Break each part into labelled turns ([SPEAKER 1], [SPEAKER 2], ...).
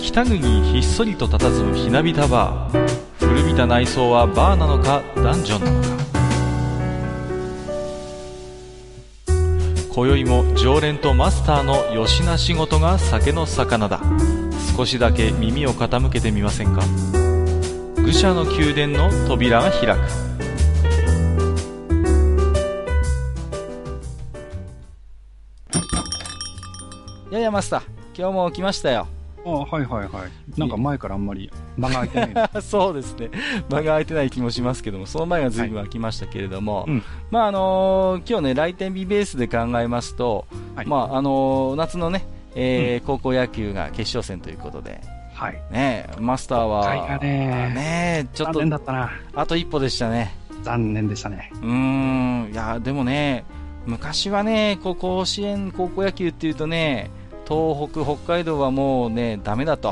[SPEAKER 1] 北国にひっそりと佇むひなびたバー古びた内装はバーなのかダンジョンなのか今宵も常連とマスターのよしな仕事が酒の魚だ少しだけ耳を傾けてみませんか愚者の宮殿の扉が開く
[SPEAKER 2] いやいやマスター今日も起きましたよ
[SPEAKER 3] あはいはいはい。なんか前からあんまり間が空いてない ね。
[SPEAKER 2] そうですね間が空いてない気もしますけどもその前が随分空きましたけれども、
[SPEAKER 3] うん
[SPEAKER 2] まああのー今日ね来店日ベースで考えますと、
[SPEAKER 3] はい
[SPEAKER 2] まああのー夏のね、えー高校野球が決勝戦ということで
[SPEAKER 3] はい。
[SPEAKER 2] ねマスター
[SPEAKER 3] 今回
[SPEAKER 2] は
[SPEAKER 3] がね
[SPEAKER 2] ねちょっ
[SPEAKER 3] 残
[SPEAKER 2] と
[SPEAKER 3] 念だったな。
[SPEAKER 2] あと一歩でしたね
[SPEAKER 3] 残念でしたね
[SPEAKER 2] う。ーんいやでもね昔はねこう甲子園高校野球っていうとね東北北海道はもうねダメだと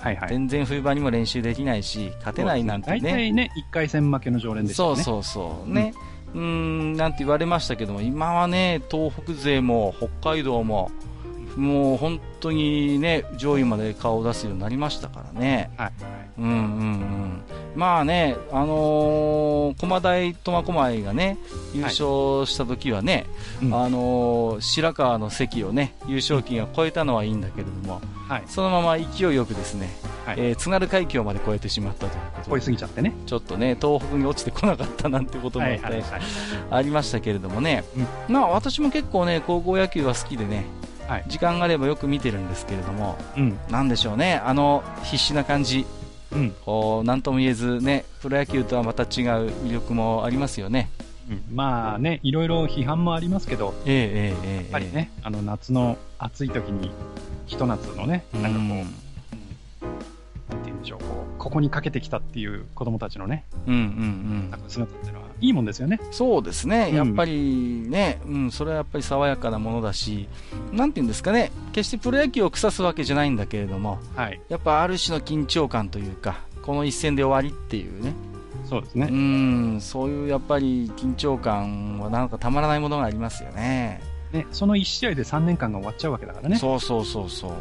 [SPEAKER 3] はいはい。
[SPEAKER 2] 全然冬場にも練習できないし、勝てないなんて
[SPEAKER 3] 大
[SPEAKER 2] ね。
[SPEAKER 3] 体ね、1回戦負けの常連でした
[SPEAKER 2] そ
[SPEAKER 3] ね。
[SPEAKER 2] うそうそう。ね。うーん、なんて言われましたけども、今はね、東北勢も北海道も、もう本当にね、上位まで顔を出すようになりましたからね。
[SPEAKER 3] はい
[SPEAKER 2] うんうんうん。まあね、あのー駒大苫小牧がね、優勝した時はね、
[SPEAKER 3] うん
[SPEAKER 2] あのー白川の席をね、優勝金が超えたのはいいんだけれども、
[SPEAKER 3] はい。はい。
[SPEAKER 2] そのまま勢いよくですね、
[SPEAKER 3] はい
[SPEAKER 2] えー津軽海峡まで越えてしまったということ
[SPEAKER 3] 超
[SPEAKER 2] で
[SPEAKER 3] えすぎちゃってね。
[SPEAKER 2] ちょっとね東北に落ちてこなかったなんてこともあって
[SPEAKER 3] はいはい。
[SPEAKER 2] ありましたけれどもね、まあ私も結構ね高校野球は好きでね、
[SPEAKER 3] はい
[SPEAKER 2] 時間があればよく見てるんですけれども
[SPEAKER 3] うん。
[SPEAKER 2] なんでしょうねあの必死な感じ
[SPEAKER 3] うん。
[SPEAKER 2] こう何とも言えずねプロ野球とはまた違う魅力もありますよね
[SPEAKER 3] まあね、いろいろ批判もありますけど、
[SPEAKER 2] ええええええやっ
[SPEAKER 3] やっぱりね、あの夏の暑い時に、ひと夏のね、なんかこう、なんて言うんでしょう、こう、ここにかけてきたっていう子供たちのね、
[SPEAKER 2] うんうんうん
[SPEAKER 3] なんか姿っていうのは、いいもんですよね。
[SPEAKER 2] そうですね、
[SPEAKER 3] うん
[SPEAKER 2] やっぱりね、うん、それはやっぱり爽やかなものだし、なんていうんですかね、決してプロ野球を腐すわけじゃないんだけれども、
[SPEAKER 3] はい。
[SPEAKER 2] やっぱある種の緊張感というか、この一戦で終わりっていうね、
[SPEAKER 3] そうです
[SPEAKER 2] う
[SPEAKER 3] ね。
[SPEAKER 2] ん、そういうやっぱり緊張感はなんかたまらないものがありますよね。
[SPEAKER 3] ね、その1試合で3年間が終わっちゃうわけだからね。
[SPEAKER 2] そうそうそうそう、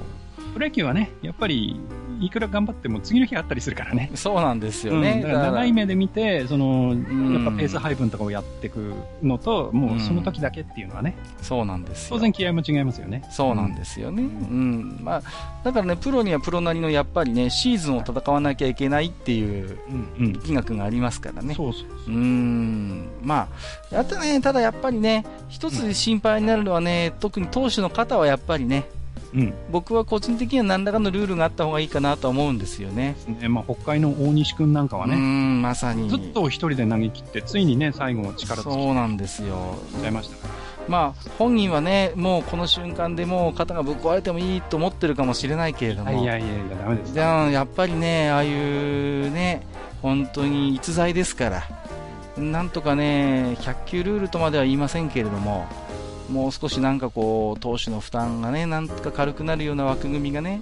[SPEAKER 3] プロ野球はね、やっぱり、いくら頑張っても次の日あったりするからね。
[SPEAKER 2] そうなんですよ
[SPEAKER 3] うん
[SPEAKER 2] ね。
[SPEAKER 3] だから長い目で見て、その、
[SPEAKER 2] ん
[SPEAKER 3] やっぱペース配分とかをやっていくのと、もうその時だけっていうのはね、
[SPEAKER 2] そうなんですよ。
[SPEAKER 3] 当然気合も違いますよね。
[SPEAKER 2] そうなんですよね、うんまあ、だからね、プロにはプロなりのやっぱりね、シーズンを戦わなきゃいけないっていう
[SPEAKER 3] うん、うん。
[SPEAKER 2] 金額がありますからね、
[SPEAKER 3] そうそう
[SPEAKER 2] う
[SPEAKER 3] そ
[SPEAKER 2] ー
[SPEAKER 3] う。
[SPEAKER 2] んまあ、あとね、ただやっぱりね、一つ心配になるのはね、特に投手の方はやっぱりね、
[SPEAKER 3] うん。
[SPEAKER 2] 僕は個人的には何らかのルールがあった方がいいかなとは思うんですよね。
[SPEAKER 3] ねまあ、北海の大西君なんかは
[SPEAKER 2] うー
[SPEAKER 3] ね、
[SPEAKER 2] ん、まさに。
[SPEAKER 3] ずっと一人で投げ切って、ついにね、最後も力尽き
[SPEAKER 2] そうなんですよ。
[SPEAKER 3] ちゃいましたから。
[SPEAKER 2] まあ、本人はね、もうこの瞬間でもう肩がぶっ壊れてもいいと思ってるかもしれないけれども。
[SPEAKER 3] いやいやいや、ダメです
[SPEAKER 2] じ。ゃあやっぱりね、ああいうね、本当に逸材ですから、なんとかね、100球ルールとまでは言いませんけれども、もう少しなんかこう、投手の負担がね、なんとか軽くなるような枠組みがね、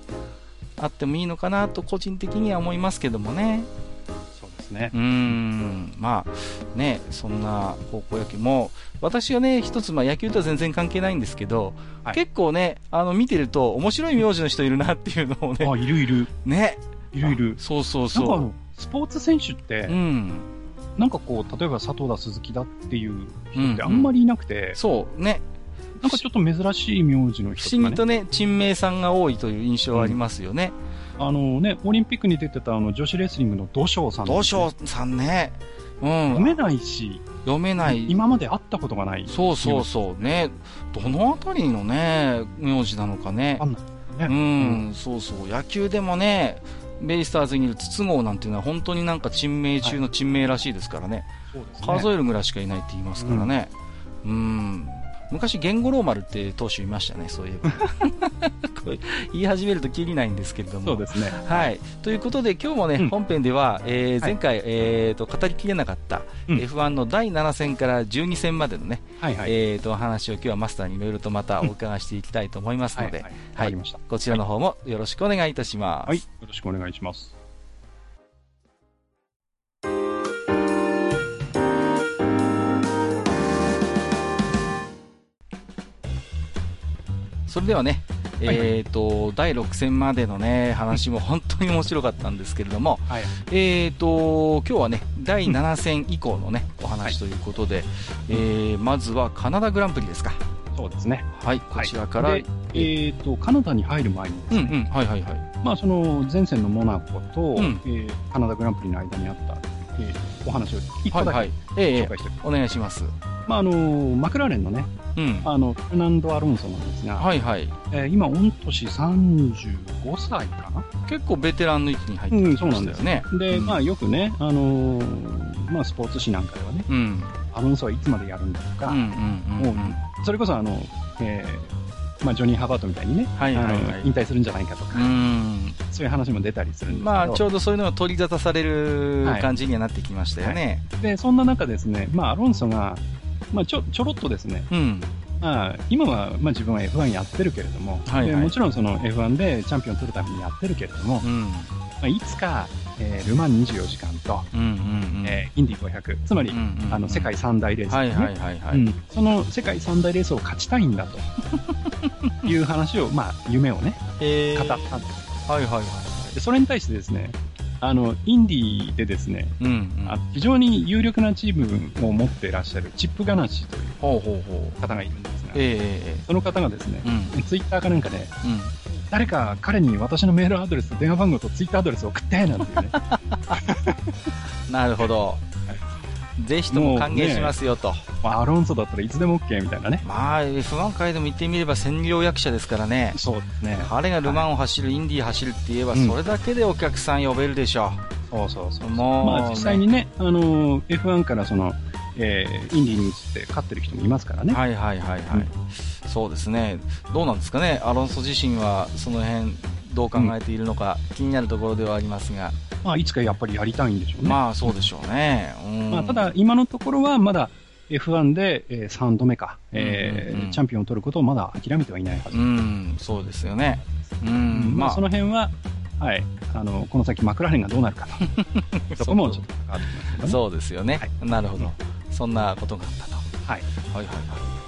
[SPEAKER 2] あってもいいのかなと、個人的には思いますけどもね。
[SPEAKER 3] そうですね
[SPEAKER 2] う。ーん、まあね、そんな高校野球も、私はね、一つ、まあ野球とは全然関係ないんですけど、
[SPEAKER 3] はい
[SPEAKER 2] 結構ね、あの、見てると、面白い名字の人いるなっていうのをね、
[SPEAKER 3] あ、いるいる。
[SPEAKER 2] ね、
[SPEAKER 3] いるいる。
[SPEAKER 2] そうそう
[SPEAKER 3] なんかあ
[SPEAKER 2] そ
[SPEAKER 3] の、スポーツ選手っ
[SPEAKER 2] う。
[SPEAKER 3] て
[SPEAKER 2] う、ん。
[SPEAKER 3] なんかこう、例えば佐藤だ、鈴木だっていう人って
[SPEAKER 2] うん
[SPEAKER 3] あんまりいなくて、
[SPEAKER 2] そうね。
[SPEAKER 3] なんかちょっと珍しい名字
[SPEAKER 2] 不
[SPEAKER 3] の人
[SPEAKER 2] 思
[SPEAKER 3] とか
[SPEAKER 2] 議
[SPEAKER 3] ね
[SPEAKER 2] と。ね、珍名さんが多いという印象はありますよね。
[SPEAKER 3] あのね、オリンピックに出てたあの女子レスリングの土性さん、
[SPEAKER 2] どうしようさんね。うん。
[SPEAKER 3] 読めないし、
[SPEAKER 2] 読めない。
[SPEAKER 3] 今まで会ったことがない。
[SPEAKER 2] そうそうそうね。どのあたりのね、名字なのかね
[SPEAKER 3] わか。んないね
[SPEAKER 2] うん、そうそう。野球でもね、ベイスターズにいる筒香なんていうのは本当になんか珍名中の珍名らしいですからね。
[SPEAKER 3] そうですね
[SPEAKER 2] 数えるぐらいしかいないって言いますからね。うん。昔、ゲンゴロウ丸って投手いましたね、そういえ ば。これ言い始めるときりないんですけれども。
[SPEAKER 3] そうですね。
[SPEAKER 2] はい、ということで今日もね、
[SPEAKER 3] うん
[SPEAKER 2] 本編では、えー
[SPEAKER 3] はい
[SPEAKER 2] 前回、えーと語りきれなかった、
[SPEAKER 3] うん
[SPEAKER 2] F1 の第7戦から12戦までのね、
[SPEAKER 3] はいはい。
[SPEAKER 2] えーとお話を今日はマスターにいろいろとまたお伺いしていきたいと思います
[SPEAKER 3] はい
[SPEAKER 2] の
[SPEAKER 3] はい。
[SPEAKER 2] で、
[SPEAKER 3] わ
[SPEAKER 2] は
[SPEAKER 3] か
[SPEAKER 2] い
[SPEAKER 3] りました。
[SPEAKER 2] こちらの方もよろしくお願いいたします。
[SPEAKER 3] はい。よろしくお願いします。
[SPEAKER 2] それではね、えー、と第6戦までの、ね、話も本当に面白かったんですけれども、
[SPEAKER 3] はい。
[SPEAKER 2] えー、と今日は、ね、第7戦以降の、ね、お話ということで、えーまずはカナダグランプリですか、
[SPEAKER 3] そうですね。
[SPEAKER 2] はい、こちらから、
[SPEAKER 3] はいでえっ、と、カナダに入る前に、
[SPEAKER 2] うんうん、はいはいはい、
[SPEAKER 3] まあ、その前線のモナコと、
[SPEAKER 2] うん
[SPEAKER 3] えーカナダグランプリの間にあった、えーお話を一個
[SPEAKER 2] はい
[SPEAKER 3] だけ
[SPEAKER 2] はい、ええ
[SPEAKER 3] 紹介しておきます
[SPEAKER 2] お願いします、
[SPEAKER 3] まあ、あの、マクラーレンのね、
[SPEAKER 2] うん、
[SPEAKER 3] あの、フェルナンド・アロンソなんですが、
[SPEAKER 2] はいはい、
[SPEAKER 3] えー今、御年35歳かな
[SPEAKER 2] 結構ベテランの位置に入って
[SPEAKER 3] うん
[SPEAKER 2] き
[SPEAKER 3] そう
[SPEAKER 2] ま
[SPEAKER 3] な
[SPEAKER 2] し
[SPEAKER 3] ん
[SPEAKER 2] た
[SPEAKER 3] で
[SPEAKER 2] よ
[SPEAKER 3] す
[SPEAKER 2] ね。
[SPEAKER 3] で、
[SPEAKER 2] うん
[SPEAKER 3] まあ、よくね、あのーまあ、スポーツ紙なんかではね、
[SPEAKER 2] うん
[SPEAKER 3] アロンソはいつまでやるんだと
[SPEAKER 2] うん
[SPEAKER 3] か、
[SPEAKER 2] うんうんうん
[SPEAKER 3] それこそ、あの、えーまあ、ジョニー・ハバートみたいにね、
[SPEAKER 2] はいはいは
[SPEAKER 3] あの
[SPEAKER 2] い
[SPEAKER 3] 引退するんじゃないかとか、
[SPEAKER 2] うん
[SPEAKER 3] そういう話も出たりするんですけど、
[SPEAKER 2] まあ、ちょうどそういうのが取り沙汰される
[SPEAKER 3] はい
[SPEAKER 2] 感じにはなってきましたよね。
[SPEAKER 3] でそんな中ですね、まあ、アロンソが、まあ、ちょちょろっとですね、
[SPEAKER 2] うん。
[SPEAKER 3] まあ、今は、まあ、自分は F1 やってるけれども、
[SPEAKER 2] はいはい
[SPEAKER 3] でもちろんその F1 でチャンピオン取るためにやってるけれども、
[SPEAKER 2] う
[SPEAKER 3] ま
[SPEAKER 2] ん。
[SPEAKER 3] あ、いつか、えール・マン24時間と、
[SPEAKER 2] うんうんうん。
[SPEAKER 3] えーインディ500、つまり、
[SPEAKER 2] うんうんうん
[SPEAKER 3] あの世界三大レース、ね
[SPEAKER 2] はいはいはいは
[SPEAKER 3] う
[SPEAKER 2] い。
[SPEAKER 3] んその世界三大レースを勝ちたいんだ という話を、まあ、夢をね、
[SPEAKER 2] え
[SPEAKER 3] 語ったん
[SPEAKER 2] は
[SPEAKER 3] です。
[SPEAKER 2] いはいはいはい。
[SPEAKER 3] でそれに対してですね、あの、インディでですね、
[SPEAKER 2] うんうん。
[SPEAKER 3] あ非常に有力なチームを持っていらっしゃるチップ・ガナッシーという
[SPEAKER 2] ほうほうほう。
[SPEAKER 3] 方がいるんですが、
[SPEAKER 2] えええ
[SPEAKER 3] その方がですね
[SPEAKER 2] え。う、ん
[SPEAKER 3] ツイッターかなんかで、
[SPEAKER 2] うん。
[SPEAKER 3] 誰か彼に私のメールアドレス、電話番号とツイッターアドレスを送って、なん ていうね。
[SPEAKER 2] なるほど。ぜひとも歓迎しますよと。
[SPEAKER 3] まあアロンソだったらいつでも OK みたいなね。
[SPEAKER 2] まあ、F1 界でも言ってみれば専業役者ですからね。
[SPEAKER 3] そうですね。
[SPEAKER 2] 彼がルマンを走る、インディー走るって言えば、
[SPEAKER 3] うん
[SPEAKER 2] それだけでお客さん呼べるでしょ。
[SPEAKER 3] そうそうそうう。
[SPEAKER 2] もう、
[SPEAKER 3] まあ実際にね、あのー F1 からその、えーインディーに移って勝ってる人もいますからね。
[SPEAKER 2] はいはいはいはい、そうですね、どうなんですかね、アロンソ自身はその辺どう考えているのか、気になるところではありますが、
[SPEAKER 3] まあいつかやっぱりやりたいんでしょうね。ま
[SPEAKER 2] まあそうでしょうね、うん
[SPEAKER 3] あ、ただ、今のところはまだ F1 で、え3度目か、えー
[SPEAKER 2] うんうんうん
[SPEAKER 3] チャンピオンを取ることをまだ諦めてはいないはず。
[SPEAKER 2] うん、そうですよね、うん、
[SPEAKER 3] ま
[SPEAKER 2] ま
[SPEAKER 3] あ、
[SPEAKER 2] あ、
[SPEAKER 3] その辺は、はい、あのこの先、マクラーレンがどうなるかと、そこもちょっと関わってきますけどね
[SPEAKER 2] そうですよね、
[SPEAKER 3] は
[SPEAKER 2] なるほど、
[SPEAKER 3] うん
[SPEAKER 2] そんなことがあったと、
[SPEAKER 3] はい
[SPEAKER 2] はいはいは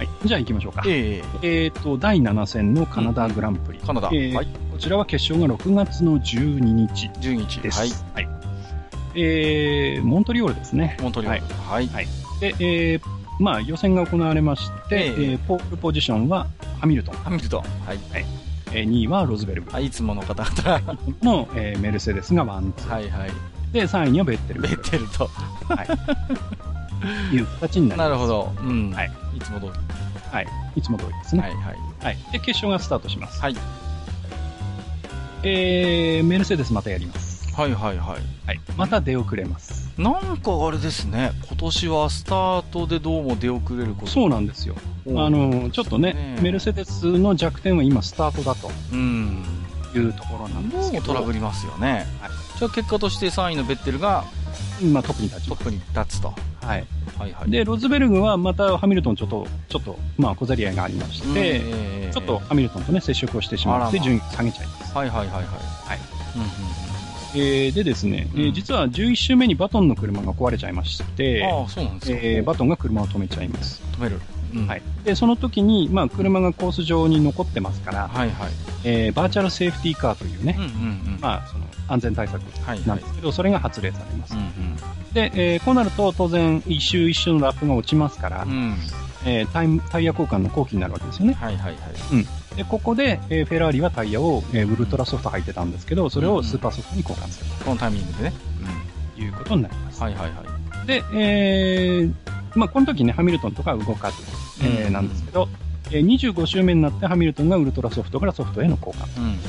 [SPEAKER 3] はい、じゃあ行きましょうか
[SPEAKER 2] い、、ええ
[SPEAKER 3] えっと第7戦のカナダグランプリ、
[SPEAKER 2] カナダ、
[SPEAKER 3] えー
[SPEAKER 2] はい、
[SPEAKER 3] こちらは決勝が6月の12日
[SPEAKER 2] 順一
[SPEAKER 3] です、
[SPEAKER 2] はい、
[SPEAKER 3] はいえーモントリオールですね、
[SPEAKER 2] モントリオール、はい、はい、
[SPEAKER 3] でえーまあ、予選が行われまして、
[SPEAKER 2] え
[SPEAKER 3] え
[SPEAKER 2] え
[SPEAKER 3] ーポールポジションはハミルトン、
[SPEAKER 2] ハミルトン、はい、
[SPEAKER 3] えー2位はロズベルグ
[SPEAKER 2] あいつもの方 々、
[SPEAKER 3] の、えーメルセデスがワンツー、
[SPEAKER 2] はいはい、
[SPEAKER 3] で3位にはベッテル
[SPEAKER 2] ベ
[SPEAKER 3] グ
[SPEAKER 2] ッテルと、
[SPEAKER 3] という形になりま
[SPEAKER 2] な
[SPEAKER 3] す
[SPEAKER 2] るほど、うん、
[SPEAKER 3] はい
[SPEAKER 2] い、つも通り、
[SPEAKER 3] はい、いつも通りですね、
[SPEAKER 2] はいはい。
[SPEAKER 3] はい、で決勝がスタートします、
[SPEAKER 2] はい
[SPEAKER 3] えー、メルセデスまたやります、
[SPEAKER 2] はいはいはい
[SPEAKER 3] はい、また出遅れます
[SPEAKER 2] なんかあれですね今年はスタートでどうも出遅れること
[SPEAKER 3] そうなんですよ
[SPEAKER 2] うん
[SPEAKER 3] あのちょっとね
[SPEAKER 2] ねえ
[SPEAKER 3] メルセデスの弱点は今スタートだと
[SPEAKER 2] うん
[SPEAKER 3] いうところなんで
[SPEAKER 2] も
[SPEAKER 3] すけ
[SPEAKER 2] う
[SPEAKER 3] ど
[SPEAKER 2] トラブりますよね、
[SPEAKER 3] はい
[SPEAKER 2] じゃあ結果として3位のベッテルが
[SPEAKER 3] 今トップに立ち
[SPEAKER 2] ト
[SPEAKER 3] ま
[SPEAKER 2] ップに立つと
[SPEAKER 3] す、はい、
[SPEAKER 2] はいはい
[SPEAKER 3] でロズベルグはまたハミルトンちょっとちょっと、まあ、小競り合いがありまして、
[SPEAKER 2] えー
[SPEAKER 3] ちょっとハミルトンと、ね、接触をしてしまっ
[SPEAKER 2] あら
[SPEAKER 3] て
[SPEAKER 2] ま
[SPEAKER 3] 順位下げちゃいます、
[SPEAKER 2] はいはいはいはい
[SPEAKER 3] はい
[SPEAKER 2] うんうん
[SPEAKER 3] えーでですね、えー
[SPEAKER 2] うん
[SPEAKER 3] 実は11周目にバトンの車が壊れちゃいまして、
[SPEAKER 2] ああそうなんですか、
[SPEAKER 3] えーバトンが車を止めちゃいます。
[SPEAKER 2] 止める、うん
[SPEAKER 3] はい、で、その時に、まあ、車がコース上に残ってますから、
[SPEAKER 2] はいはい
[SPEAKER 3] えーバーチャルセーフティーカーというね、
[SPEAKER 2] うんうんうん
[SPEAKER 3] まあ、その安全対策
[SPEAKER 2] はいは
[SPEAKER 3] なん
[SPEAKER 2] い
[SPEAKER 3] ですけど、それが発令されます。
[SPEAKER 2] う
[SPEAKER 3] で、えーこうなると当然、一周一周のラップが落ちますから、
[SPEAKER 2] んうんうん
[SPEAKER 3] えータイムタイヤ交換の後期になるわけですよね。
[SPEAKER 2] はいはいはい
[SPEAKER 3] で、ここで、えーフェラーリはタイヤを、えーウルトラソフト履いてたんですけど、それをスーパーソフトに交換する
[SPEAKER 2] このタイミングでね、
[SPEAKER 3] ということになります。
[SPEAKER 2] はいはいはい
[SPEAKER 3] で、えーまあ、この時ね、ハミルトンとかは動かず、えー
[SPEAKER 2] うん
[SPEAKER 3] なんですけど、えー25周目になってハミルトンがウルトラソフトからソフトへの交換と
[SPEAKER 2] うんうん
[SPEAKER 3] いう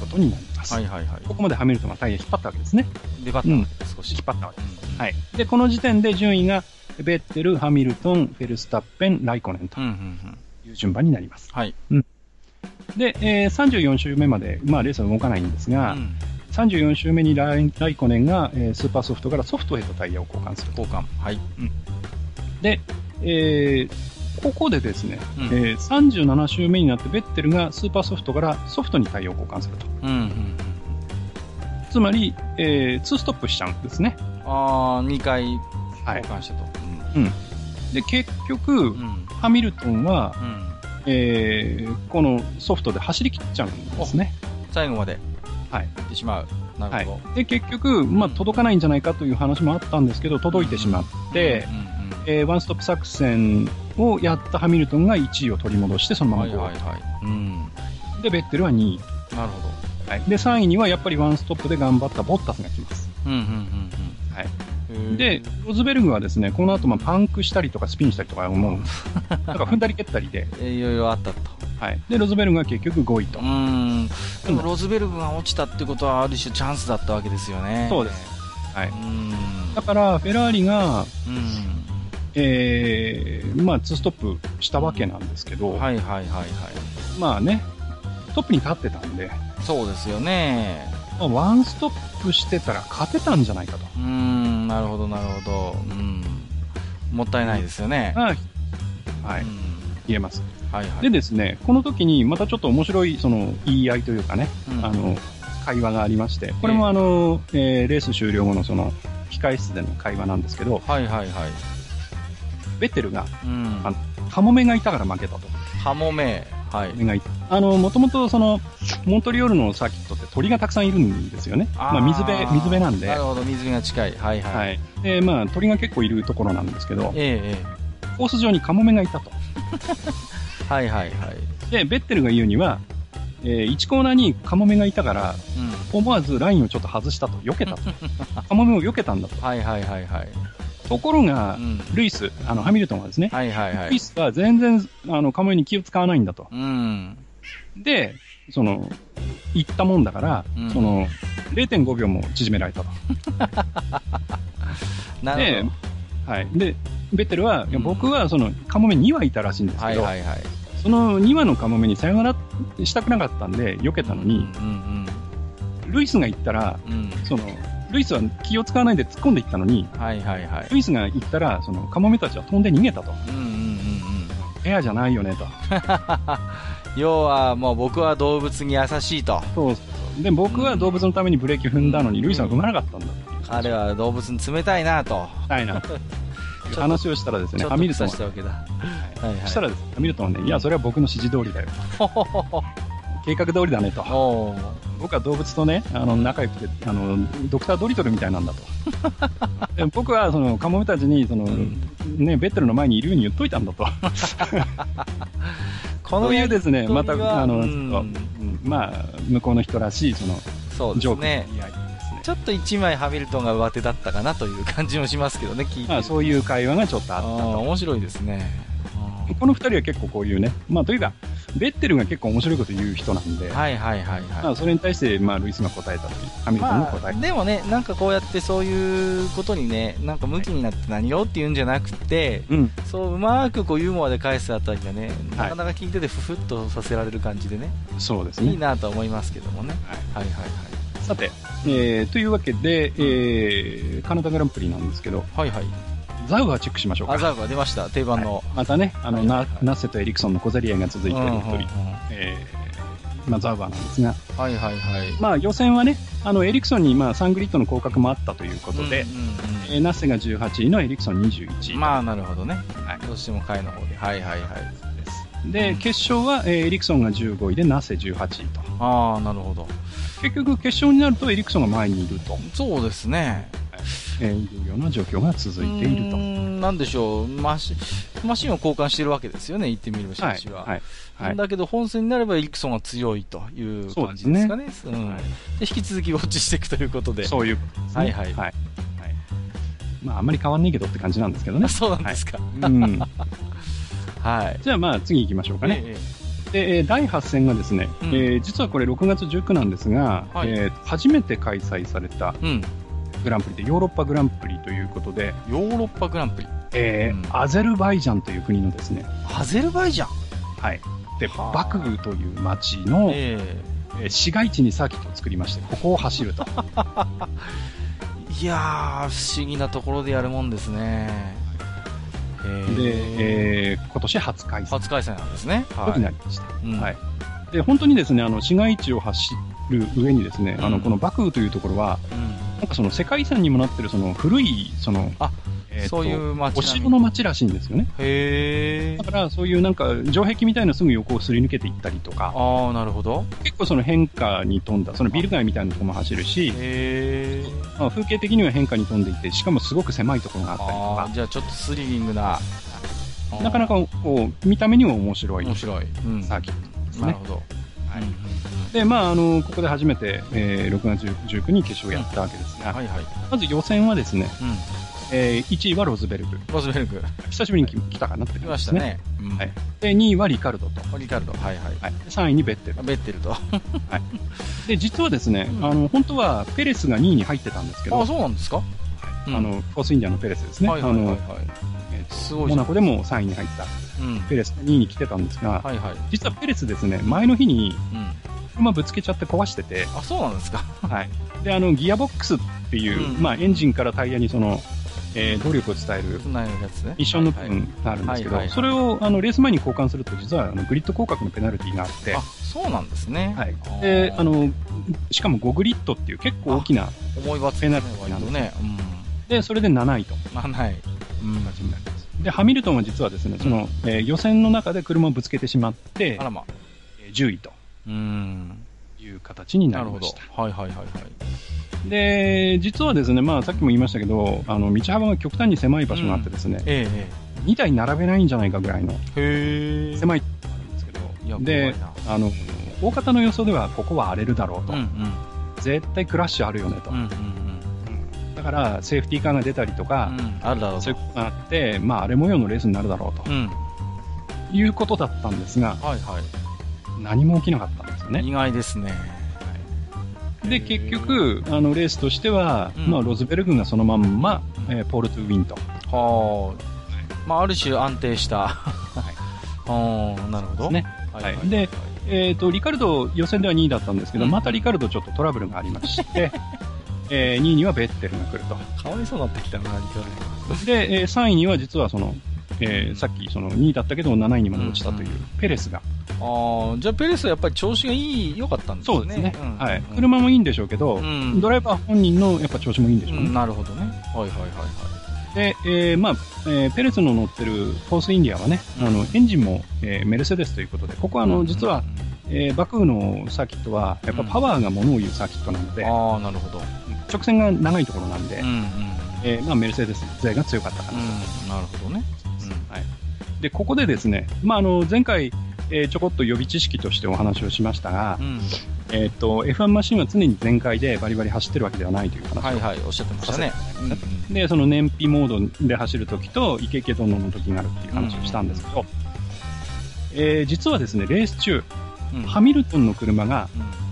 [SPEAKER 3] ことになります。
[SPEAKER 2] はいはいは
[SPEAKER 3] ここまでハミルトンがタイヤ引っ張ったわけですね。
[SPEAKER 2] いでバッター少し
[SPEAKER 3] 引っ張ったわけ。
[SPEAKER 2] うん
[SPEAKER 3] はい。で、この時点で順位が、ベッテル、ハミルトン、フェルスタッペン、ライコネンと
[SPEAKER 2] うんうんうん
[SPEAKER 3] いう順番になります。
[SPEAKER 2] はい
[SPEAKER 3] で、えー34周目まで、まあ、レースは動かないんですが、
[SPEAKER 2] うん
[SPEAKER 3] 34周目にライライコネンが、えースーパーソフトからソフトへとタイヤを交換すると。
[SPEAKER 2] 交換はい
[SPEAKER 3] で、えーここでですね、
[SPEAKER 2] うん
[SPEAKER 3] えー37周目になってベッテルがスーパーソフトからソフトに対応交換すると。
[SPEAKER 2] うんうんうん
[SPEAKER 3] つまり、え2ストップしちゃうんですね。
[SPEAKER 2] ああ2回
[SPEAKER 3] は
[SPEAKER 2] 交
[SPEAKER 3] い。
[SPEAKER 2] 換したと、
[SPEAKER 3] で、結局、
[SPEAKER 2] うんうん
[SPEAKER 3] ハミルトンは、
[SPEAKER 2] うん
[SPEAKER 3] えーこのソフトで走り切っちゃうんですね。
[SPEAKER 2] 最後まで
[SPEAKER 3] はい
[SPEAKER 2] 行ってしまう、な
[SPEAKER 3] は
[SPEAKER 2] る
[SPEAKER 3] い
[SPEAKER 2] ほど、、
[SPEAKER 3] で結局、まあ、届かないんじゃないかという話もあったんですけど届いてしまって、
[SPEAKER 2] うんうん
[SPEAKER 3] えーワンストップ作戦をやったハミルトンが1位を取り戻してそのま
[SPEAKER 2] は
[SPEAKER 3] ま
[SPEAKER 2] い
[SPEAKER 3] ゴール、
[SPEAKER 2] はいはい、うん、
[SPEAKER 3] でベッテルは2位、
[SPEAKER 2] なるほど、
[SPEAKER 3] はい、で3位にはやっぱりワンストップで頑張ったボッタスが来ます
[SPEAKER 2] うんうんうんうん、
[SPEAKER 3] はい
[SPEAKER 2] へー、
[SPEAKER 3] でロズベルグはですねこの後まあパンクしたりとかスピンしたりとかもう なんか踏んだり蹴ったりで,、
[SPEAKER 2] えーいろいろあったと、
[SPEAKER 3] はい、でロズベルグは結局5位と
[SPEAKER 2] う、ん、でもロズベルグが落ちたってことは、ある種チャンスだったわけですよね、
[SPEAKER 3] そうです、はい
[SPEAKER 2] うん、
[SPEAKER 3] だからフェラーリが、
[SPEAKER 2] うん、
[SPEAKER 3] えーまあ、2ストップしたわけなんですけど、
[SPEAKER 2] はいはいはいはい、
[SPEAKER 3] まあねトップに立ってたんで、
[SPEAKER 2] そうですよね、
[SPEAKER 3] まあワンストップしてたら勝てたんじゃないかと。
[SPEAKER 2] うん、なるほどなるほど、うん、もったいないですよね、
[SPEAKER 3] はい。はい
[SPEAKER 2] うん
[SPEAKER 3] 言えます。
[SPEAKER 2] はいはい、
[SPEAKER 3] でですね、この時にまたちょっと面白い、その、言い合いというかね、
[SPEAKER 2] うん
[SPEAKER 3] あの、会話がありまして、これもあの、えーレース終了後のその、控室での会話なんですけど、
[SPEAKER 2] はいはいはい、
[SPEAKER 3] ベッテルが、
[SPEAKER 2] うん
[SPEAKER 3] あ、のカモメがいたから負けたと。
[SPEAKER 2] ハモメ、はい
[SPEAKER 3] カモ、メがいたあの、もともとその、モントリオールのサーキットって鳥がたくさんいるんですよね。まあ、水辺、水辺なんで。
[SPEAKER 2] なるほど、水辺が近い、はいはい、
[SPEAKER 3] はい。で、まあ、鳥が結構いるところなんですけど、
[SPEAKER 2] えええ
[SPEAKER 3] コース上にカモメがいたと。
[SPEAKER 2] えはいはいはい、
[SPEAKER 3] で、ベッテルが言うには、え1コーナーにカモメがいたか
[SPEAKER 2] う
[SPEAKER 3] ら、
[SPEAKER 2] ん。
[SPEAKER 3] 思わずラインをちょっと外したと、避 けたと。カモメを避けたんだと。
[SPEAKER 2] はいはいはいはい。
[SPEAKER 3] ところが
[SPEAKER 2] う、ん。
[SPEAKER 3] ルイス、あの、ハミルトンはですね、
[SPEAKER 2] はいはいは
[SPEAKER 3] ルイ
[SPEAKER 2] い。
[SPEAKER 3] スは全然、あの、カモメに気を使わないんだと。
[SPEAKER 2] うん。
[SPEAKER 3] で、その、言ったもんだから、
[SPEAKER 2] うん
[SPEAKER 3] その、0.5秒も縮められたと。
[SPEAKER 2] な
[SPEAKER 3] で
[SPEAKER 2] る、
[SPEAKER 3] はい。で、ベッテルは、いや
[SPEAKER 2] うん
[SPEAKER 3] 僕は、その、カモメ2羽いたらしいんで
[SPEAKER 2] ほ
[SPEAKER 3] す
[SPEAKER 2] ど。は
[SPEAKER 3] け
[SPEAKER 2] い
[SPEAKER 3] ど、
[SPEAKER 2] はいはい。
[SPEAKER 3] その2羽のカモメにさよならしたくなかったんで、避けたのに、
[SPEAKER 2] うん
[SPEAKER 3] ルイスが言ったら、
[SPEAKER 2] うんうん。うん。
[SPEAKER 3] その、ルイスは気を使わないで突っ込んでいったのに、
[SPEAKER 2] はいはいはい。
[SPEAKER 3] ルイスが行ったら、その、カモメたちは飛んで逃げたと。
[SPEAKER 2] うんうんうん
[SPEAKER 3] エアじゃないよねと。
[SPEAKER 2] うん。要はもう僕は動物に優しいと。
[SPEAKER 3] そうで、僕は動物のためにブレーキ踏んだのに、ルイスは踏まなかったんだ。
[SPEAKER 2] 彼は動物に冷たいなと。
[SPEAKER 3] たいな。話をしたらです
[SPEAKER 2] ち
[SPEAKER 3] ね、
[SPEAKER 2] ょっ
[SPEAKER 3] ハ
[SPEAKER 2] と
[SPEAKER 3] ミルトン
[SPEAKER 2] 腐
[SPEAKER 3] は
[SPEAKER 2] し、たわけだ。はいは
[SPEAKER 3] そした
[SPEAKER 2] い。
[SPEAKER 3] らですねハミルトンはね、いや、それは僕の指示通りだよ。計画通りだねと。
[SPEAKER 2] おおー。
[SPEAKER 3] 僕は動物とね、あの、仲良くて、あの、ドクタードリトルみたいなんだと。 で僕は、その、カモメたちに、その、
[SPEAKER 2] ん
[SPEAKER 3] ね、ベッドルの前にいるように言っといたんだと。
[SPEAKER 2] こ
[SPEAKER 3] そうい
[SPEAKER 2] や
[SPEAKER 3] う
[SPEAKER 2] り
[SPEAKER 3] ですね、また
[SPEAKER 2] とりは、
[SPEAKER 3] あの、
[SPEAKER 2] う
[SPEAKER 3] ちょっとうんんまあ、向こうの人らしい、その、
[SPEAKER 2] そうで
[SPEAKER 3] ジ
[SPEAKER 2] す
[SPEAKER 3] ョークの
[SPEAKER 2] ね
[SPEAKER 3] 言。い合いですね。
[SPEAKER 2] ちょっと一枚ハミルトンが上手だったかなという感じもしますけどね、聞いて
[SPEAKER 3] まあ、
[SPEAKER 2] ると。
[SPEAKER 3] そういう会話がちょっとあ
[SPEAKER 2] あ
[SPEAKER 3] っ
[SPEAKER 2] ー面白いですね。うん
[SPEAKER 3] た。この二人は結構こういうね、まあ、というか、ベッテルが結構面白いこと言う人なんで、
[SPEAKER 2] はいはいはい
[SPEAKER 3] ま
[SPEAKER 2] は
[SPEAKER 3] あ、それに対して、まあ、ルイスが答えたという、ハミ
[SPEAKER 2] い。
[SPEAKER 3] ルトンが
[SPEAKER 2] ま
[SPEAKER 3] 答
[SPEAKER 2] あ、
[SPEAKER 3] えた。
[SPEAKER 2] でもね、なんかこうやってそういうことにね、なんか向きになって何よって言うんじゃなくて、
[SPEAKER 3] うん。
[SPEAKER 2] そううまくこうユーモアで返すあたりがね、
[SPEAKER 3] は
[SPEAKER 2] ないかなか聞いててふふっとさせられる感じでね、
[SPEAKER 3] そうです
[SPEAKER 2] いい
[SPEAKER 3] ね。
[SPEAKER 2] なとは思いますけどもね。はいはい
[SPEAKER 3] さて、えー、というわけで、えー、カナダグランプリなんですけど、
[SPEAKER 2] はい。はいはい。
[SPEAKER 3] ザウアーチェックしましょうか。
[SPEAKER 2] アザーが出ました、定番の。
[SPEAKER 3] またね、あの、な
[SPEAKER 2] はいはいはい
[SPEAKER 3] ナッセとエリクソンの小競り合いが続いている
[SPEAKER 2] うんうんうん
[SPEAKER 3] という、えー、まあ、ザウアーなんですが、
[SPEAKER 2] はいはいはい。
[SPEAKER 3] まあ、予選はね、あの、エリクソンに、まあ、サングリッドの降格もあったということで、
[SPEAKER 2] うんうんうん
[SPEAKER 3] えーナッセが18位のエリクソン21位。
[SPEAKER 2] まあなるほどね。
[SPEAKER 3] はい
[SPEAKER 2] どうしても回の方で。はいはいはい。
[SPEAKER 3] ですで、決勝は、えーエリクソンが15位で、ナッセ18位と。
[SPEAKER 2] ああ、なるほど。
[SPEAKER 3] 結局、決勝になるとエリクソンが前にいると、
[SPEAKER 2] そうですね。
[SPEAKER 3] えーいうような状況が続いている
[SPEAKER 2] うー
[SPEAKER 3] と。
[SPEAKER 2] んなんでしょうマシ、マシンを交換してるわけですよね、言ってみれば、
[SPEAKER 3] はい
[SPEAKER 2] 私。は。
[SPEAKER 3] はい。はい。
[SPEAKER 2] だけど、本戦になればエリクソンが強いという感じですかね。うん
[SPEAKER 3] はい
[SPEAKER 2] で引き続きウォッチしていくということで。
[SPEAKER 3] そういうことですね。
[SPEAKER 2] はいはい
[SPEAKER 3] はい。はいまあ、あんまり変わんねえけどって感じなんですけどね
[SPEAKER 2] あ。 そうなんですか。
[SPEAKER 3] うん。
[SPEAKER 2] はい。
[SPEAKER 3] じゃあ、まあ、次行きましょうかね。
[SPEAKER 2] ええ
[SPEAKER 3] で、えー第8戦がですね、
[SPEAKER 2] うん
[SPEAKER 3] えー実はこれ6月19なんですが、
[SPEAKER 2] はい
[SPEAKER 3] えー初めて開催された
[SPEAKER 2] うん。
[SPEAKER 3] グランプリで、ヨーロッパグランプリということで、
[SPEAKER 2] ヨーロッパグランプリ。
[SPEAKER 3] えー
[SPEAKER 2] うん
[SPEAKER 3] アゼルバイジャンという国のですね、
[SPEAKER 2] アゼルバイジャン。
[SPEAKER 3] はい。で、
[SPEAKER 2] はあ
[SPEAKER 3] バクグという町の、
[SPEAKER 2] え
[SPEAKER 3] えー市街地にサーキットを作りまして、ここを走ると。
[SPEAKER 2] えいやー、不思議なところでやるもんですね。ええ
[SPEAKER 3] で、えー今年初開催
[SPEAKER 2] 初開催なんですね。
[SPEAKER 3] となりました。
[SPEAKER 2] うん
[SPEAKER 3] はいで、本当にですね、あの、市街地を走る上にですね、あ
[SPEAKER 2] う
[SPEAKER 3] の、
[SPEAKER 2] ん
[SPEAKER 3] このバクーというところは、
[SPEAKER 2] うん
[SPEAKER 3] なんかその世界遺産にもなってるその古い、その、
[SPEAKER 2] あ
[SPEAKER 3] ええー
[SPEAKER 2] そういう街並み
[SPEAKER 3] お城の街らしいんですよね。
[SPEAKER 2] へえ
[SPEAKER 3] だから、そういうなんか、城壁みたいなすぐ横をすり抜けていったりとか、
[SPEAKER 2] ああなるほど
[SPEAKER 3] 結構その変化に富んだ、そのビル街みたいなとこも走るし、
[SPEAKER 2] へえ
[SPEAKER 3] まあ風景的には変化に富んでいて、しかもすごく狭いところがあったりと
[SPEAKER 2] あーじゃあちょっとスリリングな
[SPEAKER 3] か、なかな
[SPEAKER 2] か
[SPEAKER 3] かこう、見た目にも面白い
[SPEAKER 2] 面白い、うん、
[SPEAKER 3] サーキットです
[SPEAKER 2] なる
[SPEAKER 3] ね。
[SPEAKER 2] ほど、
[SPEAKER 3] はい
[SPEAKER 2] うんうん
[SPEAKER 3] で、まあ、あの、ここで初めて、えー6月19日に決勝をやったわけです
[SPEAKER 2] うん
[SPEAKER 3] が、
[SPEAKER 2] はいはい、
[SPEAKER 3] まず予選はですね、
[SPEAKER 2] う
[SPEAKER 3] えー1位はロズベルグ。
[SPEAKER 2] ん、ロスベルグ
[SPEAKER 3] 久しぶりに来来たかなって
[SPEAKER 2] 来
[SPEAKER 3] 感
[SPEAKER 2] まし
[SPEAKER 3] じです
[SPEAKER 2] た
[SPEAKER 3] ね。
[SPEAKER 2] ね、うん
[SPEAKER 3] はいで、2位はリカルドと。
[SPEAKER 2] リカルドはいはい
[SPEAKER 3] はい、で3位にベッテル。
[SPEAKER 2] ベッテルとあ
[SPEAKER 3] で、実はですね、
[SPEAKER 2] うん
[SPEAKER 3] あの、本当はペレスが2位に入ってたんですけど、
[SPEAKER 2] そうなんですか、うん
[SPEAKER 3] あの、フォースインディアのペレスですね。
[SPEAKER 2] はいはいはいは
[SPEAKER 3] あの
[SPEAKER 2] い、
[SPEAKER 3] えー
[SPEAKER 2] す
[SPEAKER 3] と
[SPEAKER 2] ごい
[SPEAKER 3] モ
[SPEAKER 2] じゃ
[SPEAKER 3] ナ
[SPEAKER 2] ん
[SPEAKER 3] コでも3位に入った。
[SPEAKER 2] うん
[SPEAKER 3] ペレス2位に来てたんですが、
[SPEAKER 2] はいはい、
[SPEAKER 3] 実はペレスですね、前の日に
[SPEAKER 2] うん、
[SPEAKER 3] 車ぶつけちゃって壊して て、
[SPEAKER 2] あそうなんですか
[SPEAKER 3] はい。で、あの、ギアボックスっていう、
[SPEAKER 2] うん
[SPEAKER 3] まあ、エンジンからタイヤにその、えー動力を伝える
[SPEAKER 2] そんなやつね
[SPEAKER 3] ミッションの部
[SPEAKER 2] はいはい
[SPEAKER 3] 分があるんで
[SPEAKER 2] は
[SPEAKER 3] すけ
[SPEAKER 2] い
[SPEAKER 3] ど、
[SPEAKER 2] はい
[SPEAKER 3] それをあのレース前に交換すると、実はあのグリッド広角のペナルティがあって
[SPEAKER 2] あ、そうなんですね、
[SPEAKER 3] はい
[SPEAKER 2] ー
[SPEAKER 3] であのしかも5グリッドっていう結構大きな、
[SPEAKER 2] 思いはつ
[SPEAKER 3] ペナルテ
[SPEAKER 2] ね
[SPEAKER 3] ィー
[SPEAKER 2] 割
[SPEAKER 3] な
[SPEAKER 2] と
[SPEAKER 3] んです
[SPEAKER 2] ねうん
[SPEAKER 3] でそれで7位という
[SPEAKER 2] まあない、うん、
[SPEAKER 3] 形になります。で、ハミルトンは実はですね、その、えー予選の中で車をぶつけてしまって
[SPEAKER 2] あ、らま
[SPEAKER 3] えー10位と
[SPEAKER 2] うん
[SPEAKER 3] いう形にな
[SPEAKER 2] な
[SPEAKER 3] り
[SPEAKER 2] るほ
[SPEAKER 3] ま
[SPEAKER 2] ど
[SPEAKER 3] した。
[SPEAKER 2] はいはいはいはい
[SPEAKER 3] で、実はですね、まあさっきも言いましたけど、あの、道幅が極端に狭い場所があってですね、
[SPEAKER 2] え
[SPEAKER 3] 2台並べないんじゃないかぐらいの
[SPEAKER 2] えええへえ
[SPEAKER 3] 狭いところがあるんですけど、
[SPEAKER 2] いや怖
[SPEAKER 3] で
[SPEAKER 2] いな、
[SPEAKER 3] あの、大方の予想ではここは荒れるだろうと。
[SPEAKER 2] うんうん
[SPEAKER 3] 絶対クラッシュあるよねと、
[SPEAKER 2] うんうんうん
[SPEAKER 3] だからセーフティーカーが出たりとか、
[SPEAKER 2] うんあるだろう
[SPEAKER 3] そういうことがあって、まあ、荒れ模様のレースになるだろうと、
[SPEAKER 2] うん
[SPEAKER 3] いうことだったんですが、
[SPEAKER 2] はいは
[SPEAKER 3] 何も起きなかったんですよ
[SPEAKER 2] い
[SPEAKER 3] ね。
[SPEAKER 2] 意外ですね
[SPEAKER 3] で、結局、あのレースとしては、
[SPEAKER 2] うん
[SPEAKER 3] まあ、ロズベル軍がそのまんま、えーポール・トゥ・ウィンと、
[SPEAKER 2] はあまあある種安定したは あなるほど
[SPEAKER 3] ね
[SPEAKER 2] はい
[SPEAKER 3] はい
[SPEAKER 2] はい
[SPEAKER 3] でえーと、リカルド、予選では2位だったんですけど、
[SPEAKER 2] うん
[SPEAKER 3] またリカルド、ちょっとトラブルがありま して、え2位にはベッテルが来ると、
[SPEAKER 2] かわいそうになってきたな
[SPEAKER 3] で、え3位には実はその、えーさっきその2位だったけど、7位にまで落ちたという、
[SPEAKER 2] うん
[SPEAKER 3] ペレスが
[SPEAKER 2] ああじゃあペレスはやっぱり調子がいい良かったんですね
[SPEAKER 3] そうですね。
[SPEAKER 2] ん
[SPEAKER 3] はい。
[SPEAKER 2] うん
[SPEAKER 3] 車もいいんでしょうけど、
[SPEAKER 2] うん
[SPEAKER 3] ドライバー本人のやっぱ調子もいいんでしょう
[SPEAKER 2] うん
[SPEAKER 3] ね。
[SPEAKER 2] なるほどねはいはいはいは
[SPEAKER 3] で、えーまあ、えーペレスの乗ってるフォースインディアはね、あの、エンジンも、えーメルセデスということで、ここはいあの、実は、
[SPEAKER 2] うん
[SPEAKER 3] えーバクーのサーキットは、やっぱパワーがものを言うサーキットなので、
[SPEAKER 2] ああなるほど
[SPEAKER 3] 直線が長いところなんで、
[SPEAKER 2] うんうんうん
[SPEAKER 3] えーまあ、メルセデス勢が強かったかなと。
[SPEAKER 2] なるほどね
[SPEAKER 3] はい。で、ここでですね、まあ、あの、前回、えーちょこっと予備知識としてお話をしましたが
[SPEAKER 2] う、ん
[SPEAKER 3] えーっ、と、F1 マシンは常に全開でバリバリ走ってるわけではないという話を
[SPEAKER 2] はいはいおっしゃってましたねうんうん
[SPEAKER 3] で、その燃費モードで走るときと、イケイケ殿のときがあるっていう話をしたんですけど、えー実はですね、レース中、
[SPEAKER 2] うん
[SPEAKER 3] ハミルトンの車が、
[SPEAKER 2] うん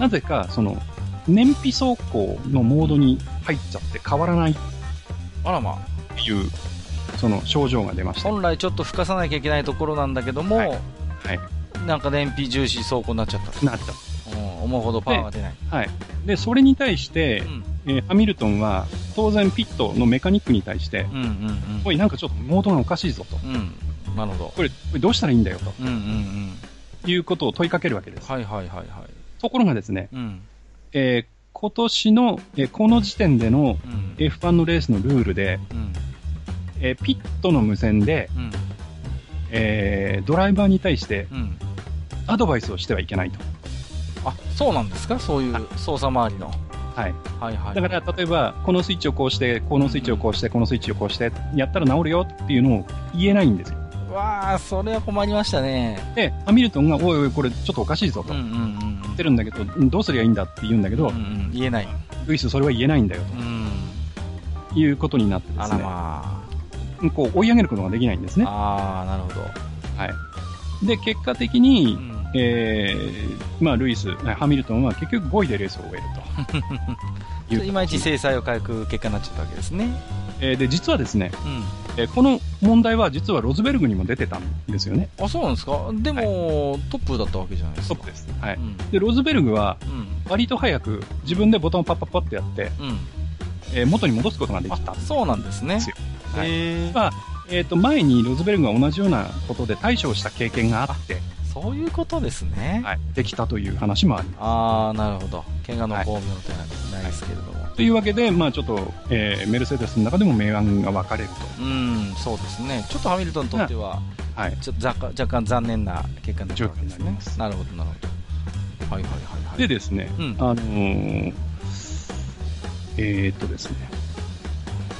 [SPEAKER 3] なぜか、その、燃費走行のモードに入っちゃって変わらないっ
[SPEAKER 2] あらまあ
[SPEAKER 3] ていう、その症状が出ました。
[SPEAKER 2] 本来ちょっとふかさなきゃいけないところなんだけども、
[SPEAKER 3] はいはい。
[SPEAKER 2] なんか燃費重視走行になっちゃったと、
[SPEAKER 3] なっちゃっ
[SPEAKER 2] うん思うほどパワーが出ない、
[SPEAKER 3] た。はい。で、それに対して
[SPEAKER 2] う、ん、
[SPEAKER 3] えーハミルトンは、当然ピットのメカニックに対して、
[SPEAKER 2] うんうん
[SPEAKER 3] おい、なんかちょっとモードがおかしいぞと。
[SPEAKER 2] うんうんなるほど
[SPEAKER 3] これ、これどうしたらいいんだよ
[SPEAKER 2] うんうんうん
[SPEAKER 3] ということを問いかけるわけです。
[SPEAKER 2] はいはいはいはい
[SPEAKER 3] ところがですね、
[SPEAKER 2] うん
[SPEAKER 3] えー今年の、えーこの時点での
[SPEAKER 2] うん
[SPEAKER 3] F1 のレースのルールで、
[SPEAKER 2] うん
[SPEAKER 3] えーピットの無線で、
[SPEAKER 2] うん
[SPEAKER 3] えードライバーに対して
[SPEAKER 2] うん
[SPEAKER 3] アドバイスをしてはいけないと。
[SPEAKER 2] あそうなんですかそういう操作周りの
[SPEAKER 3] はい。
[SPEAKER 2] はいはい
[SPEAKER 3] だから、例えば、このスイッチをこうして、このスイッチをこうして、このスイッチをこうして、やったら治るよっていうのを言えないんですよ。
[SPEAKER 2] わあそれは困りましたね
[SPEAKER 3] で、ハミルトンが、おいおい、これちょっとおかしいぞと。
[SPEAKER 2] うんう
[SPEAKER 3] 言
[SPEAKER 2] んうん
[SPEAKER 3] ってるんだけど、どうすりゃいいんだって言うんだけど
[SPEAKER 2] う、んうん言えない
[SPEAKER 3] ルイス、それは言えないんだよ
[SPEAKER 2] うん
[SPEAKER 3] ということになってで
[SPEAKER 2] あ
[SPEAKER 3] す
[SPEAKER 2] ら
[SPEAKER 3] ね、
[SPEAKER 2] ま
[SPEAKER 3] こう追い上げることができないんです
[SPEAKER 2] あ、
[SPEAKER 3] ね。
[SPEAKER 2] ああなるほど、
[SPEAKER 3] はい。で、結果的
[SPEAKER 2] う
[SPEAKER 3] に、
[SPEAKER 2] ん、
[SPEAKER 3] えーまあ、ルイス、ハミルトンは結局5位でレースを終えると
[SPEAKER 2] ち
[SPEAKER 3] い
[SPEAKER 2] ょ
[SPEAKER 3] う
[SPEAKER 2] っといまいち制裁を回復結果になっちゃったわけですね
[SPEAKER 3] えーで、実はですね、
[SPEAKER 2] うん
[SPEAKER 3] えーこの問題は実はロズベルグにも出てたんですよね。
[SPEAKER 2] あそうなんですかでも、トップだったわけじゃないですか
[SPEAKER 3] プです。は
[SPEAKER 2] う
[SPEAKER 3] い。
[SPEAKER 2] ん
[SPEAKER 3] で、ロズベルグは、
[SPEAKER 2] うん
[SPEAKER 3] 割と早く自分でボタンをパッパッパッってやって、
[SPEAKER 2] うん
[SPEAKER 3] えー元に戻すことができた
[SPEAKER 2] あ。そうなんですね
[SPEAKER 3] ですよはい
[SPEAKER 2] へえ
[SPEAKER 3] まあえっ、と、前にロズベルグが同じようなことで対処をした経験があって、
[SPEAKER 2] そういうことですね。
[SPEAKER 3] はい、できたという話もありま
[SPEAKER 2] ああ、なるほど。怪我の巧妙というのはないですけれども。
[SPEAKER 3] す。というわけで、まあ、ちょっと、えーメルセデスの中でも明暗が分かれると。
[SPEAKER 2] うん、そうですね。ちょっとハミルトンにとっては、
[SPEAKER 3] はい。
[SPEAKER 2] ちょっと若干若干残念な結果になったわけです
[SPEAKER 3] 状況になり
[SPEAKER 2] ね
[SPEAKER 3] ま。す
[SPEAKER 2] なるほど、なるほど。はいはいはいはい。
[SPEAKER 3] でですね、
[SPEAKER 2] うん
[SPEAKER 3] あのーえーっとですね、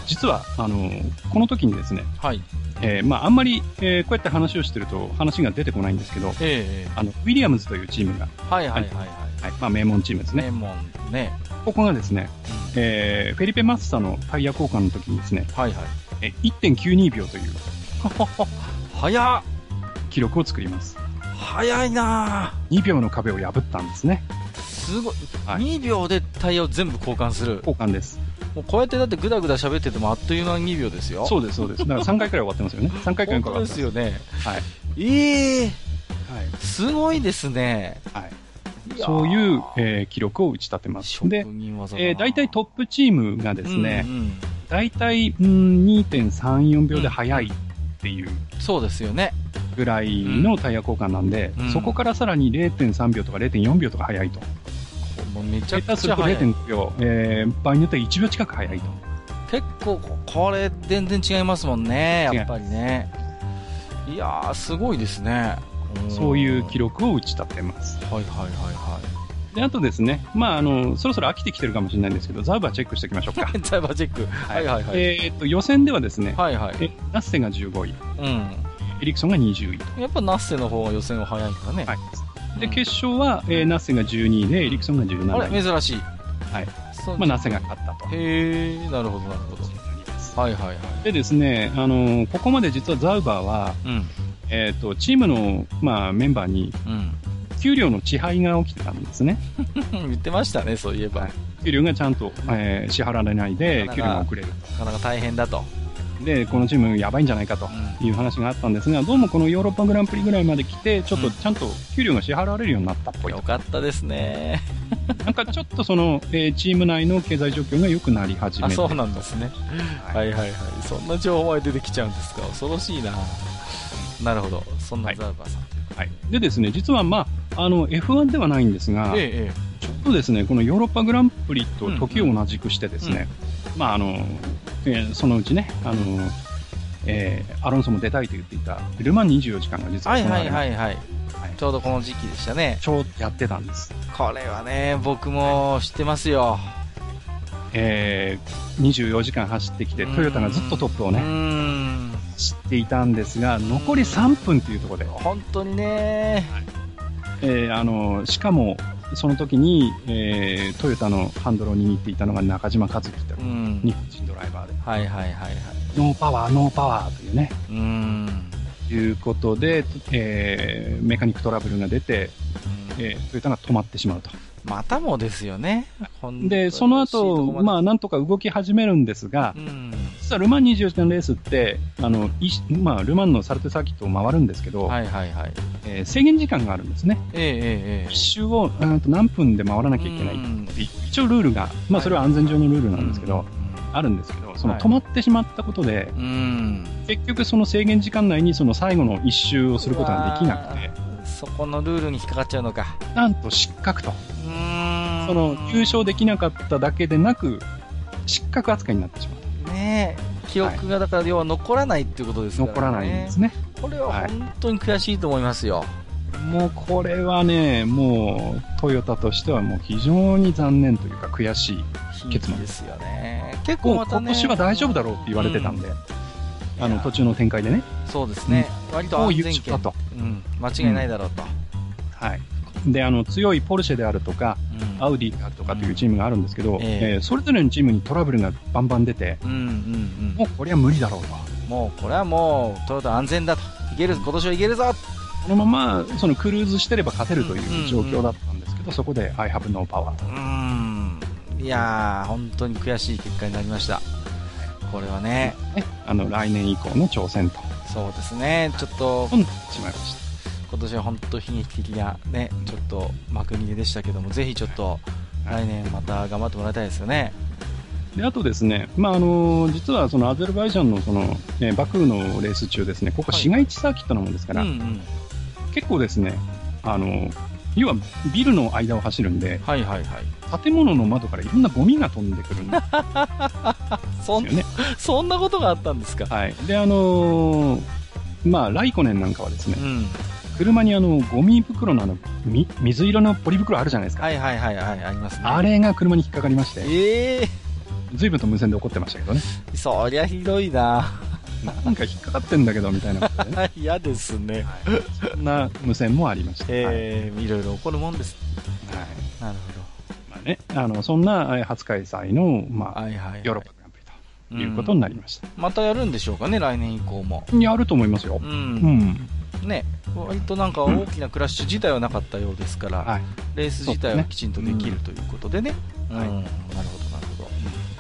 [SPEAKER 3] 実は、あのーこの時にですね、
[SPEAKER 2] はい。
[SPEAKER 3] えーまあ、あんまり、えーこうやって話をしてると話が出てこないんですけど、
[SPEAKER 2] ええ
[SPEAKER 3] あの、ウィリアムズというチームが、
[SPEAKER 2] はいはいはいはい。
[SPEAKER 3] はい、まあ、名門チームですね。
[SPEAKER 2] 名門ね。
[SPEAKER 3] ここがですね、
[SPEAKER 2] うん
[SPEAKER 3] えーフェリペ・マッサのタイヤ交換の時にですね、
[SPEAKER 2] はいはい。
[SPEAKER 3] えー1.92秒という
[SPEAKER 2] 早っ
[SPEAKER 3] 記録を作ります。
[SPEAKER 2] 早いな
[SPEAKER 3] 2秒の壁を破ったんですね。
[SPEAKER 2] ぁすごい、
[SPEAKER 3] はい
[SPEAKER 2] 2秒でタイヤを全部交換する
[SPEAKER 3] 交換です。
[SPEAKER 2] もうこうやってだってグダグダ喋っててもあっという間に2秒ですよ
[SPEAKER 3] そうです、そうです。だから3回くらい終わってますよね。3回くら
[SPEAKER 2] 本
[SPEAKER 3] いか
[SPEAKER 2] 当
[SPEAKER 3] か
[SPEAKER 2] で
[SPEAKER 3] ってます
[SPEAKER 2] すよね
[SPEAKER 3] はい。
[SPEAKER 2] ええ
[SPEAKER 3] はい。
[SPEAKER 2] すごいですね
[SPEAKER 3] はい。
[SPEAKER 2] やー
[SPEAKER 3] そういう、えー記録を打ち立てます。
[SPEAKER 2] 職
[SPEAKER 3] で、
[SPEAKER 2] 人技だな
[SPEAKER 3] えー、大体トップチームがですね、
[SPEAKER 2] うんうん
[SPEAKER 3] 大体、うん、2.34秒で速いっていう
[SPEAKER 2] そうですよね
[SPEAKER 3] ぐらいのタイヤ交換なんで、
[SPEAKER 2] うん
[SPEAKER 3] そこからさらに0.3秒とか0.4秒とか速いと。
[SPEAKER 2] もうめちゃ
[SPEAKER 3] 下
[SPEAKER 2] く
[SPEAKER 3] 手す
[SPEAKER 2] ち
[SPEAKER 3] る
[SPEAKER 2] ゃ
[SPEAKER 3] と
[SPEAKER 2] 速い
[SPEAKER 3] 0.5秒、えー場合によっては1秒近く速いと。
[SPEAKER 2] 結構これ全然違いますもんねやっぱりねいやーすごいですねん
[SPEAKER 3] そういう記録を打ち立てます。
[SPEAKER 2] はいはいはいは
[SPEAKER 3] で、あとですね、まあ、あの、そろそろ飽きてきてるかもしれないんですけど、ザーバーチェックしておきましょうか。
[SPEAKER 2] いタイバーチェックはいはいはい、
[SPEAKER 3] えーっと、予選ではですね、
[SPEAKER 2] はいはい
[SPEAKER 3] えナッセが15位、
[SPEAKER 2] うん
[SPEAKER 3] エリクソンが20位と。
[SPEAKER 2] やっぱナッセの方が予選は早いからね、
[SPEAKER 3] はい、
[SPEAKER 2] う
[SPEAKER 3] で
[SPEAKER 2] ん
[SPEAKER 3] 決勝は、えーナッセが12位でエリクソンが
[SPEAKER 2] あ
[SPEAKER 3] 17位、
[SPEAKER 2] れ珍しい
[SPEAKER 3] はい
[SPEAKER 2] そう
[SPEAKER 3] まあ、ナッセが勝ったと。
[SPEAKER 2] へえなるほどなるほどはいはいはい
[SPEAKER 3] でですね、あのーここまで実はザウバーは、
[SPEAKER 2] うん
[SPEAKER 3] えー、とチームの、まあ、メンバーに
[SPEAKER 2] う
[SPEAKER 3] 給料の支配が起きてたんですね、
[SPEAKER 2] ん 言ってましたねそういえば、
[SPEAKER 3] はい給料がちゃんと、えー支払われないで
[SPEAKER 2] なかなか
[SPEAKER 3] 給料が遅れる
[SPEAKER 2] なかなか大変だと、
[SPEAKER 3] でこのチームやばいんじゃないかと
[SPEAKER 2] うん
[SPEAKER 3] いう話があったんですがどうもこのヨーロッパグランプリぐらいまで来てちょっ
[SPEAKER 2] う
[SPEAKER 3] と
[SPEAKER 2] ん
[SPEAKER 3] ちゃんと給料が支払われるようになったっぽい
[SPEAKER 2] よ
[SPEAKER 3] と
[SPEAKER 2] かったですね
[SPEAKER 3] なんかちょっとその、えーチーム内の経済状況が良くなり始め
[SPEAKER 2] あ
[SPEAKER 3] て
[SPEAKER 2] そうなんですね
[SPEAKER 3] は
[SPEAKER 2] はい
[SPEAKER 3] い
[SPEAKER 2] はいはいそんな情報が出てきちゃうんですか恐ろしいななるほどそんなザーバーさん、
[SPEAKER 3] はい、でですね実は、まあ、あの F1 ではないんですが、
[SPEAKER 2] えええ
[SPEAKER 3] ちょっとですねこのヨーロッパグランプリと時を同じくしてですね、まああのえーそのうちねあの、えーアロンソも出たいと言っていたル・マン24時間が
[SPEAKER 2] え
[SPEAKER 3] 実は
[SPEAKER 2] は
[SPEAKER 3] 行
[SPEAKER 2] い
[SPEAKER 3] わ
[SPEAKER 2] は
[SPEAKER 3] れ
[SPEAKER 2] いはい
[SPEAKER 3] る
[SPEAKER 2] はい、
[SPEAKER 3] はい
[SPEAKER 2] ちょうどこの時期でしたね
[SPEAKER 3] ちょうどやってたんです、
[SPEAKER 2] これはね僕も知ってますよ、
[SPEAKER 3] えー24時間走ってきてトヨタがずっとトップを
[SPEAKER 2] う
[SPEAKER 3] ね
[SPEAKER 2] ん
[SPEAKER 3] 知っていたんですが残り3分というところで、
[SPEAKER 2] 本当にね
[SPEAKER 3] えーあのしかもその時に、えートヨタのハンドルを握っていたのが中島和樹といううん日本人ドライバーで。
[SPEAKER 2] はいはいはいはい
[SPEAKER 3] ノーパワー、ノーパワーというね、
[SPEAKER 2] うん
[SPEAKER 3] いうことで、えーメカニックトラブルが出て、えートヨタが止まってしまうと。
[SPEAKER 2] またもですよね本当に
[SPEAKER 3] で、その
[SPEAKER 2] 惜
[SPEAKER 3] 後、
[SPEAKER 2] しいとこ
[SPEAKER 3] ま
[SPEAKER 2] で
[SPEAKER 3] あ、なんとか動き始めるんですが
[SPEAKER 2] う、ん
[SPEAKER 3] 実はルマン24時間レースって、あの、いしまあ、ルマンのサルテサーキットを回るんですけど、
[SPEAKER 2] はいはいはい
[SPEAKER 3] えー制限時間があるんですね。
[SPEAKER 2] ええええええ
[SPEAKER 3] 一周を、うーんと何分で回らなきゃいけない。
[SPEAKER 2] うん
[SPEAKER 3] 一応ルールが、まあ、それは安全上のルールなんですけど、あるんですけど、その
[SPEAKER 2] はい
[SPEAKER 3] 止まってしまったことで、
[SPEAKER 2] うん
[SPEAKER 3] 結局その制限時間内にその最後の一周をすることができなくて、
[SPEAKER 2] そこのルールに引っかかっちゃうのか
[SPEAKER 3] なんと失格と。
[SPEAKER 2] うーん
[SPEAKER 3] その、優勝できなかっただけでなく、失格扱いになってしまう。
[SPEAKER 2] ねえ記憶がだから要は残らないっていうことですからね
[SPEAKER 3] 残らないんですね。
[SPEAKER 2] これは本当に悔しいと思いますよ
[SPEAKER 3] もうこれはね、もう、トヨタとしてはもう非常に残念というか悔しい。
[SPEAKER 2] 悲劇ですよね結構
[SPEAKER 3] もう
[SPEAKER 2] また
[SPEAKER 3] 今
[SPEAKER 2] ね
[SPEAKER 3] 年は大丈夫だろうって言われてたんで、あ
[SPEAKER 2] い
[SPEAKER 3] の、
[SPEAKER 2] や
[SPEAKER 3] 途中の展開でね、
[SPEAKER 2] そうですね、割と
[SPEAKER 3] もう
[SPEAKER 2] 安
[SPEAKER 3] 優
[SPEAKER 2] 全
[SPEAKER 3] 勝だ
[SPEAKER 2] 圏
[SPEAKER 3] と。
[SPEAKER 2] うん、間違いないだろうと、
[SPEAKER 3] はい。で、あの、強いポルシェであるとか、
[SPEAKER 2] うん
[SPEAKER 3] アウディであるとかというチームがあるんですけど、
[SPEAKER 2] うんええ
[SPEAKER 3] えーそれぞれのチームにトラブルがバンバン出て、
[SPEAKER 2] うんうんう
[SPEAKER 3] も
[SPEAKER 2] ん
[SPEAKER 3] うこれは無理だろうと。
[SPEAKER 2] もうこれはもうトヨタ安全だといける今年はいけるぞ
[SPEAKER 3] このままそのクルーズしてれば勝てるという状況だったんですけど、そこで I have no power
[SPEAKER 2] うーんいやー本当に悔しい結果になりましたこれはね
[SPEAKER 3] ね、あの来年以降の挑戦と
[SPEAKER 2] そうですねちょっと
[SPEAKER 3] なってしまいました。
[SPEAKER 2] 今年は本当悲劇的なねちょっと幕逃げでしたけどもぜひちょっと
[SPEAKER 3] は
[SPEAKER 2] 来年また頑張ってもらいたいですよね
[SPEAKER 3] であとですね、まああの実はそのアゼルバイジャンのその、ね、バクーのレース中ですね、ここ
[SPEAKER 2] はい
[SPEAKER 3] 市街地サーキットなもんですか
[SPEAKER 2] うんう
[SPEAKER 3] ら、
[SPEAKER 2] ん
[SPEAKER 3] 結構ですね、あの、要はビルの間を走るんで、
[SPEAKER 2] はいはいはい。
[SPEAKER 3] 建物の窓からいろんなゴミが飛んでくるんです
[SPEAKER 2] そ
[SPEAKER 3] よ
[SPEAKER 2] ん
[SPEAKER 3] ね。
[SPEAKER 2] そんなことがあったんですか。
[SPEAKER 3] はい。で、あのーまあ、ライコネンなんかはです
[SPEAKER 2] う
[SPEAKER 3] ね、
[SPEAKER 2] ん。
[SPEAKER 3] 車にあの、ゴミ袋のあの、み水色のポリ袋あるじゃないですか。
[SPEAKER 2] はいはいはいはい、ありますね。
[SPEAKER 3] あれが車に引っかかりまして、
[SPEAKER 2] ええ
[SPEAKER 3] 随分と無線で怒ってましたけどね。
[SPEAKER 2] そりゃひどいな。
[SPEAKER 3] なんか引っかかってんだけど、みたいなことでね。
[SPEAKER 2] 嫌ですね。
[SPEAKER 3] そんな無線もありました。はい
[SPEAKER 2] ええいろいろ起こるもんです。
[SPEAKER 3] は
[SPEAKER 2] な
[SPEAKER 3] い
[SPEAKER 2] る
[SPEAKER 3] まあね、あの、そんなえー初開催の、
[SPEAKER 2] ほ
[SPEAKER 3] ま
[SPEAKER 2] ど。
[SPEAKER 3] あ、
[SPEAKER 2] はいはい、はい。
[SPEAKER 3] ヨーロッパグランプリということになりました。
[SPEAKER 2] またやるんでしょうかね、来年以降も。
[SPEAKER 3] やると思いますよ
[SPEAKER 2] う。。
[SPEAKER 3] うんん。
[SPEAKER 2] ね、割となんか大きなクラッシュ自体はなかったようですから、
[SPEAKER 3] はい。
[SPEAKER 2] レース自体はきちんとできるということでね。うん、
[SPEAKER 3] はい
[SPEAKER 2] なるほど、なるほど。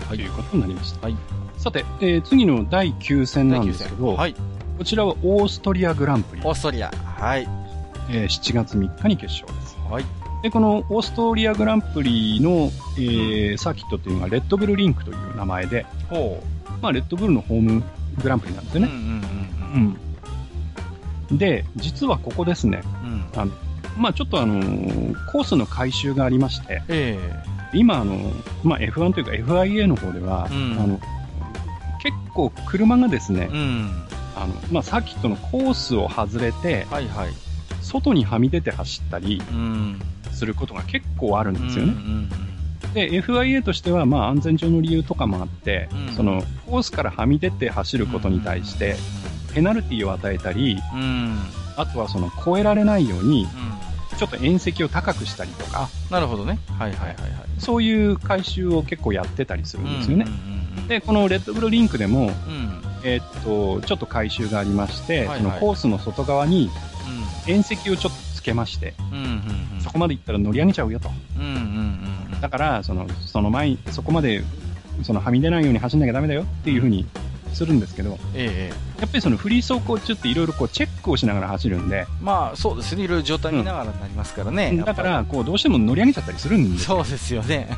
[SPEAKER 2] は
[SPEAKER 3] と
[SPEAKER 2] い
[SPEAKER 3] いうことになりました。
[SPEAKER 2] はい
[SPEAKER 3] さて、えー次の第9戦なんですけど、
[SPEAKER 2] はい。
[SPEAKER 3] こちらはオーストリアグランプリ、
[SPEAKER 2] オーストリア。はい。
[SPEAKER 3] えー7月3日に決勝です。
[SPEAKER 2] はい。
[SPEAKER 3] で、このオーストリアグランプリの、えーサーキットというのがレッドブルリンクという名前で、
[SPEAKER 2] ほ
[SPEAKER 3] まあ、レッドブルのホームグランプリなんです
[SPEAKER 2] う。
[SPEAKER 3] よ
[SPEAKER 2] うんう
[SPEAKER 3] ね。
[SPEAKER 2] ん
[SPEAKER 3] うんで、実はここですね、
[SPEAKER 2] うんうん。うん。
[SPEAKER 3] まあ、ちょっとあのーコースの改修がありまして、
[SPEAKER 2] え
[SPEAKER 3] 今あのー、まあ、F1 というか FIA の方では、
[SPEAKER 2] うん
[SPEAKER 3] あの結構車がですね
[SPEAKER 2] え、うん。
[SPEAKER 3] あのまあ、サーキットのコースを外れて、
[SPEAKER 2] はいはい。
[SPEAKER 3] 外にはみ出て走ったり
[SPEAKER 2] うん。
[SPEAKER 3] することが結構あるんですよ
[SPEAKER 2] う
[SPEAKER 3] ね。
[SPEAKER 2] ん
[SPEAKER 3] で、FIA としては、まあ、安全上の理由とかもあって、
[SPEAKER 2] うん
[SPEAKER 3] その、コースからはみ出て走ることに対して、ペナルティを与えたり、
[SPEAKER 2] うん。うん。うん
[SPEAKER 3] あとはその、超えられないように、ちょっと縁石を高くしたりとか、
[SPEAKER 2] なるほどね。はいはいはいはい。
[SPEAKER 3] そういう改修を結構やってたりするんですよね。
[SPEAKER 2] うん。
[SPEAKER 3] で、このレッドブルリンクでも、
[SPEAKER 2] うんうんうん。
[SPEAKER 3] えーっと、ちょっと改修がありまして、
[SPEAKER 2] はいはい
[SPEAKER 3] そのコースの外側に縁石をちょっとつけまして、
[SPEAKER 2] うん。うんうんうん。
[SPEAKER 3] そこまで行ったら乗り上げちゃうよと。
[SPEAKER 2] うんうんうんうん。
[SPEAKER 3] だから、その、その前に、そこまで、その、はみ出ないように走んなきゃダメだよっていうふうにするんですけど、
[SPEAKER 2] ええ。
[SPEAKER 3] やっぱりそのフリー走行中っていろいろこうチェックをしながら走るんで、
[SPEAKER 2] まあそうですね。いろいろ状態見ながらになりますからね。やっぱ
[SPEAKER 3] だ
[SPEAKER 2] り
[SPEAKER 3] からこうどうしても乗り上げちゃったりするんですよ
[SPEAKER 2] そうですよね。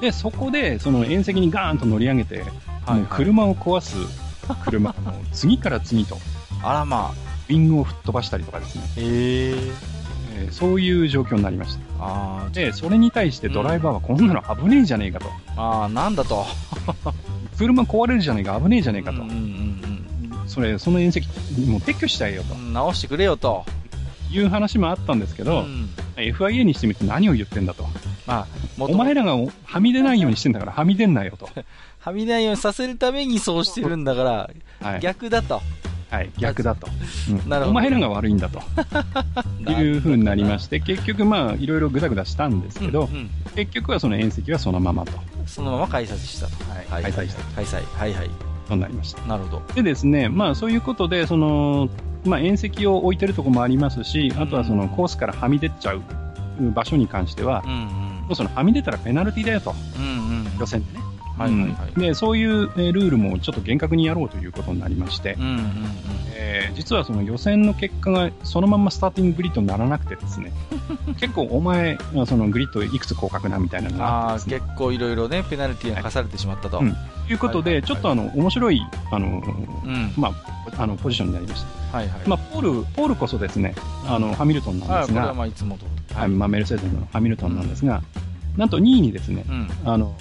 [SPEAKER 3] で、そこでその縁石にガーンと乗り上げて、
[SPEAKER 2] はいはい
[SPEAKER 3] もう車を壊す 車、もう次から次と、ウ
[SPEAKER 2] あらまあ。
[SPEAKER 3] ィングを吹っ飛ばしたりとかですね、
[SPEAKER 2] ええ。
[SPEAKER 3] えーそういう状況になりました。
[SPEAKER 2] あー
[SPEAKER 3] で、それに対してドライバーはこんなの危ねえじゃねえかと、
[SPEAKER 2] あー、なんだと。
[SPEAKER 3] 車壊れるじゃねえか、危ねえじゃねえかと、
[SPEAKER 2] うんうん
[SPEAKER 3] それ、その縁石、もう撤去したいよ
[SPEAKER 2] う
[SPEAKER 3] と
[SPEAKER 2] んうん。直してくれよと。
[SPEAKER 3] いう話もあったんですけど、
[SPEAKER 2] ん。
[SPEAKER 3] FIA にしてみて何を言ってんだと。
[SPEAKER 2] まあ、も
[SPEAKER 3] お前
[SPEAKER 2] は
[SPEAKER 3] らがはみ出ないようにしてんだからはみ出んなよ と。
[SPEAKER 2] み出ないようにさせるためにそうしてるんだから、
[SPEAKER 3] はい。
[SPEAKER 2] 逆だと。
[SPEAKER 3] はい、逆だと、うん
[SPEAKER 2] なるほど
[SPEAKER 3] お前らが悪いんだというふうになりまして結局まあいろいろぐだぐだしたんですけど、
[SPEAKER 2] うん
[SPEAKER 3] 結局はその縁石はそのままと、
[SPEAKER 2] うんそのまま開催したと。
[SPEAKER 3] はい開催した
[SPEAKER 2] 開催。はいはい。
[SPEAKER 3] となりました
[SPEAKER 2] なるほど。
[SPEAKER 3] でですねまあそういうことでその、まあ、縁石を置いてるとこもありますしあとはそのコースからはみ出ちゃう場所に関しては、
[SPEAKER 2] うんうん
[SPEAKER 3] もうそのはみ出たらペナルティだよと
[SPEAKER 2] うんうん。
[SPEAKER 3] 予選でね、
[SPEAKER 2] はいはいはい
[SPEAKER 3] うんでそういうえールールもちょっと厳格にやろうということになりまして
[SPEAKER 2] う、んうんうん。
[SPEAKER 3] えー実はその予選の結果がそのまんまスターティンググリッドにならなくてで すね結構お前そのグリッドいくつ広角なみたいなのがあ
[SPEAKER 2] あ
[SPEAKER 3] っ
[SPEAKER 2] あ、
[SPEAKER 3] てですね
[SPEAKER 2] 結構いろいろね、ペナルティが課されてしまったと。
[SPEAKER 3] はいうんということで、
[SPEAKER 2] はいはいはい
[SPEAKER 3] ちょっとあの面白いあの、
[SPEAKER 2] うん
[SPEAKER 3] まあ、あのポジションになりました、
[SPEAKER 2] はいはい。
[SPEAKER 3] まあ、ポールポールこそですねあのハミルトンなん
[SPEAKER 2] あ
[SPEAKER 3] で
[SPEAKER 2] ー
[SPEAKER 3] す
[SPEAKER 2] これは
[SPEAKER 3] が
[SPEAKER 2] まあいつもと。
[SPEAKER 3] はいまあ、メルセデスのハミルトンなんですが、なんと2位にですね
[SPEAKER 2] うん。
[SPEAKER 3] あの、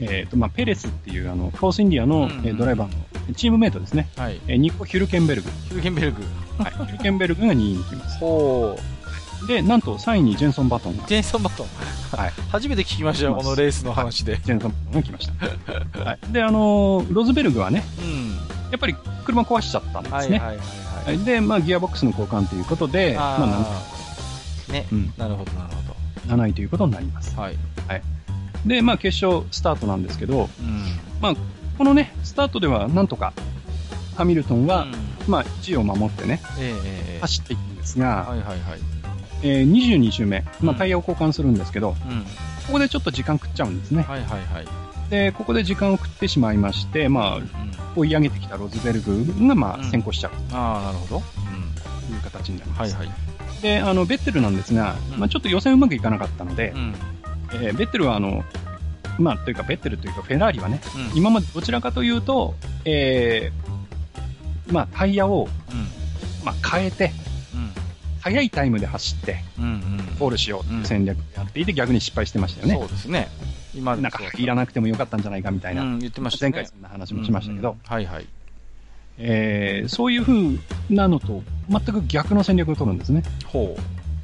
[SPEAKER 3] えーとまあ、ペレスっていうあのフォースインディアの、
[SPEAKER 2] うんうんうん
[SPEAKER 3] えードライバーのチームメイトですね、
[SPEAKER 2] はい。
[SPEAKER 3] えーニコ・ヒュルケンベルグ、
[SPEAKER 2] ヒューゲンベルグ。
[SPEAKER 3] はい、ヒュルケンベルグが2位に来ます
[SPEAKER 2] ほう。
[SPEAKER 3] で、なんと3位にジェンソン・バトンが、
[SPEAKER 2] ジェイソン・バトン。
[SPEAKER 3] はい、
[SPEAKER 2] 初めて聞きましたよ、このレースの話で。
[SPEAKER 3] ジェンソン・バトンが来ました。はい、で、あのーロズベルグはね、
[SPEAKER 2] うん。
[SPEAKER 3] やっぱり車壊しちゃったんで
[SPEAKER 2] は
[SPEAKER 3] す
[SPEAKER 2] いはい
[SPEAKER 3] ね。
[SPEAKER 2] はいは。
[SPEAKER 3] はいいで、まあ、ギアボックスの交換ということで、まあ、なん
[SPEAKER 2] ああ。ね。
[SPEAKER 3] うん、
[SPEAKER 2] なるほどなるほ
[SPEAKER 3] 7位ということになります
[SPEAKER 2] ど。。はい。
[SPEAKER 3] で、まあ、決勝スタートなんですけど、
[SPEAKER 2] うん。
[SPEAKER 3] このね、スタートではなんとか、ハミルトンは、
[SPEAKER 2] うん
[SPEAKER 3] まあ、1位を守ってね、
[SPEAKER 2] ええええ。
[SPEAKER 3] 走っていくんですが、
[SPEAKER 2] はいはいはい。
[SPEAKER 3] えー22周目、ま
[SPEAKER 2] うん
[SPEAKER 3] あ、タイヤを交換するんですけ
[SPEAKER 2] う
[SPEAKER 3] ど、
[SPEAKER 2] ん。
[SPEAKER 3] ここでちょっと時間食っちゃうんですね。
[SPEAKER 2] はいはいはい。
[SPEAKER 3] で、ここで時間を食ってしまいまして、ま
[SPEAKER 2] うん
[SPEAKER 3] あ、追い上げてきたロズベルグが、ま
[SPEAKER 2] う
[SPEAKER 3] あ、
[SPEAKER 2] ん
[SPEAKER 3] 先行しちゃう
[SPEAKER 2] ああ、なるほど。うん。
[SPEAKER 3] という形になります。
[SPEAKER 2] はいはい。
[SPEAKER 3] で、あの、ベッテルなんですが、
[SPEAKER 2] うん
[SPEAKER 3] まあ、ちょっと予選うまくいかなかったので
[SPEAKER 2] う、ん。
[SPEAKER 3] えーベッテルはあの、まあ、というか、ベッテルというか、フェラーリはね、
[SPEAKER 2] うん。
[SPEAKER 3] 今までどちらかというと、えーまあ、タイヤを、
[SPEAKER 2] うん。
[SPEAKER 3] まあ、変えて、
[SPEAKER 2] うん。
[SPEAKER 3] 速いタイムで走って、
[SPEAKER 2] うん
[SPEAKER 3] ゴールしようっていう戦略をやっていて、逆に失敗してました
[SPEAKER 2] う
[SPEAKER 3] よ
[SPEAKER 2] ん。そ
[SPEAKER 3] ね。
[SPEAKER 2] うですね。今で
[SPEAKER 3] なんか、いらなくてもよかったんじゃないかみたいな。
[SPEAKER 2] うん言ってました
[SPEAKER 3] 前
[SPEAKER 2] ね
[SPEAKER 3] 回そんな話もしましたけど、
[SPEAKER 2] うんうんはいはい。
[SPEAKER 3] えーそういう風なのと、全く逆の戦略を取るんですね。
[SPEAKER 2] ほ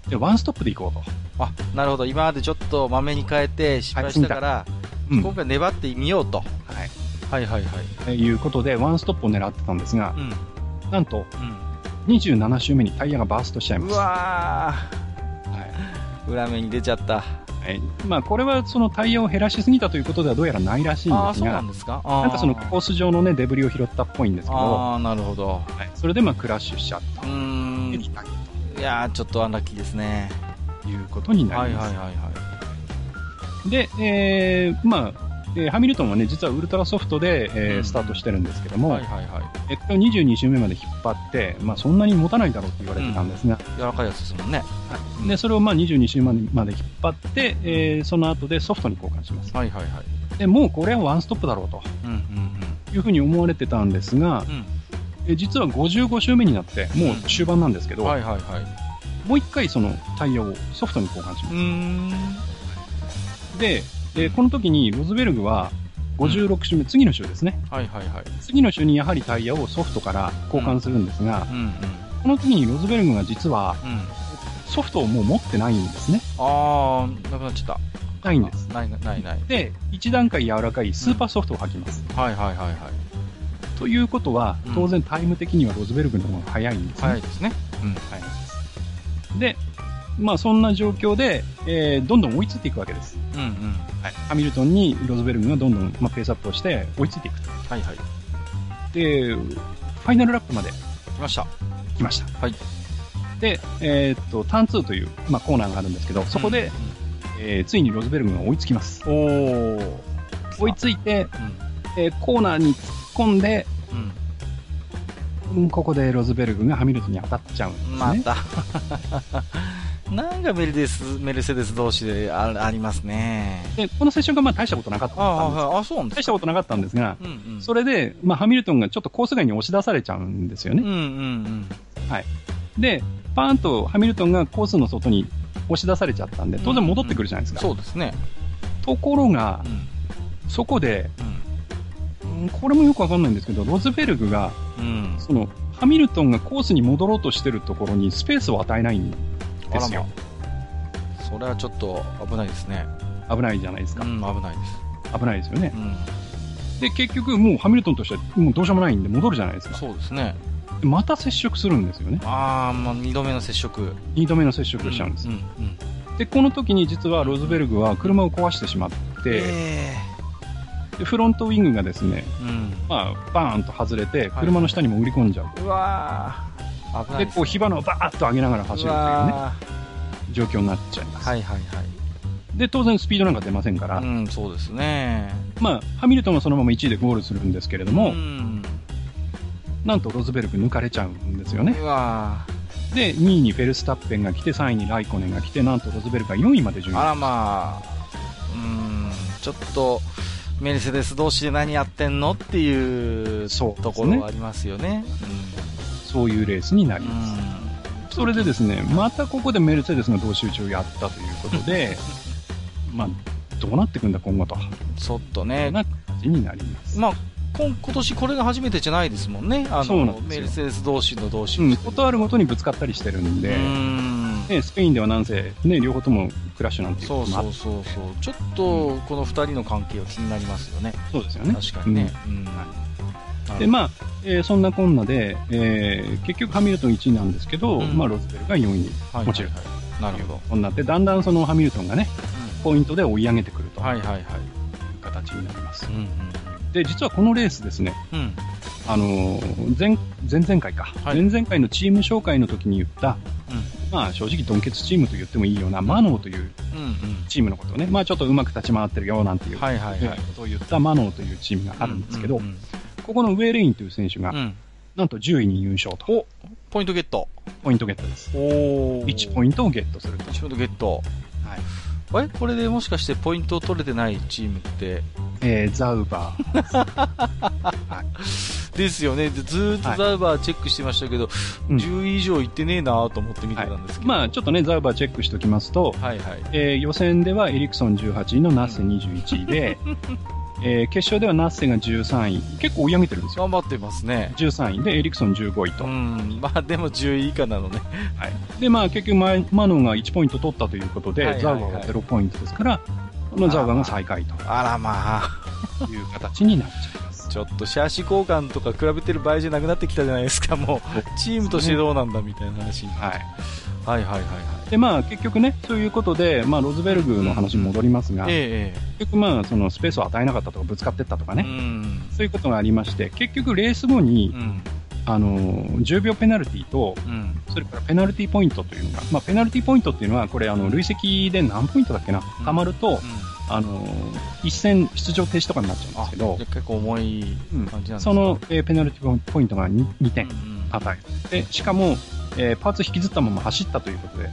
[SPEAKER 2] う。
[SPEAKER 3] で、ワンストップで行こうと。
[SPEAKER 2] あ、なるほど。今までちょっとまめに変えて失敗したから、
[SPEAKER 3] うん
[SPEAKER 2] 今回粘ってみようと。
[SPEAKER 3] はい。
[SPEAKER 2] はいはいはい。
[SPEAKER 3] ということで、ワンストップを狙ってたんですが
[SPEAKER 2] う、ん。
[SPEAKER 3] なんと、
[SPEAKER 2] う
[SPEAKER 3] 27周目にタイヤがバーストしちゃい
[SPEAKER 2] ん。
[SPEAKER 3] ま
[SPEAKER 2] う
[SPEAKER 3] す。
[SPEAKER 2] わ
[SPEAKER 3] はい
[SPEAKER 2] ー。裏目に出ちゃった。
[SPEAKER 3] はいまあ、これはそのタイヤを減らしすぎたということではどうやらないらしいん
[SPEAKER 2] ああー、
[SPEAKER 3] です
[SPEAKER 2] そうな
[SPEAKER 3] が、
[SPEAKER 2] んですか
[SPEAKER 3] なんかその
[SPEAKER 2] あー
[SPEAKER 3] コース上の、ね、デブリを拾ったっぽいんですけど、
[SPEAKER 2] あ
[SPEAKER 3] は
[SPEAKER 2] ー、なるほど。
[SPEAKER 3] い、それでまあクラッシュしちゃっ
[SPEAKER 2] う
[SPEAKER 3] た
[SPEAKER 2] ー
[SPEAKER 3] と
[SPEAKER 2] ん。いやー、ちょっとアンラッキーですね。
[SPEAKER 3] いうことにな
[SPEAKER 2] はい
[SPEAKER 3] り
[SPEAKER 2] は
[SPEAKER 3] ま
[SPEAKER 2] い
[SPEAKER 3] す。
[SPEAKER 2] はいはい。
[SPEAKER 3] で、えーまあえーハミルトンはね、実はウルトラソフトで、えー
[SPEAKER 2] うん
[SPEAKER 3] スタートしてるんですけども、
[SPEAKER 2] はいはいはい。
[SPEAKER 3] えっと、22周目まで引っ張って、まあ、そんなに持たないだろうって言われてたんですが、
[SPEAKER 2] 柔らかいやつですもんね。うん
[SPEAKER 3] でそれをまあ22周目まで引っ張って、えーその後でソフトに交換します。
[SPEAKER 2] はいはいはい。
[SPEAKER 3] でもうこれはワンストップだろうと
[SPEAKER 2] うんうん
[SPEAKER 3] いうふうに思われてたんですが、
[SPEAKER 2] うん。
[SPEAKER 3] え実は55周目になってもう終盤なんですけ
[SPEAKER 2] う
[SPEAKER 3] ど、
[SPEAKER 2] ん。はいはいはい。
[SPEAKER 3] もう一回そのタイヤをソフトに交換しま
[SPEAKER 2] うーん。
[SPEAKER 3] すででこの時にロズベルグは56周目、次の週ですね
[SPEAKER 2] はいはいはい。
[SPEAKER 3] 次の週にやはりタイヤをソフトから交換するんですが
[SPEAKER 2] う、んうん。
[SPEAKER 3] この時にロズベルグが実は
[SPEAKER 2] うん。
[SPEAKER 3] ソフトをもう持ってないんですね
[SPEAKER 2] あー、なくなっちゃった。
[SPEAKER 3] ないんです
[SPEAKER 2] ないないない。
[SPEAKER 3] で1段階柔らかいスーパーソフトを履きます、
[SPEAKER 2] はいはいはいはい。
[SPEAKER 3] ということは
[SPEAKER 2] うん
[SPEAKER 3] 当然タイム的にはロズベルグの方が早いんですね、
[SPEAKER 2] 早いですね。
[SPEAKER 3] 早いですでまあそんな状況で、えーどんどん追いついていくわけです
[SPEAKER 2] うんうん。
[SPEAKER 3] ハミルトンにロズベルグがどんどん、まあ、ペースアップをして追いついていくと。
[SPEAKER 2] はいはい。
[SPEAKER 3] で、ファイナルラップまで
[SPEAKER 2] 来ました。
[SPEAKER 3] 来ました。
[SPEAKER 2] はい
[SPEAKER 3] で、えーっと、ターン2という、まあ、コーナーがあるんですけど、そこで、えーついにロズベルグが追いつきます。
[SPEAKER 2] うん、おー。
[SPEAKER 3] 追いついて、
[SPEAKER 2] うん。
[SPEAKER 3] えーコーナーに突っ込んで、
[SPEAKER 2] う
[SPEAKER 3] うんここでロズベルグがハミルトンに当たっちゃうんです
[SPEAKER 2] ん。
[SPEAKER 3] ね。
[SPEAKER 2] また。 なんかメルデス、メルセデス同士であありますね。
[SPEAKER 3] で、このセッションがまあ大したことなかった
[SPEAKER 2] ああ、
[SPEAKER 3] んです。
[SPEAKER 2] はいあ、そうなんで
[SPEAKER 3] 大
[SPEAKER 2] す
[SPEAKER 3] し
[SPEAKER 2] か。
[SPEAKER 3] たことなかったんですが、
[SPEAKER 2] うんうん。
[SPEAKER 3] それで、まあ、ハミルトンがちょっとコース外に押し出されちゃうんですよね
[SPEAKER 2] うん。うん
[SPEAKER 3] で、パーンとハミルトンがコースの外に押し出されちゃったんで、当然戻ってくるじゃないです
[SPEAKER 2] うん。
[SPEAKER 3] か。
[SPEAKER 2] そうですね。
[SPEAKER 3] ところが
[SPEAKER 2] う、ん。
[SPEAKER 3] そこで、
[SPEAKER 2] うん。
[SPEAKER 3] うんこれもよくわかんないんですけど、ロズベルグが、
[SPEAKER 2] うん。
[SPEAKER 3] その、ハミルトンがコースに戻ろうとしてるところにスペースを与えないんですよ。
[SPEAKER 2] それはちょっと危ないですね。
[SPEAKER 3] 危ないじゃないです
[SPEAKER 2] う
[SPEAKER 3] か。
[SPEAKER 2] ん、危ないです。
[SPEAKER 3] 危ないですよね
[SPEAKER 2] う。ん。
[SPEAKER 3] で、結局、もうハミルトンとしては、もうどうしようもないんで戻るじゃないですか。
[SPEAKER 2] そうですね。
[SPEAKER 3] でまた接触するんですよね。
[SPEAKER 2] ああ、まあ、二度目の接触。
[SPEAKER 3] 2度目の接触をしちゃうんです
[SPEAKER 2] う。ん。うん。
[SPEAKER 3] で、この時に実はロズベルグは車を壊してしまって、
[SPEAKER 2] え
[SPEAKER 3] でフロントウィングがですね、
[SPEAKER 2] え。うん。
[SPEAKER 3] まあ、バーンと外れて、車の下にも売り込んじゃう。
[SPEAKER 2] うわー危ない
[SPEAKER 3] で、
[SPEAKER 2] です
[SPEAKER 3] こう、火花をバーッと上げながら走るというね、
[SPEAKER 2] わー
[SPEAKER 3] 状況になっちゃいます。
[SPEAKER 2] はいはいはい。
[SPEAKER 3] で、当然スピードなんか出ませんから、
[SPEAKER 2] うん、そうですね。
[SPEAKER 3] まあ、ハミルトンはそのまま1位でゴールするんですけれども、
[SPEAKER 2] ん、
[SPEAKER 3] なんとロズベルグ抜かれちゃうんですよね。
[SPEAKER 2] うわ
[SPEAKER 3] で、2位にフェルスタッペンが来て、3位にライコネンが来て、なんとロズベルグが4位まで順
[SPEAKER 2] ー
[SPEAKER 3] 位。
[SPEAKER 2] あらまあ、うん、ちょっと、メルセデス同士で何やってんのっていう
[SPEAKER 3] そう
[SPEAKER 2] ところはありますよね。
[SPEAKER 3] そういうレースにな
[SPEAKER 2] う
[SPEAKER 3] り
[SPEAKER 2] ん
[SPEAKER 3] ます。それでですね、またここでメルセデスの同集中をやったということ で、まあ、どうなっていくんだ今後と。
[SPEAKER 2] うんちょっと
[SPEAKER 3] そ
[SPEAKER 2] ね
[SPEAKER 3] ん、な感じになります。
[SPEAKER 2] まあ、今今年これが初めてじゃないですもんね。あ
[SPEAKER 3] そうな
[SPEAKER 2] の、
[SPEAKER 3] んです
[SPEAKER 2] メ
[SPEAKER 3] よ
[SPEAKER 2] ルセデス同士の同士。
[SPEAKER 3] うん、ことあるごとにぶつかったりしてるん
[SPEAKER 2] う
[SPEAKER 3] で、
[SPEAKER 2] ん。
[SPEAKER 3] ね、スペインではなんせ、ね、両方ともクラッシュなんていうこ
[SPEAKER 2] そう
[SPEAKER 3] ともあ
[SPEAKER 2] そ
[SPEAKER 3] っ
[SPEAKER 2] うそうそう。ちょっと、この二人の関係は気になりますよね。
[SPEAKER 3] そうですよね。
[SPEAKER 2] 確かにね。うん。
[SPEAKER 3] うんで、まあ、えーそんなこんなで、えー結局ハミルトン1位なんですけど、
[SPEAKER 2] うん
[SPEAKER 3] まあ、ロズベルが4位に
[SPEAKER 2] あ、はい
[SPEAKER 3] もちろん
[SPEAKER 2] はいはいなるほど。
[SPEAKER 3] こうなって、だんだんそのハミルトンがね、
[SPEAKER 2] う
[SPEAKER 3] ポイントで追い上げてくると
[SPEAKER 2] ん
[SPEAKER 3] い
[SPEAKER 2] はいはいはい。
[SPEAKER 3] う形になります。
[SPEAKER 2] うん
[SPEAKER 3] で、実はこのレースですね、
[SPEAKER 2] うん。うん。
[SPEAKER 3] あのー前、前々回か、
[SPEAKER 2] はい
[SPEAKER 3] 前々回のチーム紹介の時に言った、
[SPEAKER 2] う
[SPEAKER 3] まあ、正直、ドンケツチームと言ってもいいような、マノーという
[SPEAKER 2] うんうん。
[SPEAKER 3] チームのことをね、まあ、ちょっとうまく立ち回ってるよなんていう、
[SPEAKER 2] はいはいはい。
[SPEAKER 3] ことを言ったマノーというチームがあるんですけど、
[SPEAKER 2] うんうん
[SPEAKER 3] ここのウェーレインという選手が、
[SPEAKER 2] うんうん。
[SPEAKER 3] なんと10位に優勝と、
[SPEAKER 2] おポイントゲット。
[SPEAKER 3] ポイントゲットです。
[SPEAKER 2] お
[SPEAKER 3] 1ポ
[SPEAKER 2] イン
[SPEAKER 3] イントをゲットすると
[SPEAKER 2] ト。。1ポイントゲット。
[SPEAKER 3] はい
[SPEAKER 2] えこれでもしかしてポイントを取れてないチームって、
[SPEAKER 3] えーザウバー。
[SPEAKER 2] ですよね。でずーっ
[SPEAKER 3] は
[SPEAKER 2] と
[SPEAKER 3] い
[SPEAKER 2] ザウバーチェックしてましたけど、
[SPEAKER 3] うん
[SPEAKER 2] 10位以上いってねえなと思って見てたんですけど。
[SPEAKER 3] まあ、ちょっとね、ザウバーチェックしておきますと、
[SPEAKER 2] はいはい。
[SPEAKER 3] えー予選ではエリクソン18位のナッセ21位 で、えー決勝ではナッセが13位。結構追い上げてるんですよ。
[SPEAKER 2] 頑張ってますね。
[SPEAKER 3] 13位でエリクソン15位
[SPEAKER 2] う
[SPEAKER 3] と。
[SPEAKER 2] ん。まあでも10位以下な のね。
[SPEAKER 3] で、まあ結局マ、マノンが1ポイント取ったということで、
[SPEAKER 2] はいはい
[SPEAKER 3] ザ
[SPEAKER 2] は
[SPEAKER 3] ウ
[SPEAKER 2] い
[SPEAKER 3] バーが0ポイントですから、このザウバーが最下位と
[SPEAKER 2] あらまあ。
[SPEAKER 3] いう形になっちゃいます。
[SPEAKER 2] ちょっとシャーシ交換とか比べてる場合じゃなくなってきたじゃないですか。もう、チームとしてどうなんだみたいな話に。
[SPEAKER 3] は
[SPEAKER 2] は
[SPEAKER 3] い。
[SPEAKER 2] いはいはいは
[SPEAKER 3] で、まあ結局ね、ということで、まあロズベルグの話に戻りますが、
[SPEAKER 2] い。ええ
[SPEAKER 3] 結局まあそのスペースを与えなかったとかぶつかってったとか
[SPEAKER 2] ええ。う
[SPEAKER 3] ね、
[SPEAKER 2] ん。
[SPEAKER 3] そういうことがありまして、結局レース後に、
[SPEAKER 2] うん。
[SPEAKER 3] あのー10秒ペナルティと、
[SPEAKER 2] うん。
[SPEAKER 3] それからペナルティポイントというのが、まあ、ペナルティポイントっていうのは、これ、あの累積で何ポイントだっけな、たまると、あのー一戦出場停止とかになっちゃうんです
[SPEAKER 2] あ、
[SPEAKER 3] け
[SPEAKER 2] じゃあ
[SPEAKER 3] ど、
[SPEAKER 2] 結構重い
[SPEAKER 3] う
[SPEAKER 2] 感
[SPEAKER 3] ん
[SPEAKER 2] じなんですか
[SPEAKER 3] その、えーペナルティポイントが 2,
[SPEAKER 2] うん
[SPEAKER 3] 点
[SPEAKER 2] うん
[SPEAKER 3] 与えて、しかも、えーパーツ引きずったまま走ったということで、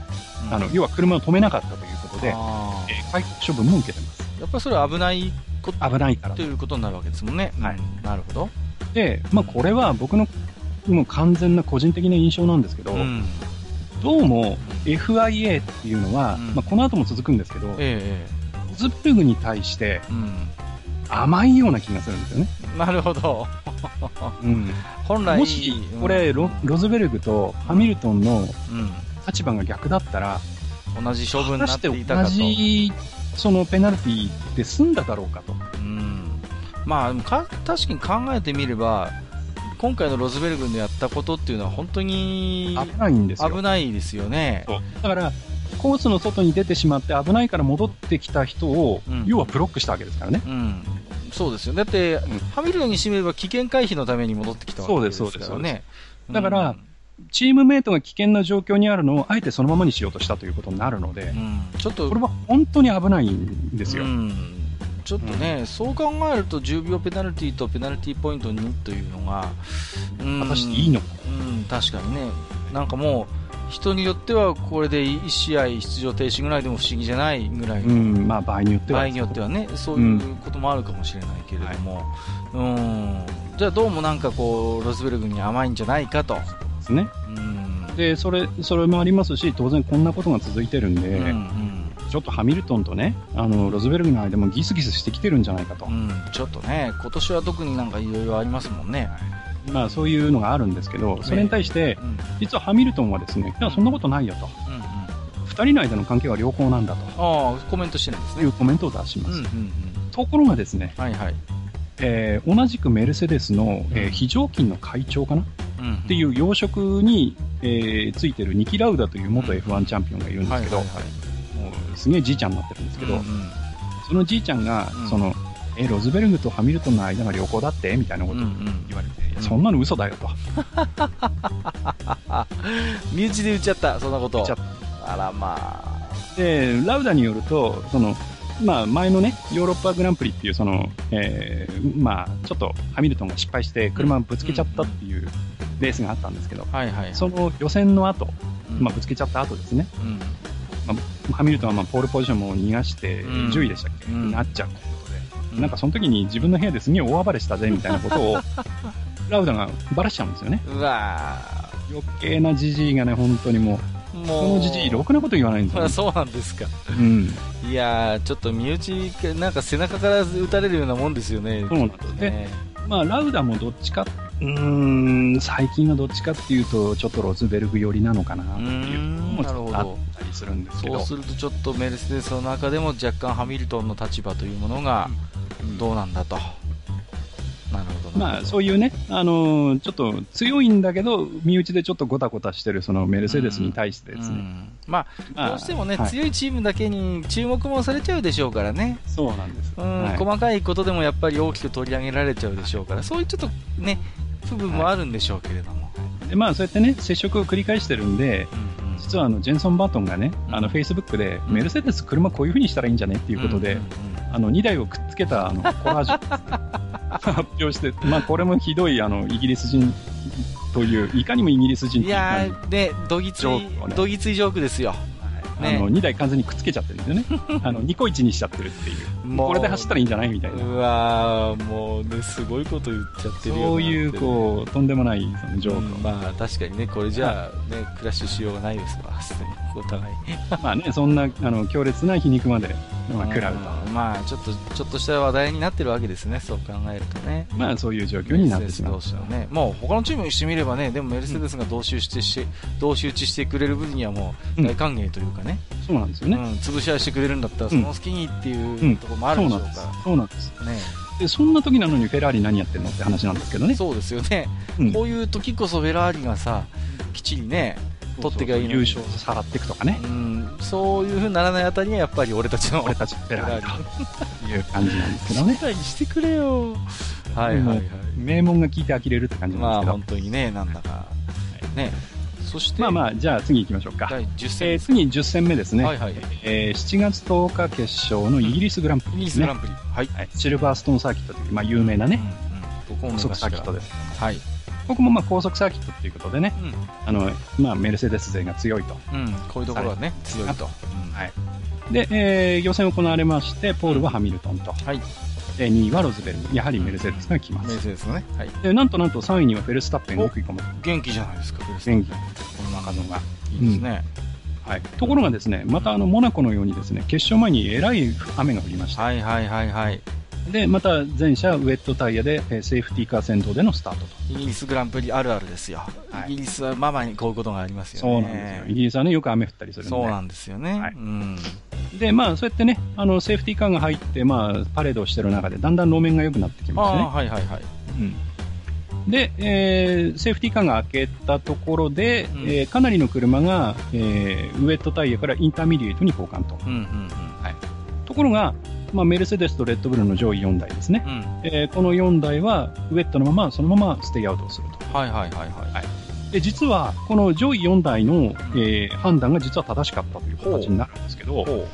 [SPEAKER 2] うん
[SPEAKER 3] あの要は車を止めなかったということで、
[SPEAKER 2] あ
[SPEAKER 3] えー、解雇処分も受けてます。
[SPEAKER 2] ーやっぱりそれは危ないこと
[SPEAKER 3] 危ないから
[SPEAKER 2] ということになるわけですもんね。
[SPEAKER 3] はい
[SPEAKER 2] うんなるほど。
[SPEAKER 3] で、まあ、これは僕のもう完全な個人的な印象なんですけど、
[SPEAKER 2] うん
[SPEAKER 3] どうも FIA っていうのは、
[SPEAKER 2] うん
[SPEAKER 3] まあ、この後も続くんですけど、ロ
[SPEAKER 2] ええ
[SPEAKER 3] ズベルグに対して
[SPEAKER 2] ええうん
[SPEAKER 3] 甘いような気がするんですよね。
[SPEAKER 2] なるほど。本来、
[SPEAKER 3] もし
[SPEAKER 2] うん
[SPEAKER 3] これロ、ロズベルグとハミルトンの
[SPEAKER 2] う
[SPEAKER 3] 立場が逆だったら、
[SPEAKER 2] ん、同じ処分に
[SPEAKER 3] 果た
[SPEAKER 2] な
[SPEAKER 3] し
[SPEAKER 2] ってて
[SPEAKER 3] 同
[SPEAKER 2] いたかと。
[SPEAKER 3] じそのペナルティで済んだだろうかと。
[SPEAKER 2] うんまあ、か確かに考えてみれば、今回のロズベルグのやったことっていうのは本当に
[SPEAKER 3] 危ないんですよ。
[SPEAKER 2] 危ないですよね。
[SPEAKER 3] そうだから、コースの外に出てしまって危ないから戻ってきた人を、
[SPEAKER 2] うん
[SPEAKER 3] 要はブロックしたわけですからね。
[SPEAKER 2] うん、そうですよ。だって、
[SPEAKER 3] ん
[SPEAKER 2] ハミルトンにしてみれば危険回避のために戻ってきたわけです
[SPEAKER 3] そうで
[SPEAKER 2] か
[SPEAKER 3] す
[SPEAKER 2] ら
[SPEAKER 3] そうで
[SPEAKER 2] ね。
[SPEAKER 3] すだからチームメイトが危険な状況にあるのを、あえてそのままにしようとしたということになるので
[SPEAKER 2] うん、う、んちょっと
[SPEAKER 3] これは本当に危ないんですよ
[SPEAKER 2] う。ん、ちょっとね、そう考えると10秒ペナルティとペナルティポイント2というのが、うん
[SPEAKER 3] 果たしていいのか。
[SPEAKER 2] うん、確かにね、なんかもう、人によってはこれで1試合出場停止ぐらいでも不思議じゃないぐらい、
[SPEAKER 3] うん、まあ場合によっては。
[SPEAKER 2] 場合によってはね、そういうこともあるかもしれないけれども、うん、じゃあどうもなんかこう、ロズベルグに甘いんじゃないかと。
[SPEAKER 3] ですね。
[SPEAKER 2] うん
[SPEAKER 3] で、それ、それもありますし、当然こんなことが続いてるんで、
[SPEAKER 2] うんうん
[SPEAKER 3] ちょっとハミルトンとね、あの、ロズベルグの間もギスギスしてきてるんじゃないかと。
[SPEAKER 2] うんちょっとね、今年は特になんかいろいろありますもんね。
[SPEAKER 3] まあそういうのがあるんですけど、それに対して
[SPEAKER 2] う、ん
[SPEAKER 3] 実はハミルトンはですね、いや、そんなことないよと。
[SPEAKER 2] うんうん
[SPEAKER 3] 二人の間の関係は良好なんだと。
[SPEAKER 2] ああ、コメントしてるんです
[SPEAKER 3] い
[SPEAKER 2] ね。
[SPEAKER 3] うコメントを出します。
[SPEAKER 2] うんうん。
[SPEAKER 3] ところがですね、
[SPEAKER 2] はいはい。
[SPEAKER 3] えー同じくメルセデスの、えー
[SPEAKER 2] うん
[SPEAKER 3] 非常勤の会長かな、
[SPEAKER 2] うん、
[SPEAKER 3] っていう要職に、えーついてるニキ・ラウダという元 F1 チャンピオンがいるんですけど、
[SPEAKER 2] はいはいはい
[SPEAKER 3] もうすげえじいちゃんになってるんですけど、
[SPEAKER 2] うんうん
[SPEAKER 3] そのじいちゃんが、
[SPEAKER 2] うん
[SPEAKER 3] そのえロズベルグとハミルトンの間が良好だってみたいなこと
[SPEAKER 2] うんう
[SPEAKER 3] を
[SPEAKER 2] ん
[SPEAKER 3] 言われて、いやそんなの嘘だよと、
[SPEAKER 2] 身内で言っちゃった、そんなこと。
[SPEAKER 3] 言っちゃっ
[SPEAKER 2] あらまあ。
[SPEAKER 3] でラウダによるとその、まあ、前の、ね、ヨーロッパグランプリっていうその、えーまあ、ちょっとハミルトンが失敗して車をぶつけちゃったっていうレースがあったんですけど、
[SPEAKER 2] はいはい。
[SPEAKER 3] その予選の後、
[SPEAKER 2] うん
[SPEAKER 3] まあぶつけちゃった後ですね、
[SPEAKER 2] うん
[SPEAKER 3] ハミルトンはまあポールポジションも逃がして、
[SPEAKER 2] うん
[SPEAKER 3] 10位でしたっけ、
[SPEAKER 2] うん
[SPEAKER 3] になっちゃうということで、
[SPEAKER 2] うん
[SPEAKER 3] なんかその時に自分の部屋ですげえ大暴れしたぜみたいなこ とを、ラウダがばらしちゃうんですよね。
[SPEAKER 2] うわ
[SPEAKER 3] 余計なじじいがね、本当にもう、
[SPEAKER 2] ー
[SPEAKER 3] こ
[SPEAKER 2] もう。
[SPEAKER 3] のじじい、ろくなこと言わないんです
[SPEAKER 2] ほ
[SPEAKER 3] よ、
[SPEAKER 2] ら そう
[SPEAKER 3] ね。
[SPEAKER 2] なんですか。
[SPEAKER 3] うん。
[SPEAKER 2] いやー、ちょっと身内、なんか背中から撃たれるようなもんですよね。
[SPEAKER 3] そうなんです。で、
[SPEAKER 2] ね
[SPEAKER 3] まあ、ラウダもどっちか、うーん、最近はどっちかっていうと、ちょっとロズベルグ寄りなのかなっ
[SPEAKER 2] うー
[SPEAKER 3] ていうの
[SPEAKER 2] ん、
[SPEAKER 3] もち
[SPEAKER 2] なる
[SPEAKER 3] ょっ
[SPEAKER 2] ほ
[SPEAKER 3] とあ
[SPEAKER 2] ど。
[SPEAKER 3] ったりするんですけ
[SPEAKER 2] そう
[SPEAKER 3] ど、
[SPEAKER 2] するとちょっとメルセデスの中でも若干ハミルトンの立場というものが
[SPEAKER 3] うん
[SPEAKER 2] どうなんだと。なるほどな。
[SPEAKER 3] まあ、そういうね、あのーちょっと強いんだけど、身内でちょっとごたごたしてるそのメルセデスに対してです
[SPEAKER 2] う
[SPEAKER 3] ね、
[SPEAKER 2] んまあ、
[SPEAKER 3] まあ
[SPEAKER 2] どうしてもね、
[SPEAKER 3] はい
[SPEAKER 2] 強いチームだけに注目もされちゃうでしょうからね、
[SPEAKER 3] そうなんです。
[SPEAKER 2] うん
[SPEAKER 3] はい
[SPEAKER 2] 細かいことでもやっぱり大きく取り上げられちゃうでしょうから、そういうちょっとね、部分もあるんでしょうけれども、
[SPEAKER 3] でまあ、そうやってね、接触を繰り返してるんで、
[SPEAKER 2] うんうん
[SPEAKER 3] 実はあのジェンソン・バートンがね、あのフェイスブックで、
[SPEAKER 2] ん
[SPEAKER 3] メルセデス、車こういうふうにしたらいいんじゃねっていうことで、
[SPEAKER 2] んん
[SPEAKER 3] あの2台をくっつけたあのコラージュ を発表して、まあ、これもひどいあのイギリス人という、いかにもイギリス人
[SPEAKER 2] うん
[SPEAKER 3] と
[SPEAKER 2] い
[SPEAKER 3] いう
[SPEAKER 2] や
[SPEAKER 3] 感じ
[SPEAKER 2] ー、ね、どぎつい、
[SPEAKER 3] ジョークをね
[SPEAKER 2] どぎついジョークですよ、ね
[SPEAKER 3] あの2台完全にくっつけちゃってるんですよ ねあのニコイチにしちゃってるっていう
[SPEAKER 2] もう
[SPEAKER 3] これで走ったらいいんじゃないみたいな
[SPEAKER 1] うわーもうねすごいこと言っちゃってるよ
[SPEAKER 3] そういうこうとんでもないその情
[SPEAKER 1] う
[SPEAKER 3] 報、
[SPEAKER 1] んまあ確かにねこれじゃあねクラッシュしようがないです わすでにお互い
[SPEAKER 3] まあねそんなあの強烈な皮肉まで、まあ、食らうと、
[SPEAKER 2] うんまあちょっとちょっとした話題になってるわけですねそう考えるとね
[SPEAKER 3] まあそういう状況になっ
[SPEAKER 2] メ
[SPEAKER 3] て
[SPEAKER 2] ルセデス
[SPEAKER 3] しまう
[SPEAKER 2] 同士はねもう他のチームにしてみればねでもメルセデスが同士打ちしてし、同士打ちしてくれる分にはもう大歓迎というかね、
[SPEAKER 3] そうなんですよ
[SPEAKER 2] うん
[SPEAKER 3] ね、
[SPEAKER 2] 潰し合いしてくれるんだったらその隙にって
[SPEAKER 3] う
[SPEAKER 2] いうんところもある
[SPEAKER 3] そ
[SPEAKER 2] でしょ
[SPEAKER 3] うな
[SPEAKER 2] うん
[SPEAKER 3] です
[SPEAKER 2] か
[SPEAKER 3] そうなんです
[SPEAKER 2] らね
[SPEAKER 3] でそんな時なのにフェラーリ何やってんのって話なんですけどね
[SPEAKER 2] そうですよね、
[SPEAKER 3] うん
[SPEAKER 2] こういう時こそフェラーリがさきっちりね取ってきゃいいのに
[SPEAKER 3] 優勝さらっていくとかね
[SPEAKER 2] うん、そういうふうにならないあたりにはやっぱり俺たちの
[SPEAKER 3] 俺たちフェラーリ
[SPEAKER 2] フェ
[SPEAKER 3] という感じなんですけどね
[SPEAKER 2] たいにしてくれよはいはいはい
[SPEAKER 3] 名門が聞いて呆れるって感じ
[SPEAKER 2] ま
[SPEAKER 3] なん
[SPEAKER 2] あ
[SPEAKER 3] です
[SPEAKER 2] 本当にねなんだかねそし
[SPEAKER 3] け
[SPEAKER 2] て
[SPEAKER 3] どまあまあじゃあ次行きましょうか、
[SPEAKER 2] 第10戦
[SPEAKER 3] えー
[SPEAKER 2] です
[SPEAKER 3] 次10戦目ですね、
[SPEAKER 2] はいはい
[SPEAKER 3] えー7月10日決勝のイギリスグランプ
[SPEAKER 2] イ
[SPEAKER 3] リ
[SPEAKER 2] ギ
[SPEAKER 3] で
[SPEAKER 2] リ
[SPEAKER 3] す
[SPEAKER 2] ス
[SPEAKER 3] ね
[SPEAKER 2] グランプリはい
[SPEAKER 3] はいシルバーストーンサーキットという、まあ、有名なね、
[SPEAKER 2] うんうん僕も昔
[SPEAKER 3] 高速サ
[SPEAKER 2] から
[SPEAKER 3] ーキットです
[SPEAKER 2] はい
[SPEAKER 3] ここもまあ高速サーキットということでね、
[SPEAKER 2] うん
[SPEAKER 3] あのまあ、メルセデス勢が強いと
[SPEAKER 2] うんこういうところはね強いと
[SPEAKER 3] はいで、えー予選行われましてポールはハミルトンと、
[SPEAKER 2] はい
[SPEAKER 3] で2位はロズベルやはりメルセデスが来ま
[SPEAKER 2] メル
[SPEAKER 3] す、
[SPEAKER 2] セデスのねはい
[SPEAKER 3] でなんとなんと3位にはフェルスタッペンが食い込む
[SPEAKER 2] 元気じゃないですかフェルスタッ
[SPEAKER 3] 元
[SPEAKER 2] ペ
[SPEAKER 3] 気
[SPEAKER 2] ン
[SPEAKER 3] この中野が、
[SPEAKER 2] いいですね
[SPEAKER 3] はい、ところがですねまたあのモナコのようにですね決勝前にえらい雨が降りました
[SPEAKER 2] はいはいはいはい
[SPEAKER 3] でまた全車ウェットタイヤで、えーセーフティーカー先導でのスタートと、
[SPEAKER 2] イギリスグランプリあるあるですよ
[SPEAKER 3] は
[SPEAKER 2] イ
[SPEAKER 3] い
[SPEAKER 2] ギリスはママにこういうことがありますよ
[SPEAKER 3] そうなんですよイ
[SPEAKER 2] ね
[SPEAKER 3] ギリスはねよく雨降ったりするんで
[SPEAKER 2] そうなんですよね
[SPEAKER 3] はい
[SPEAKER 2] うん
[SPEAKER 3] でまあそうやってねあのセーフティーカーが入って、まあ、パレードをしてる中でだんだん路面が良くなってき
[SPEAKER 2] あ
[SPEAKER 3] ます
[SPEAKER 2] あ
[SPEAKER 3] ね
[SPEAKER 2] はいはいはい
[SPEAKER 3] で、えーセーフティーカーが開けたところで、
[SPEAKER 2] ん
[SPEAKER 3] えーかなりの車が、えーウェットタイヤからインターミディエイトに交換と
[SPEAKER 2] うんうん
[SPEAKER 3] ところが、まあ、メルセデスとレッドブルの上位4台ですね、
[SPEAKER 2] うんうん
[SPEAKER 3] えーこの4台はウェットのままそのままステイアウトをすると
[SPEAKER 2] はいはいはいはい
[SPEAKER 3] で実はこの上位4台の、えー判断が実は正しかったという形になるんですけど、
[SPEAKER 2] ほ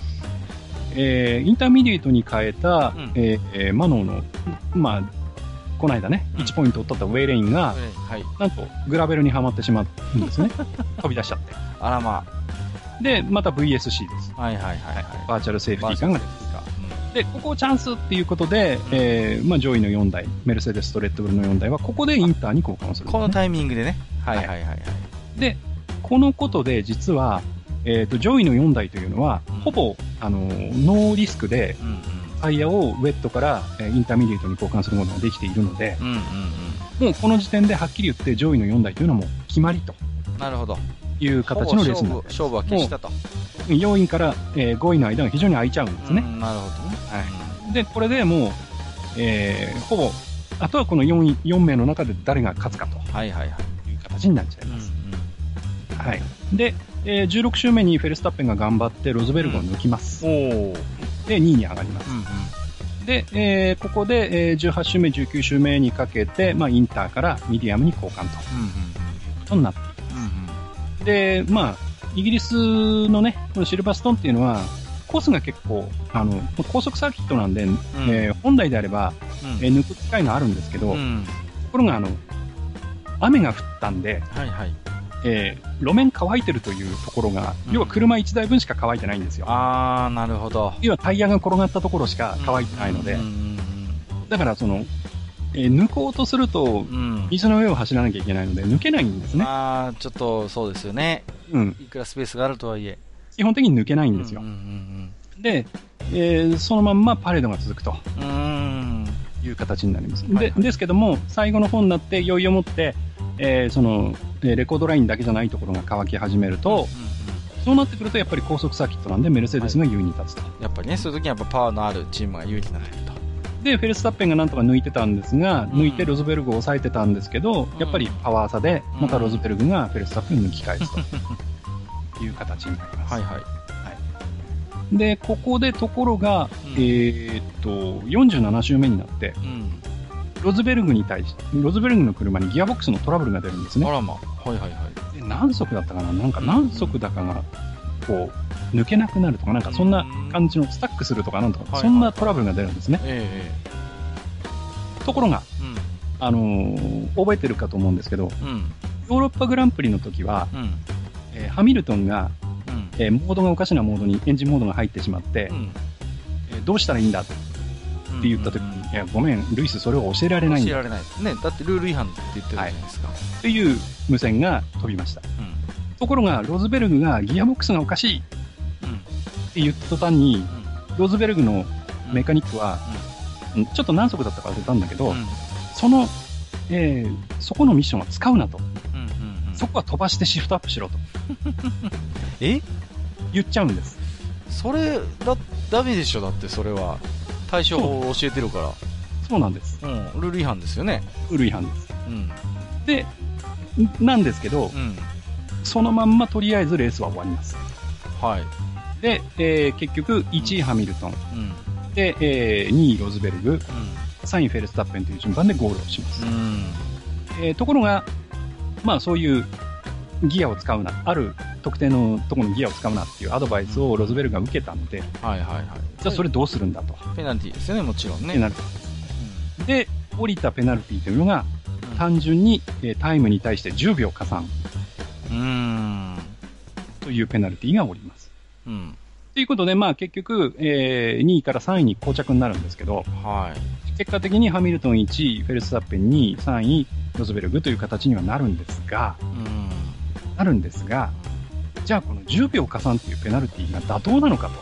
[SPEAKER 3] えーインターミディエイトに変えた、
[SPEAKER 2] うん
[SPEAKER 3] えーえーマノーの、まあ、この間ね、
[SPEAKER 2] うん
[SPEAKER 3] 1ポイントを取ったウェイレインが
[SPEAKER 2] う、はい
[SPEAKER 3] なんとグラベルにはまってしまうんです ね。飛び出しちゃって。
[SPEAKER 2] あらま
[SPEAKER 3] で、また VSC です。
[SPEAKER 2] あはいはいはいはい
[SPEAKER 3] バーチャルセーフティー感が出てきた
[SPEAKER 2] うん
[SPEAKER 3] で、ここをチャンスっていうことで、えーまあ、上位の4台、メルセデスとレッドブルの4台は、ここでインターに交換をするんですね、
[SPEAKER 2] このタイミングでね。は
[SPEAKER 3] はいい
[SPEAKER 2] はいはいはい。
[SPEAKER 3] で、このことで実は、えー、と上位の4台というのは
[SPEAKER 2] うん、
[SPEAKER 3] ほぼ、あのーノーリスクで、
[SPEAKER 2] うんうん。
[SPEAKER 3] タイヤをウェットから、えーインターミディエイトに交換することができているので、
[SPEAKER 2] うんうん
[SPEAKER 3] もうこの時点ではっきり言って上位の4台というのはもう決まりと
[SPEAKER 2] うん。なるほど。
[SPEAKER 3] いう形のレース
[SPEAKER 2] ほ
[SPEAKER 3] にな
[SPEAKER 2] ぼ
[SPEAKER 3] って
[SPEAKER 2] 勝負勝負は消したと。
[SPEAKER 3] 4位から、え5位の間が非常に空いちゃうんですね。
[SPEAKER 2] うんなるほどね。
[SPEAKER 3] で、これでもう、えーほぼ、あとはこの 4, 位4名の中で誰が勝つかと
[SPEAKER 2] はいはいはい。
[SPEAKER 3] いう形になっちゃい
[SPEAKER 2] うんう
[SPEAKER 3] ます。
[SPEAKER 2] ん
[SPEAKER 3] はい。で、えー16周目にフェルスタッペンが頑張ってロズベルグを抜きます。
[SPEAKER 2] おお。
[SPEAKER 3] で、2位に上がります
[SPEAKER 2] う。ん
[SPEAKER 3] で、えーここで、えー18周目、19周目にかけて、まあ、インターからミディアムに交換ということになって
[SPEAKER 2] う
[SPEAKER 3] で、まあ、イギリスのね、このシルバーストーンっていうのは、コースが結構、あの、高速サーキットなんで、
[SPEAKER 2] んうんうん。うんうん。
[SPEAKER 3] えー本来であれば、
[SPEAKER 2] うん
[SPEAKER 3] えー抜く機会があるんですけど、
[SPEAKER 2] う
[SPEAKER 3] と
[SPEAKER 2] ん。
[SPEAKER 3] ころが、あの、雨が降ったんで、
[SPEAKER 2] はいはい。
[SPEAKER 3] えー路面乾いてるというところが、
[SPEAKER 2] うん
[SPEAKER 3] 要は車1台分しか乾いてないんですよ。
[SPEAKER 2] あー、なるほど。
[SPEAKER 3] 要はタイヤが転がったところしか乾いてないので、
[SPEAKER 2] うんうん
[SPEAKER 3] だからその、えー抜こうとすると、
[SPEAKER 2] うんうん。
[SPEAKER 3] 水の上を走らなきゃいけないので、抜けないんですね。
[SPEAKER 2] あー、ちょっとそうですよね。
[SPEAKER 3] うん。
[SPEAKER 2] いくらスペースがあるとはいえ。
[SPEAKER 3] 基本的に抜けないんです
[SPEAKER 2] う
[SPEAKER 3] よ
[SPEAKER 2] ん。うん
[SPEAKER 3] で、えーそのまんまパレードが続くと。
[SPEAKER 2] うんうん。うーん。
[SPEAKER 3] いう形になります。
[SPEAKER 2] はい
[SPEAKER 3] でですけども、最後の方になって、いよいよもって、えーその、えーレコードラインだけじゃないところが乾き始めると、
[SPEAKER 2] うんうん
[SPEAKER 3] そうなってくると、やっぱり高速サーキットなんで、メルセデスが優位に立つと。
[SPEAKER 2] やっぱりね、そういう時にやっぱパワーのあるチームが有利になってると。
[SPEAKER 3] で、フェルスタッペンがなんとか抜いてたんですが、
[SPEAKER 2] うん
[SPEAKER 3] 抜いてロズベルグを抑えてたんですけど、やっぱりパワー差で、またロズベルグがフェルスタッペンを抜き返すと いう形になります。
[SPEAKER 2] はいはい。
[SPEAKER 3] で、ここでところが、
[SPEAKER 2] うん
[SPEAKER 3] えーっと、47周目になって、
[SPEAKER 2] うん。
[SPEAKER 3] ロズベルグに対し、ロズベルグの車にギアボックスのトラブルが出るんですね
[SPEAKER 2] あ。らま。はいはいはい。
[SPEAKER 3] で何足だったかななんか何足だかが、こう、抜けなくなるとか、なんかそんな感じのスタックするとか、なんと
[SPEAKER 2] は
[SPEAKER 3] か、
[SPEAKER 2] い
[SPEAKER 3] そんなトラブルが出るんですね。
[SPEAKER 2] え
[SPEAKER 3] ところが、
[SPEAKER 2] え
[SPEAKER 3] あのー覚えてるかと思うんですけど、
[SPEAKER 2] うん。うん。
[SPEAKER 3] ヨーロッパグランプリの時は、
[SPEAKER 2] うん。
[SPEAKER 3] えーハミルトンが、
[SPEAKER 2] うん。
[SPEAKER 3] えーモードがおかしなモードにエンジンモードが入ってしまって、
[SPEAKER 2] うん
[SPEAKER 3] えーどうしたらいいんだって言った時に、いや、ごめん、ルイス、それは教えられないん
[SPEAKER 2] 教え
[SPEAKER 3] だ
[SPEAKER 2] られないねだってルール違反って言ってるじゃないですか、
[SPEAKER 3] っていう無線が飛びました。ところが、ロズベルグがギアボックスがおかしいって
[SPEAKER 2] うんうん
[SPEAKER 3] 言った途端に、ロズベルグの
[SPEAKER 2] うん
[SPEAKER 3] メカニックは、うんちょっと何速だったか忘れたんだけど、
[SPEAKER 2] うん
[SPEAKER 3] その、えーそこのミッションは使うなと。
[SPEAKER 2] うんうんうん
[SPEAKER 3] そこは飛ばしてシフトアップしろと
[SPEAKER 2] え
[SPEAKER 3] 言っちゃうんです。
[SPEAKER 2] それだダメでしょだってそれは対処法を教えてるか
[SPEAKER 3] そうなんです。
[SPEAKER 2] ら、うん、ルール違反ですよね
[SPEAKER 3] ルール違反です。
[SPEAKER 2] うん
[SPEAKER 3] で、んなんですけど
[SPEAKER 2] う、ん
[SPEAKER 3] そのまんまとりあえずレースは終わります。
[SPEAKER 2] はい
[SPEAKER 3] で、えー結局1位ハミルトン、
[SPEAKER 2] うん
[SPEAKER 3] で、えー2位ロズベルグ、3位フェルスタッペンという順番でゴールをします。
[SPEAKER 2] うんうん
[SPEAKER 3] えーところが、まあそういうギアを使うな、ある特定のところのギアを使うなっていうアドバイスをロズベルグが受けたので、
[SPEAKER 2] はいはいはい
[SPEAKER 3] じゃあそれどうするんだと、
[SPEAKER 2] ペナルティーですよねもちろんね
[SPEAKER 3] なる。で、降りたペナルティというのが、単純に、えータイムに対して10秒加算
[SPEAKER 2] うん
[SPEAKER 3] というペナルティがおります。
[SPEAKER 2] うんうん
[SPEAKER 3] ということで、まあ結局、えー2位から3位に膠着になるんですけど、
[SPEAKER 2] はい
[SPEAKER 3] 結果的にハミルトン1位、フェルスタッペン2位、3位、ロズベルグという形にはなるんですが、
[SPEAKER 2] うん
[SPEAKER 3] なるんですが、じゃあこの10秒加算っていうペナルティが妥当なのかと。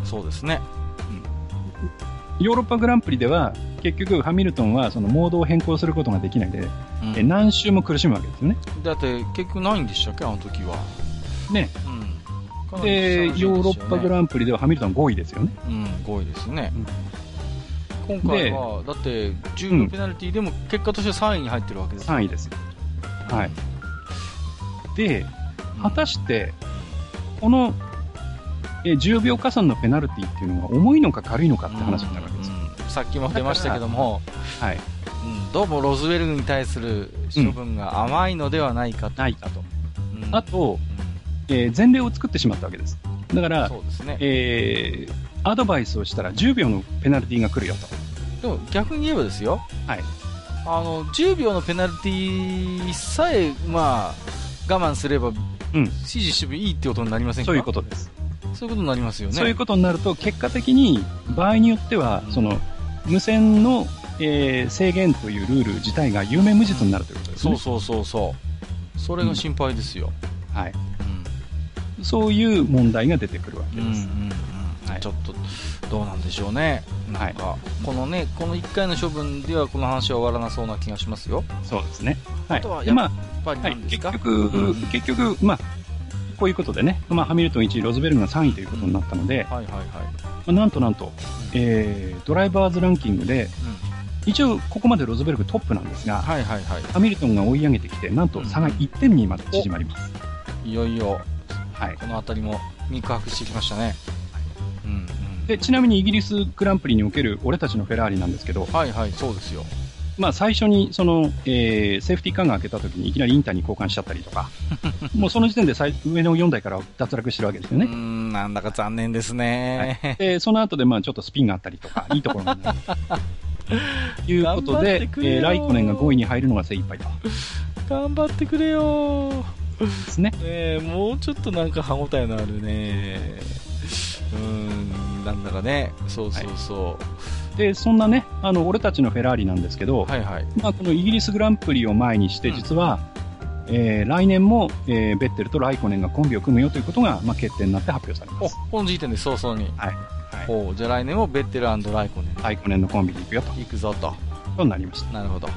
[SPEAKER 2] うんそうですね
[SPEAKER 3] ヨーロッパグランプリでは、結局ハミルトンはそのモードを変更することができないで、
[SPEAKER 2] うん
[SPEAKER 3] え何周も苦しむわけですよね。
[SPEAKER 2] だって結局ないんでしたっけあの時は
[SPEAKER 3] ね
[SPEAKER 2] うんかなり
[SPEAKER 3] で、
[SPEAKER 2] 寂しいですよね
[SPEAKER 3] ヨーロッパグランプリではハミルトン5位ですよね。
[SPEAKER 2] うん5位ですね、今回はだって10秒ペナルティーでも結果として3位に入ってるわけですよ
[SPEAKER 3] 3位です。はい。で、果たして、この、えー10秒加算のペナルティっていうのが重いのか軽いのかって話になるわけですよ。
[SPEAKER 2] うんさっきも出ましたけども、
[SPEAKER 3] はい。
[SPEAKER 2] うんどうもロズウェルに対する処分が甘いのではないかと、
[SPEAKER 3] ないかと。
[SPEAKER 2] うん
[SPEAKER 3] あと、えー前例を作ってしまったわけです。だか
[SPEAKER 2] うん
[SPEAKER 3] ら、
[SPEAKER 2] そうですね
[SPEAKER 3] えーアドバイスをしたら10秒のペナルティが来るよと。
[SPEAKER 2] でも逆に言えばですよ、
[SPEAKER 3] はい
[SPEAKER 2] あの10秒のペナルティさえ、まあ、我慢すれば、
[SPEAKER 3] ん
[SPEAKER 2] 指示してもいいってことになりませんか
[SPEAKER 3] そういうことです。
[SPEAKER 2] とそういうことになりますよね
[SPEAKER 3] そういうことになると、結果的に場合によっては
[SPEAKER 2] う、ん
[SPEAKER 3] その、無線の、えー制限というルール自体が有名無実になるということです
[SPEAKER 2] そ
[SPEAKER 3] ね。
[SPEAKER 2] うそうそうそうそれが心配ですよ、
[SPEAKER 3] はい。
[SPEAKER 2] うん
[SPEAKER 3] そういう問題が出てくるわ
[SPEAKER 2] う
[SPEAKER 3] け
[SPEAKER 2] んうんう
[SPEAKER 3] で
[SPEAKER 2] ん
[SPEAKER 3] す。はい
[SPEAKER 2] ちょっとどうなんでしょうね、
[SPEAKER 3] は
[SPEAKER 2] な
[SPEAKER 3] い
[SPEAKER 2] んかこのねこの1回の処分ではこの話は終わらなそうな気がしますよ、
[SPEAKER 3] そうですね。はい。
[SPEAKER 2] あとは
[SPEAKER 3] でまあ
[SPEAKER 2] やっぱり
[SPEAKER 3] は
[SPEAKER 2] ないん、です
[SPEAKER 3] 結
[SPEAKER 2] か、
[SPEAKER 3] 局、
[SPEAKER 2] うん
[SPEAKER 3] 結局、まあ、こういうことでね、まあ、ハミルトン1位、ロズベルグが3位ということになったので、
[SPEAKER 2] はいはいはい、
[SPEAKER 3] まあ、なんとなんと、えードライバーズランキングで、
[SPEAKER 2] うん
[SPEAKER 3] 一応、ここまでロズベルグトップなんですが、
[SPEAKER 2] はいはいは
[SPEAKER 3] ハミルトンが追い上げてきて、なんと差が1点にまで縮まります。
[SPEAKER 2] いいよいよ
[SPEAKER 3] はい。
[SPEAKER 2] この辺りも肉薄してきましたね、うんうん、
[SPEAKER 3] で、ちなみにイギリスグランプリにおける俺たちのフェラーリなんですけど、
[SPEAKER 2] はいはいそうですよ
[SPEAKER 3] まあ最初にその、えーセーフティーカーが開けた時にいきなりインターに交換しちゃったりと か、もうその時点で最上の4台から脱落してるわけですよ
[SPEAKER 2] う
[SPEAKER 3] ね。
[SPEAKER 2] んなんだか残念ですね、
[SPEAKER 3] で、その後でまあちょっとスピンがあった りとか、いいところがない。ということ
[SPEAKER 2] 頑張って
[SPEAKER 3] で、え
[SPEAKER 2] くれよ
[SPEAKER 3] ーライコネンが5位に入るのが精一杯と。
[SPEAKER 2] 頑張ってくれよね
[SPEAKER 3] ですね。
[SPEAKER 2] えもうちょっとなんか歯応えのあるねうんなんだかねそうそうそ
[SPEAKER 3] で、そんなね、あの、俺たちのフェラーリなんですけど、
[SPEAKER 2] うはいはい
[SPEAKER 3] まあ、このイギリスグランプリを前にして、
[SPEAKER 2] うん
[SPEAKER 3] 実は、えー来年も、えーベッテルとライコネンがコンビを組むよということが、まあ、決定になって発表されま
[SPEAKER 2] お
[SPEAKER 3] す。
[SPEAKER 2] この時点で早々に
[SPEAKER 3] はいはい
[SPEAKER 2] おうじゃあ来年もベッテルライコンで
[SPEAKER 3] ライコネンのコンビで行くよと
[SPEAKER 2] 行くぞと
[SPEAKER 3] となりました。
[SPEAKER 2] なるほど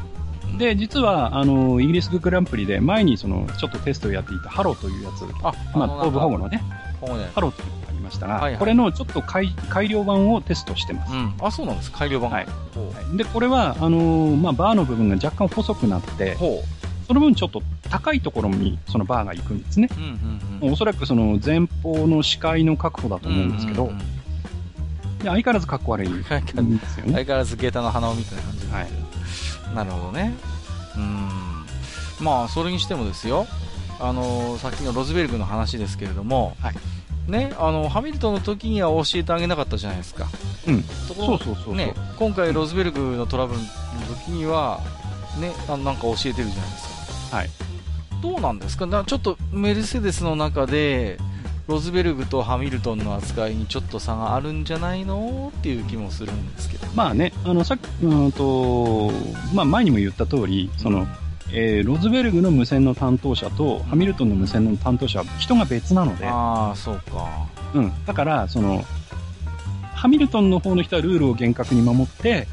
[SPEAKER 3] で、実は、あの、イギリスグランプリで前にその、ちょっとテストをやっていたハローというやつ、
[SPEAKER 2] あ
[SPEAKER 3] ま
[SPEAKER 2] の
[SPEAKER 3] あ、
[SPEAKER 2] なんか
[SPEAKER 3] 東部保護のね、
[SPEAKER 2] ここね
[SPEAKER 3] ハローというのがありましたが、
[SPEAKER 2] はいはい
[SPEAKER 3] これのちょっと改改良版をテストしてます。
[SPEAKER 2] うんあそうなんです改良版
[SPEAKER 3] はい
[SPEAKER 2] ほう
[SPEAKER 3] で、これは、あのーまあ、バーの部分が若干細くなって、
[SPEAKER 2] ほ
[SPEAKER 3] その分ちょっと高いところにそのバーが行くんですね。
[SPEAKER 2] ううんうんうん
[SPEAKER 3] おそらくその前方の視界の確保だと思うんですけど、
[SPEAKER 2] うんうんうん
[SPEAKER 3] で相変わらずかっこ悪いん
[SPEAKER 2] 相変わら
[SPEAKER 3] ですよ
[SPEAKER 2] 相
[SPEAKER 3] ね。
[SPEAKER 2] 変わらずゲータの鼻をみたいな感じで、
[SPEAKER 3] はい
[SPEAKER 2] なるほどねうんまあそれにしてもですよあのさっきのロズベルグの話ですけれども、
[SPEAKER 3] はい
[SPEAKER 2] ね、あのハミルトンの時には教えてあげなかったじゃないですか、
[SPEAKER 3] うん
[SPEAKER 2] ところ
[SPEAKER 3] そうそうそうそう、
[SPEAKER 2] ね、今回ロズベルグのトラブルの時には、ね、あのなんか教えてるじゃないですか、
[SPEAKER 3] はい
[SPEAKER 2] どうなんですかなちょっとメルセデスの中でロズベルグとハミルトンの扱いにちょっと差があるんじゃないのっていう気もするんですけど、
[SPEAKER 3] まあね、あのさっきうんと、まあ、前にも言った通り、そのえーロズベルグの無線の担当者とハミルトンの無線の担当者は人が別なので、
[SPEAKER 2] ああそうか
[SPEAKER 3] うん、だからそのハミルトンの方の人はルールを厳格に守って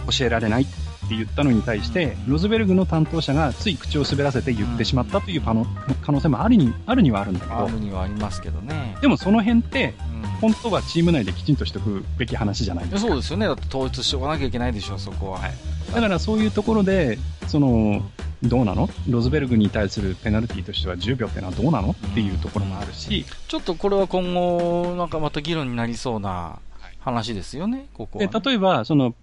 [SPEAKER 2] うん
[SPEAKER 3] 教えられないって言ったのに対して、ロズベルグの担当者がつい口を滑らせて言ってしまったという可能可能性もあるにあるにはあるんだけ
[SPEAKER 2] あ
[SPEAKER 3] ど
[SPEAKER 2] るにはありますけどね、
[SPEAKER 3] でもその辺って
[SPEAKER 2] うん
[SPEAKER 3] 本当はチーム内できちんとしておくべき話じゃない
[SPEAKER 2] いや、そうですよねだって統一しておかなきゃいけないでしょそこは、
[SPEAKER 3] はいだからそういうところで、その、どうなのロズベルグに対するペナルティとしては10秒ってのはどうなのっていうところもあるし、
[SPEAKER 2] ちょっとこれは今後なんかまた議論になりそうな話ですよねここは
[SPEAKER 3] で
[SPEAKER 2] ね、
[SPEAKER 3] 例えば、その、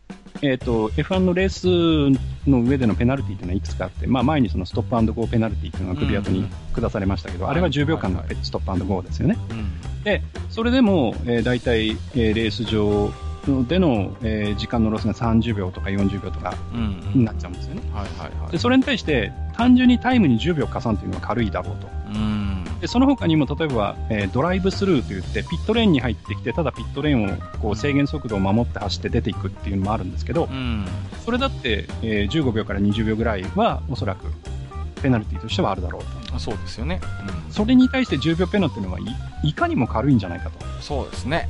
[SPEAKER 3] えっ、と、F1 のレースの上でのペナルティっていうのはいくつかあって、まあ前にそのストップアンドゴーペナルティっていうのが首跡に下されましたけど、
[SPEAKER 2] うん
[SPEAKER 3] あれは10秒間の
[SPEAKER 2] はいはい
[SPEAKER 3] ストップアンドゴーですよね。
[SPEAKER 2] うん
[SPEAKER 3] それでも、えー大体、えーレース上での、えー時間のロスが30秒とか40秒とか
[SPEAKER 2] うんうん
[SPEAKER 3] になっちゃうんですよね。
[SPEAKER 2] はいはいはい
[SPEAKER 3] で、それに対して、単純にタイムに10秒加算っていうのは軽いだろうと。
[SPEAKER 2] うん
[SPEAKER 3] でその他にも例えば、えードライブスルーといってピットレーンに入ってきてただピットレーンをこう制限速度を守って走って出ていくっていうのもあるんですけど
[SPEAKER 2] うん
[SPEAKER 3] それだって、えー15秒から20秒ぐらいはおそらくペナルティとしてはあるだろうと
[SPEAKER 2] あそうですよね、
[SPEAKER 3] それに対して10秒ペナっていうのはいいかにも軽いんじゃないかと
[SPEAKER 2] うん、そうですね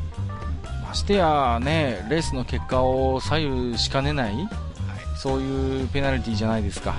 [SPEAKER 2] ましてやねレースの結果を左右しかねないそういうペナルティじゃないですか、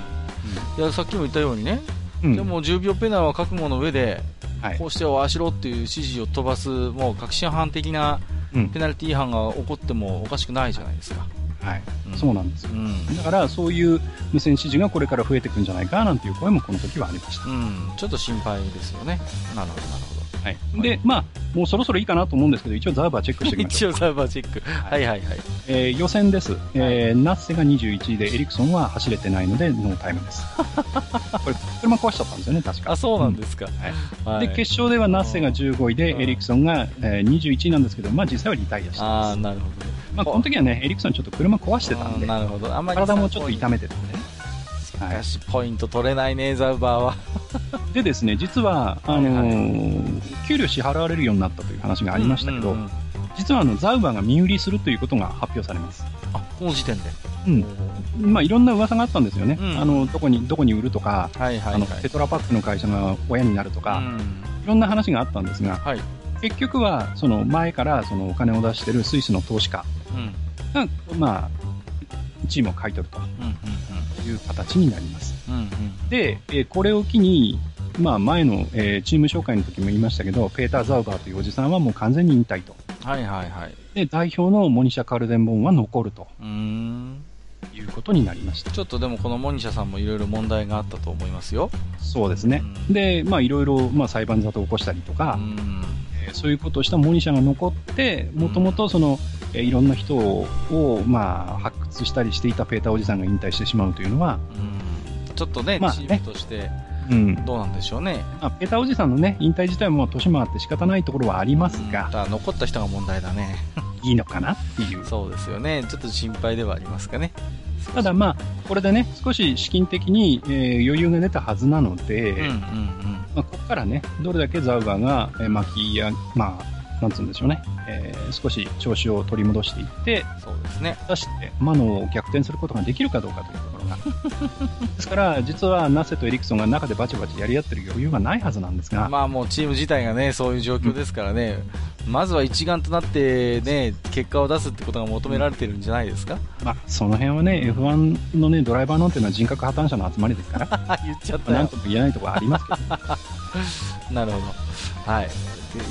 [SPEAKER 2] いやさっきも言ったようにね、
[SPEAKER 3] うん
[SPEAKER 2] でも10秒ペナは覚悟の上で、
[SPEAKER 3] はい
[SPEAKER 2] こうしてはああしろっていう指示を飛ばすもう確信犯的な
[SPEAKER 3] うん
[SPEAKER 2] ペナルティ違反が起こってもおかしくないじゃないですか、
[SPEAKER 3] はい、
[SPEAKER 2] うん
[SPEAKER 3] そうなんですよ
[SPEAKER 2] うん
[SPEAKER 3] だからそういう無線指示がこれから増えていくんじゃないかなんていう声もこの時はありました、
[SPEAKER 2] うん、ちょっと心配ですよねなるほどなるほど
[SPEAKER 3] はい、でまあもうそろそろいいかなと思うんですけど一応ザーバーチェックしておきましょ う
[SPEAKER 2] 一応サーバーチェックはいはいはい
[SPEAKER 3] えー予選です、えーナッセが21位でエリクソンは走れてない のでノータイムですこれ車壊しちゃったんですよね確か
[SPEAKER 2] あそうなんですか、
[SPEAKER 3] うん
[SPEAKER 2] はい
[SPEAKER 3] で決勝ではナッセが15位で
[SPEAKER 2] うん
[SPEAKER 3] エリクソンが、えー21位なんですけど、まあ、実際はリタイアして
[SPEAKER 2] あ
[SPEAKER 3] ま
[SPEAKER 2] あ
[SPEAKER 3] す
[SPEAKER 2] なるほどね
[SPEAKER 3] まあ、この時はねエリクソンちょっと車壊してたんで
[SPEAKER 2] あーなるほどあんまり
[SPEAKER 3] 体もちょっと痛
[SPEAKER 2] め
[SPEAKER 3] めてたんでね
[SPEAKER 2] しかしポイント取れないねザウバーは
[SPEAKER 3] でですね実はあのー給料支払われるようになったという話がありましたけど、
[SPEAKER 2] うんうんうん
[SPEAKER 3] 実はあのザウバーが身売りするということが発表されます、
[SPEAKER 2] あこの時点で
[SPEAKER 3] うんまあ、いろんな噂があったんですよね、
[SPEAKER 2] うん
[SPEAKER 3] あのどこにどこに売るとか、
[SPEAKER 2] はいはい
[SPEAKER 3] あの
[SPEAKER 2] はい
[SPEAKER 3] テトラパックの会社が親になるとか、
[SPEAKER 2] うん
[SPEAKER 3] いろんな話があったんですが、
[SPEAKER 2] はい
[SPEAKER 3] 結局はその前からそのお金を出してるスイスの投資家
[SPEAKER 2] うんうん
[SPEAKER 3] が、まあ、チームを買い取るという形になります。
[SPEAKER 2] うんうんうんうん
[SPEAKER 3] で、えーこれを機に、まあ、前の、えーチーム紹介の時も言いましたけど、ペーター・ザウバーというおじさんはもう完全に引退と。
[SPEAKER 2] はいはいはい
[SPEAKER 3] で、代表のモニシャ・カルデンボンは残ると
[SPEAKER 2] うーん
[SPEAKER 3] いうことになりました。
[SPEAKER 2] ちょっとでもこのモニシャさんもいろいろ問題があったと思いますよ
[SPEAKER 3] そうですね。
[SPEAKER 2] うん
[SPEAKER 3] で、まあ、いろいろ、まあ、裁判沙汰を起こしたりとか、
[SPEAKER 2] うん
[SPEAKER 3] えーそういうことをしたモニシャが残って、もともとその、えーいろんな人を、まあ、発掘したりしていたペーターおじさんが引退してしまうというのは、
[SPEAKER 2] うんちょっとね,、
[SPEAKER 3] まあ
[SPEAKER 2] チ
[SPEAKER 3] ね
[SPEAKER 2] ームとして
[SPEAKER 3] うんま
[SPEAKER 2] どうなんでしょうね
[SPEAKER 3] あ、ペーターおじさんのね、引退自体も年もあって仕方ないところはあります
[SPEAKER 2] うん
[SPEAKER 3] が、
[SPEAKER 2] ただ残った人が問題だね
[SPEAKER 3] いいのかなっていう。
[SPEAKER 2] そうですよねちょっと心配ではありますかね
[SPEAKER 3] ただまあ、これでね、少し資金的に、えー余裕が出たはずなので、
[SPEAKER 2] うんうん
[SPEAKER 3] ま
[SPEAKER 2] うん
[SPEAKER 3] あ、ここからね、どれだけザウバーが、えー巻きや、まあ、なんつうんでしょうね、えー少し調子を取り戻していって、
[SPEAKER 2] そうですね
[SPEAKER 3] 果たしてマノを逆転することができるかどうかというところが ですから実はナッセとエリクソンが中でバチバチやり合ってる余裕がないはずなんですが、
[SPEAKER 2] まあもうチーム自体がねそういう状況ですからね、まずは一丸となってね結果を出すってことが求められてるんじゃないですか
[SPEAKER 3] まあ、その辺はね F1 の、ね、ドライバーなんていうのは人格破綻者の集まりで すから
[SPEAKER 2] あ言っちゃった
[SPEAKER 3] 何
[SPEAKER 2] よ
[SPEAKER 3] とも言えないところはありますけど
[SPEAKER 2] なるほどはいで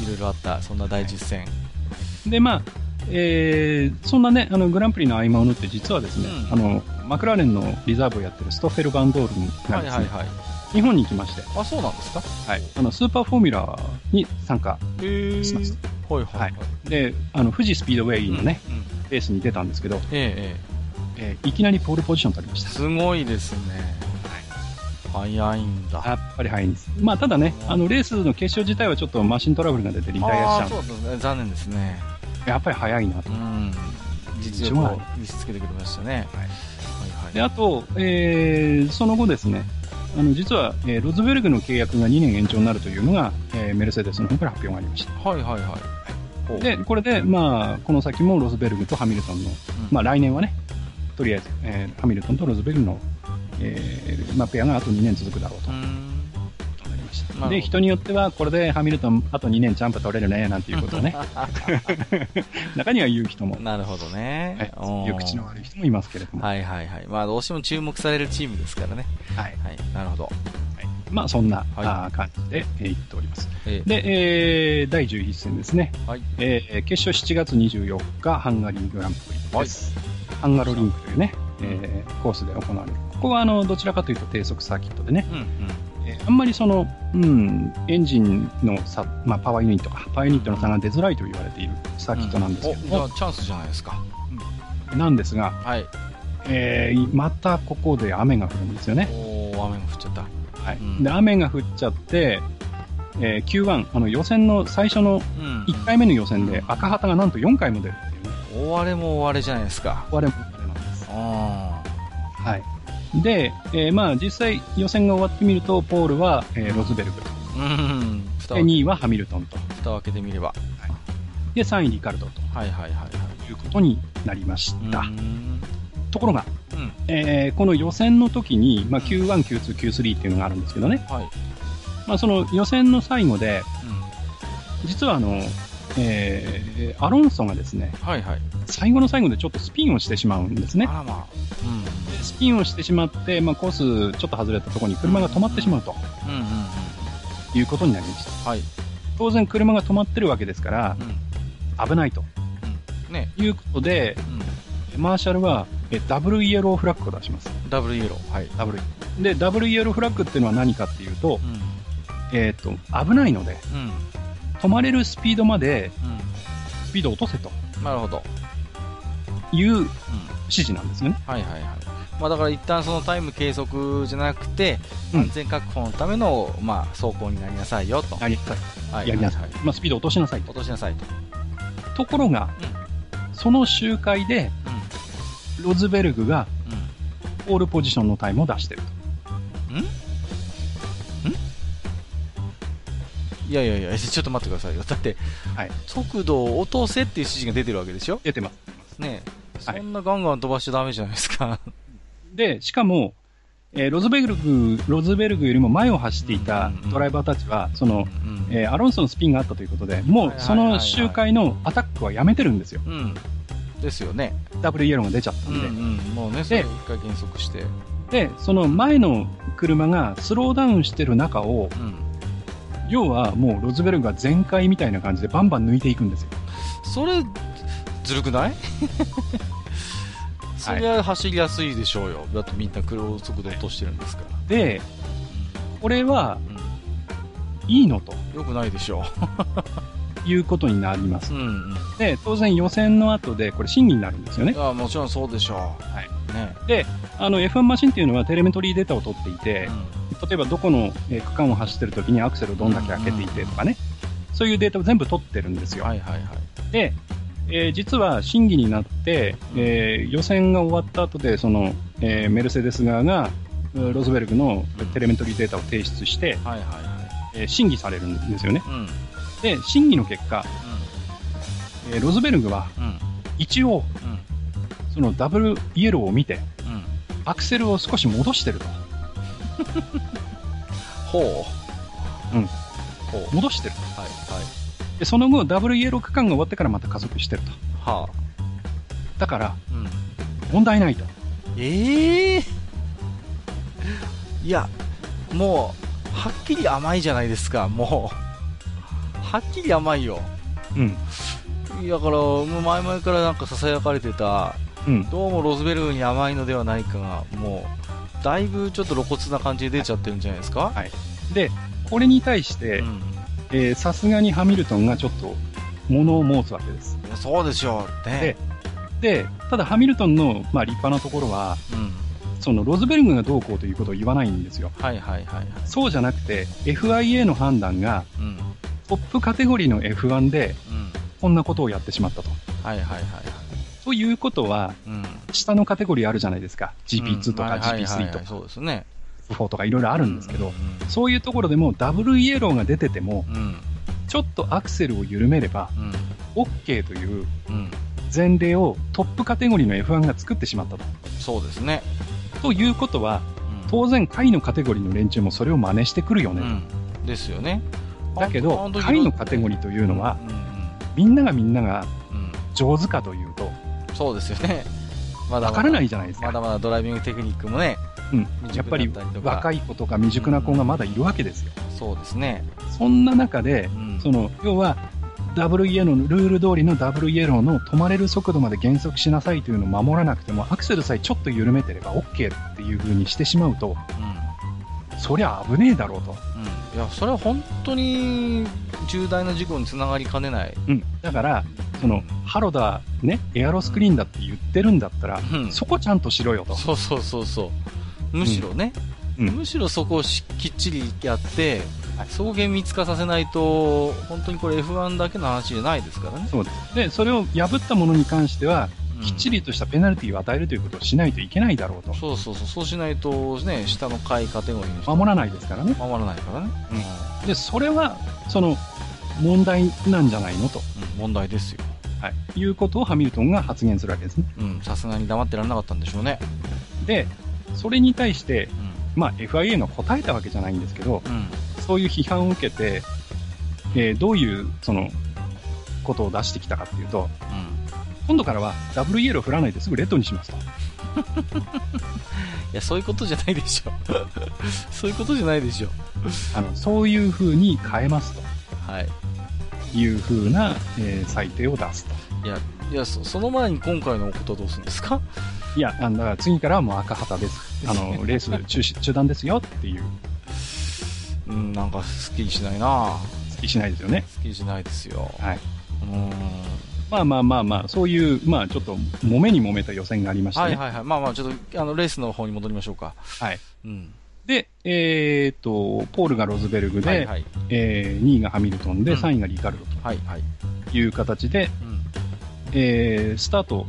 [SPEAKER 2] いろいろあったそんな第10戦
[SPEAKER 3] で、まあえーそんな、ね、あのグランプリの合間を縫って実はですね、
[SPEAKER 2] うん
[SPEAKER 3] あのマクラーレンのリザーブをやってるストッフェル・バンドールがです
[SPEAKER 2] はい
[SPEAKER 3] ね、
[SPEAKER 2] はいはい
[SPEAKER 3] 日本に来まして、
[SPEAKER 2] あそうなんですか
[SPEAKER 3] あのスーパーフォーミュラーに参加
[SPEAKER 2] へえ
[SPEAKER 3] しまし
[SPEAKER 2] はいはいは
[SPEAKER 3] はいいであの富士スピードウェイの、ね
[SPEAKER 2] うんうん
[SPEAKER 3] レースに出たんですけど
[SPEAKER 2] えええ
[SPEAKER 3] えーいきなりポールポジション取りまし
[SPEAKER 2] え
[SPEAKER 3] た。
[SPEAKER 2] すごいですね早いんだ
[SPEAKER 3] やっぱり早いんです。まあ、ただね、あの、レースの決勝自体はちょっとマシントラブルが出てリタイア
[SPEAKER 2] ああー
[SPEAKER 3] しち
[SPEAKER 2] そ
[SPEAKER 3] ゃ
[SPEAKER 2] うですね残念ですね
[SPEAKER 3] う。やっぱり早いなと
[SPEAKER 2] う。ん実力を見せつけてくれましたね
[SPEAKER 3] はい
[SPEAKER 2] はい
[SPEAKER 3] で、
[SPEAKER 2] はい
[SPEAKER 3] あと、えーその後ですね、あの、実は、えーロズベルグの契約が2年延長になるというのが、えーーメルセデスの方から発表がありました。
[SPEAKER 2] はいはいはい。ほう
[SPEAKER 3] で、これで、まあ、この先もロズベルグとハミルトンの、まあ、来年はね、とりあえず、えーハミルトンとロズベルグの、えーまあ、ペアがあと2年続くだろうと
[SPEAKER 2] うーん
[SPEAKER 3] ことになりまし
[SPEAKER 2] なるほ
[SPEAKER 3] た。
[SPEAKER 2] ど
[SPEAKER 3] で、人によっては、これでハミルトン、あと2年ジャンプ取れるね、なんていうこと をね、中には言う人も、
[SPEAKER 2] なるほど
[SPEAKER 3] は
[SPEAKER 2] ね
[SPEAKER 3] い。
[SPEAKER 2] うん
[SPEAKER 3] 言う口の悪い人もいますけれども、
[SPEAKER 2] はいはいはい。まあ、どうしても注目されるチームですからね。
[SPEAKER 3] はい
[SPEAKER 2] はい、なるほど。
[SPEAKER 3] まあ、そんな、
[SPEAKER 2] はい
[SPEAKER 3] あー感じで、えー言っております。
[SPEAKER 2] えー
[SPEAKER 3] で、えー第11戦ですね、
[SPEAKER 2] はい
[SPEAKER 3] えー決勝7月24日、ハンガリーグランプリです。ハンガロリンクというね、えーコースで行われる。ここはあのどちらかというと低速サーキットでね、
[SPEAKER 2] うんうん。
[SPEAKER 3] えーあんまりその、うん、エンジンの差、まあ、パワーユニットか、パワーユニットの差が出づらいと言われているサーキットなんです
[SPEAKER 2] お
[SPEAKER 3] けど
[SPEAKER 2] じゃ
[SPEAKER 3] も、
[SPEAKER 2] あチャンスじゃないですか。
[SPEAKER 3] なんですが、
[SPEAKER 2] はい。
[SPEAKER 3] えーまたここで雨が降るんですよね。
[SPEAKER 2] おー、雨も降っちゃった。
[SPEAKER 3] はい
[SPEAKER 2] うん
[SPEAKER 3] で雨が降っちゃって、えー Q1、あの予選の最初の
[SPEAKER 2] うん
[SPEAKER 3] 1回目の予選で赤旗がなんと4回も出るっていうね。
[SPEAKER 2] 大荒れも大荒れじゃないですか。
[SPEAKER 3] 我々もあれなんです。
[SPEAKER 2] あ
[SPEAKER 3] はい。で、えーまあ実際予選が終わってみると、ポールは、えーロズベルグと。
[SPEAKER 2] ーうん。蓋を
[SPEAKER 3] で、2位はハミルトンと。
[SPEAKER 2] 蓋を開けてみれば。
[SPEAKER 3] で、3位リカルドと
[SPEAKER 2] はいはいはいはい。
[SPEAKER 3] いうことになりまし
[SPEAKER 2] う
[SPEAKER 3] た。
[SPEAKER 2] ーん
[SPEAKER 3] ところが、
[SPEAKER 2] うん
[SPEAKER 3] えーこの予選の時に、まあ、
[SPEAKER 2] うん
[SPEAKER 3] Q1、Q2、Q3 っていうのがあるんですけどね。
[SPEAKER 2] はい。
[SPEAKER 3] まあその予選の最後で、
[SPEAKER 2] うん
[SPEAKER 3] 実はあの、えーアロンソがですね、
[SPEAKER 2] はいはい。
[SPEAKER 3] 最後の最後でちょっとスピンをしてしまうんですね
[SPEAKER 2] あ。らまあ。
[SPEAKER 3] でスピンをしてしまって、まあ、コースちょっと外れたところに車が止まってしまうと
[SPEAKER 2] うん。うんうんうん。
[SPEAKER 3] いうことになりました。
[SPEAKER 2] はい。
[SPEAKER 3] 当然車が止まってるわけですから
[SPEAKER 2] う、ん
[SPEAKER 3] 危ないと
[SPEAKER 2] うん。ね。
[SPEAKER 3] いうことで、
[SPEAKER 2] う
[SPEAKER 3] マーシャルはえダブルイエローフラッグを出します。
[SPEAKER 2] ん。ダブルイエロー。はい。
[SPEAKER 3] ダブルで、ダブルイエローフラッグっていうのは何かっていうと
[SPEAKER 2] う、ん。
[SPEAKER 3] えーっ、と、危ないので、
[SPEAKER 2] うん。
[SPEAKER 3] 止まれるスピードまで
[SPEAKER 2] う
[SPEAKER 3] スピードを落とせと
[SPEAKER 2] ん。なるほど。
[SPEAKER 3] いう指
[SPEAKER 2] うん。
[SPEAKER 3] 示なんですよね。
[SPEAKER 2] はいはいはい。まあだから一旦そのタイム計測じゃなくて、
[SPEAKER 3] うん
[SPEAKER 2] 安全確保のための、まあ、走行になりなさいよと。
[SPEAKER 3] やりなさい。
[SPEAKER 2] はい
[SPEAKER 3] やりなさい。まあ、スピードを落としなさい
[SPEAKER 2] 落
[SPEAKER 3] と。
[SPEAKER 2] としなさいと。
[SPEAKER 3] ところが、その集会で、
[SPEAKER 2] う
[SPEAKER 3] ロズベルグ
[SPEAKER 2] ん。
[SPEAKER 3] が
[SPEAKER 2] うん。
[SPEAKER 3] ポールポジションのタイムを出してる
[SPEAKER 2] いやいやいや、 ちょっと待ってくださいよ。だって、
[SPEAKER 3] はい
[SPEAKER 2] 速度を落とせっていう指示が出てるわけでしょ
[SPEAKER 3] 出てます。
[SPEAKER 2] ねえそ
[SPEAKER 3] はい
[SPEAKER 2] んなガンガン飛ばしちゃダメじゃないです か。
[SPEAKER 3] で、しかも、えーロズベルグ、ロズベルグよりも前を走っていた
[SPEAKER 2] うんうんうん
[SPEAKER 3] ドライバーたちは、その、
[SPEAKER 2] うん
[SPEAKER 3] えーアロンソのスピンがあったということで、もうその周回のアタックはやめてるんですよ。
[SPEAKER 2] うん。ですよね。
[SPEAKER 3] ダブルイエローが出ちゃった
[SPEAKER 2] うん
[SPEAKER 3] んで。
[SPEAKER 2] うん。もうね、それを一回減速して。
[SPEAKER 3] で、その前の車がスローダウンしてる中を、
[SPEAKER 2] うん。
[SPEAKER 3] 要はもうロズベルグが全開みたいな感じでバンバン抜いていくんですよ。
[SPEAKER 2] それ、ずるくない そりゃ走りやすいでしょうよ。だってみんな黒速度落としてるんですから。
[SPEAKER 3] で、これは
[SPEAKER 2] う
[SPEAKER 3] いいのと
[SPEAKER 2] ん、よくないでしょ
[SPEAKER 3] いうことになります
[SPEAKER 2] う。。ん、
[SPEAKER 3] で、当然予選の後でこれ審議になるんですよね
[SPEAKER 2] い。やもちろんそうでしょう。
[SPEAKER 3] はい
[SPEAKER 2] ね、
[SPEAKER 3] あの F1 マシンっていうのはテレメトリーデータを取っていて、例えばどこのえー区間を走ってる時にアクセルをどんだけ開けていてとかね、そういうデータを全部取ってるんです
[SPEAKER 2] うん
[SPEAKER 3] よ。
[SPEAKER 2] はいはいはい。
[SPEAKER 3] で、えー実は審議になって、えー予選が終わった後で、その、えーメルセデス側が、うんロズベルグのテレメトリーデータを提出して、
[SPEAKER 2] はいはいは
[SPEAKER 3] えー審議されるんですよね。
[SPEAKER 2] い。うん。うん。
[SPEAKER 3] で、審議の結果、えーロズベルグは
[SPEAKER 2] うん。
[SPEAKER 3] 一応、
[SPEAKER 2] うん。
[SPEAKER 3] そのダブルイエローを見て、
[SPEAKER 2] うん。
[SPEAKER 3] アクセルを少し戻してると。
[SPEAKER 2] ほう。
[SPEAKER 3] うん
[SPEAKER 2] ほう。
[SPEAKER 3] 戻してると。
[SPEAKER 2] はいはい。
[SPEAKER 3] で、その後、ダブルイエロー区間が終わってからまた加速してると。
[SPEAKER 2] はあ。
[SPEAKER 3] だから、
[SPEAKER 2] うん。
[SPEAKER 3] 問題ないと。
[SPEAKER 2] ええ いや、もう、はっきり甘いじゃないですか、もう。はっきり甘いよ。
[SPEAKER 3] うん。
[SPEAKER 2] いやだから、もう前々からなんか囁かれてた、
[SPEAKER 3] うん。
[SPEAKER 2] どうもロズベルグに甘いのではないかが、もう、だいぶちょっと露骨な感じで出ちゃってるんじゃないですか、
[SPEAKER 3] で、これに対して、
[SPEAKER 2] うん、
[SPEAKER 3] えーさすがにハミルトンがちょっと物を申すわけです。
[SPEAKER 2] いやそうでしょうね
[SPEAKER 3] で。で、ただハミルトンの、まあ、立派なところは、
[SPEAKER 2] うん。
[SPEAKER 3] そのロズベルグがどうこうということを言わないんですよ。
[SPEAKER 2] はいはいはいはい。
[SPEAKER 3] そうじゃなくて、FIA の判断が
[SPEAKER 2] うん。うん。
[SPEAKER 3] トップカテゴリーの F1 でこんなことをやってしまったと。
[SPEAKER 2] はいはいはいはい。
[SPEAKER 3] ということは、
[SPEAKER 2] うん。
[SPEAKER 3] 下のカテゴリーあるじゃないですか。
[SPEAKER 2] うん
[SPEAKER 3] GP2 とか
[SPEAKER 2] はいはいはいはい
[SPEAKER 3] GP3 とか。
[SPEAKER 2] そうですね。
[SPEAKER 3] 4とかいろいろあ
[SPEAKER 2] あ
[SPEAKER 3] るんですけど、そういうところでもダブルイエローが出てても、
[SPEAKER 2] うんうん
[SPEAKER 3] ちょっとアクセルを緩めれば、
[SPEAKER 2] うん
[SPEAKER 3] OK という
[SPEAKER 2] うん
[SPEAKER 3] 前例をトップカテゴリーの F1 が作ってしまったと。
[SPEAKER 2] そうですね、
[SPEAKER 3] ということは、
[SPEAKER 2] うん
[SPEAKER 3] 当然、下位のカテゴリーの連中もそれを真似してくるよ
[SPEAKER 2] う
[SPEAKER 3] ね。
[SPEAKER 2] んですよね
[SPEAKER 3] だけど、下位のカテゴリーというのは、
[SPEAKER 2] うんう
[SPEAKER 3] みんながみんなが
[SPEAKER 2] ん
[SPEAKER 3] 上手かというと、
[SPEAKER 2] うんそうですよね まだ
[SPEAKER 3] わ
[SPEAKER 2] まだ
[SPEAKER 3] からないじゃないです
[SPEAKER 2] ま
[SPEAKER 3] か。
[SPEAKER 2] だまだドライビングテクニックもね
[SPEAKER 3] うん
[SPEAKER 2] 未熟
[SPEAKER 3] やっぱり
[SPEAKER 2] だったりとか
[SPEAKER 3] 若い子とか未熟な子がまだいるわけですよ。
[SPEAKER 2] そうですね、
[SPEAKER 3] そんな中で、
[SPEAKER 2] うん
[SPEAKER 3] その、要は、ダブルイエローの、ルール通りのダブルイエローの止まれる速度まで減速しなさいというのを守らなくても、アクセルさえちょっと緩めてれば OK っていう風にしてしまうと、
[SPEAKER 2] う
[SPEAKER 3] そりゃ危ねえだろう
[SPEAKER 2] んう
[SPEAKER 3] と。
[SPEAKER 2] ん、いやそれは本当に重大な事故につながりかねない、
[SPEAKER 3] うん。だから、その、ハロだ、ね、エアロスクリーンだって言ってるんだったら、
[SPEAKER 2] うん、
[SPEAKER 3] そこちゃんとしろよと。
[SPEAKER 2] そうそうそうそうむしろね、
[SPEAKER 3] うん
[SPEAKER 2] むしろそこをしきっちりやって
[SPEAKER 3] はい
[SPEAKER 2] 草原密化させないと本当にこれ F1 だけの話じゃないですからね、
[SPEAKER 3] そうです。で、それを破ったものに関しては、
[SPEAKER 2] うん
[SPEAKER 3] きっちりとしたペナルティーを与えるということをしないといけないだろうと。
[SPEAKER 2] そうそうそうそうしないとね下の下位カテゴリーの人は
[SPEAKER 3] 守らないですからね。
[SPEAKER 2] 守らないからね、
[SPEAKER 3] で、それは、その、問題なんじゃないのと。
[SPEAKER 2] うん問題ですよ
[SPEAKER 3] はい、いうことをハミルトンが発言するわけですね。
[SPEAKER 2] うんさすがに黙ってられなかったんでしょうね
[SPEAKER 3] で、それに対して、
[SPEAKER 2] う
[SPEAKER 3] まあ、FIA が答えたわけじゃないんですけど、
[SPEAKER 2] ん、うん
[SPEAKER 3] そういう批判を受けて、えーどういうそのことを出してきたかっていうと、今度からはダブルイエロー振らないですぐレッドにしますと。
[SPEAKER 2] いやそういうことじゃないでしょ そういうことじゃないでしょ
[SPEAKER 3] あのそういう風に変えますと
[SPEAKER 2] はい
[SPEAKER 3] いう風な、えー裁定を出すと。
[SPEAKER 2] いやいやそその前に今回のことはどうするんですか
[SPEAKER 3] いや、あのだから次からはもう赤旗です。あの、レース中止、中断ですよっていう、
[SPEAKER 2] うんなんかすっきりしないな
[SPEAKER 3] 好きしないですよね。
[SPEAKER 2] すっきりしないですよ
[SPEAKER 3] はい。
[SPEAKER 2] うーん
[SPEAKER 3] まあまあまあまあ、そういう、まあちょっと揉めに揉めた予選がありましてね。
[SPEAKER 2] はいはいはいまあまあちょっとあのレースの方に戻りましょうか
[SPEAKER 3] はい
[SPEAKER 2] うん
[SPEAKER 3] で、えーっと、ポールがロズベルグで、
[SPEAKER 2] はいはい
[SPEAKER 3] えー2位がハミルトンで、
[SPEAKER 2] うん
[SPEAKER 3] 3位がリカルド
[SPEAKER 2] はいはい
[SPEAKER 3] という形で、
[SPEAKER 2] うん
[SPEAKER 3] えースタート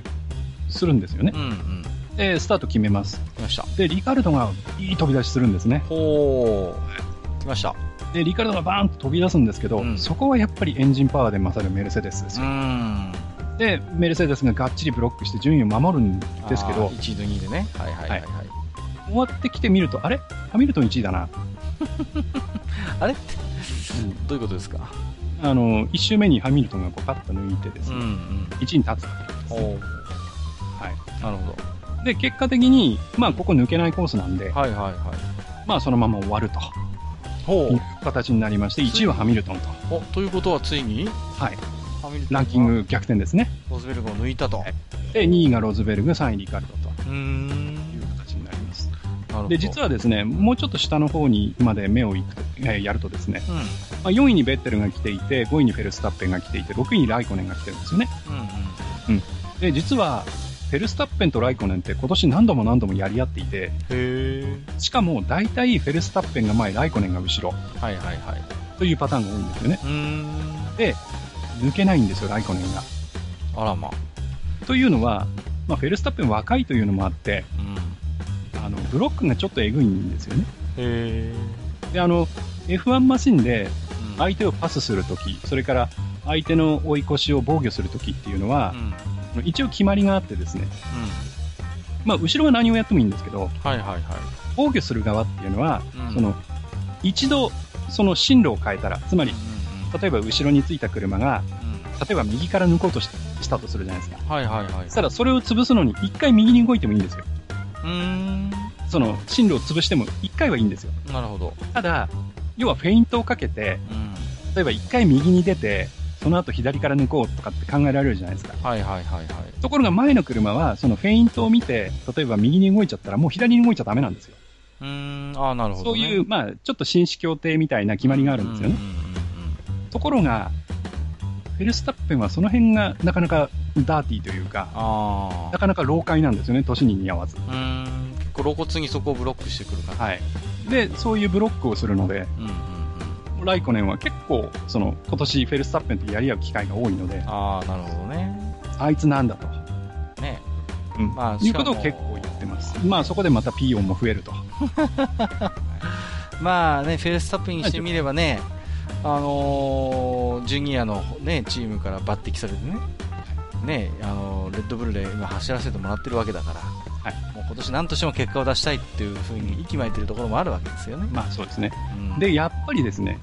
[SPEAKER 3] するんですよね
[SPEAKER 2] う。んうん
[SPEAKER 3] で、スタート決めます。
[SPEAKER 2] 来ました
[SPEAKER 3] で、リカルドがいい飛び出しするんですね。
[SPEAKER 2] ほう来ました
[SPEAKER 3] で、リカルドがバーンと飛び出すんですけど、
[SPEAKER 2] うん
[SPEAKER 3] そこはやっぱりエンジンパワーで勝るメルセデスです
[SPEAKER 2] う
[SPEAKER 3] よ。
[SPEAKER 2] ん
[SPEAKER 3] で、メルセデスががっちりブロックして順位を守るんですけど、
[SPEAKER 2] 1位と2位でねはいはいはいはい
[SPEAKER 3] 終わってきてみると、あれハミルトン1位だな。
[SPEAKER 2] あれってどういうことですか
[SPEAKER 3] あの、1周目にハミルトンがこうパッと抜いてです
[SPEAKER 2] うんう
[SPEAKER 3] ね、
[SPEAKER 2] ん
[SPEAKER 3] 1位に立つわけですね。
[SPEAKER 2] ほう
[SPEAKER 3] はい。
[SPEAKER 2] なるほど
[SPEAKER 3] で、結果的に、まあ、ここ抜けないコースなんで、
[SPEAKER 2] はいはいはい
[SPEAKER 3] まあ、そのまま終わると
[SPEAKER 2] ほ
[SPEAKER 3] いう形になりまして、1位はハミルトンと。
[SPEAKER 2] おということはついに
[SPEAKER 3] はい。
[SPEAKER 2] ハミルトンが
[SPEAKER 3] ランキング逆転ですね。
[SPEAKER 2] ロズベルグを抜いたと、
[SPEAKER 3] はいで、2位がロズベルグ、3位リカルド
[SPEAKER 2] うーん
[SPEAKER 3] という形になります。
[SPEAKER 2] なるほど
[SPEAKER 3] で、実はですね、もうちょっと下の方にまで目をいくと、えーやるとですね、
[SPEAKER 2] うんうん
[SPEAKER 3] まあ、4位にベッテルが来ていて、5位にフェルスタッペンが来ていて、6位にライコネンが来てるんですよね。で、実は、フェルスタッペンとライコネンって今年何度も何度もやり合っていて、
[SPEAKER 2] うんへ
[SPEAKER 3] しかも大体フェルスタッペンが前、ライコネンが後ろ
[SPEAKER 2] えはいはいはい
[SPEAKER 3] というパターンが多いんですよね。
[SPEAKER 2] うーん
[SPEAKER 3] 抜けないんですよ、ライコネンが。
[SPEAKER 2] あらま
[SPEAKER 3] というのは、まあ、フェルスタッペン若いというのもあって、
[SPEAKER 2] うん
[SPEAKER 3] あのブロックがちょっとえぐいんですよね。
[SPEAKER 2] へえ
[SPEAKER 3] で、あの、F1 マシンで相手をパスするとき、それから相手の追い越しを防御するときっていうの
[SPEAKER 2] う
[SPEAKER 3] は
[SPEAKER 2] ん、うん
[SPEAKER 3] 一応決まりがあってですね、まあ、後ろは何をやってもいいんですけど、
[SPEAKER 2] はいはいはい
[SPEAKER 3] 防御する側っていうのは、
[SPEAKER 2] うん
[SPEAKER 3] その、一度、その進路を変えたら、つま
[SPEAKER 2] うん
[SPEAKER 3] り、例えば後ろについた車が、
[SPEAKER 2] うんうん
[SPEAKER 3] 例えば右から抜こうとししたとするじゃないですか。
[SPEAKER 2] はいはいはい
[SPEAKER 3] そしたらそれを潰すのに一回右に動いてもいいんですよ。
[SPEAKER 2] うーん
[SPEAKER 3] その進路を潰しても一回はいいんですよ。
[SPEAKER 2] なるほど
[SPEAKER 3] ただ、要はフェイントをかけて、
[SPEAKER 2] うん
[SPEAKER 3] 例えば一回右に出て、その後左から抜こうとかって考えられるじゃないですか。
[SPEAKER 2] はいはいはいはい
[SPEAKER 3] ところが前の車は、そのフェイントを見て、例えば右に動いちゃったらもう左に動いちゃダメなんですよ。
[SPEAKER 2] うーんああなるほ
[SPEAKER 3] そ
[SPEAKER 2] ど、
[SPEAKER 3] う
[SPEAKER 2] ね、
[SPEAKER 3] いう、まあ、ちょっと紳士協定みたいな決まりがあるんですよね。
[SPEAKER 2] うんうんうんうん
[SPEAKER 3] ところが、フェルスタッペンはその辺がなかなかダーティーというか、
[SPEAKER 2] あ
[SPEAKER 3] な
[SPEAKER 2] あ
[SPEAKER 3] かなか老快なんですよね、年に似合わず。
[SPEAKER 2] うーん結構露骨にそこをブロックしてくるから
[SPEAKER 3] はい。で、そういうブロックをするので、
[SPEAKER 2] うんうんうん
[SPEAKER 3] ライコネンは結構、その、今年フェルスタッペンとやり合う機会が多いので、
[SPEAKER 2] ああなるほどね
[SPEAKER 3] あいつなんだと。
[SPEAKER 2] ね
[SPEAKER 3] うん
[SPEAKER 2] まあ
[SPEAKER 3] いうことを
[SPEAKER 2] し
[SPEAKER 3] 結
[SPEAKER 2] かも
[SPEAKER 3] 構言っってます。まあそこでまたピーヨンも増えると。
[SPEAKER 2] まあね、フェルスタップにしてみればね、あのージュニアの、ね、チームから抜擢されてね、ねあのーレッドブルで今走らせてもらってるわけだから、
[SPEAKER 3] はい
[SPEAKER 2] もう今年なんとしても結果を出したいっていうふうに息巻いてるところもあるわけですよね。
[SPEAKER 3] まあそうですね。
[SPEAKER 2] うん、
[SPEAKER 3] で、やっぱりですね、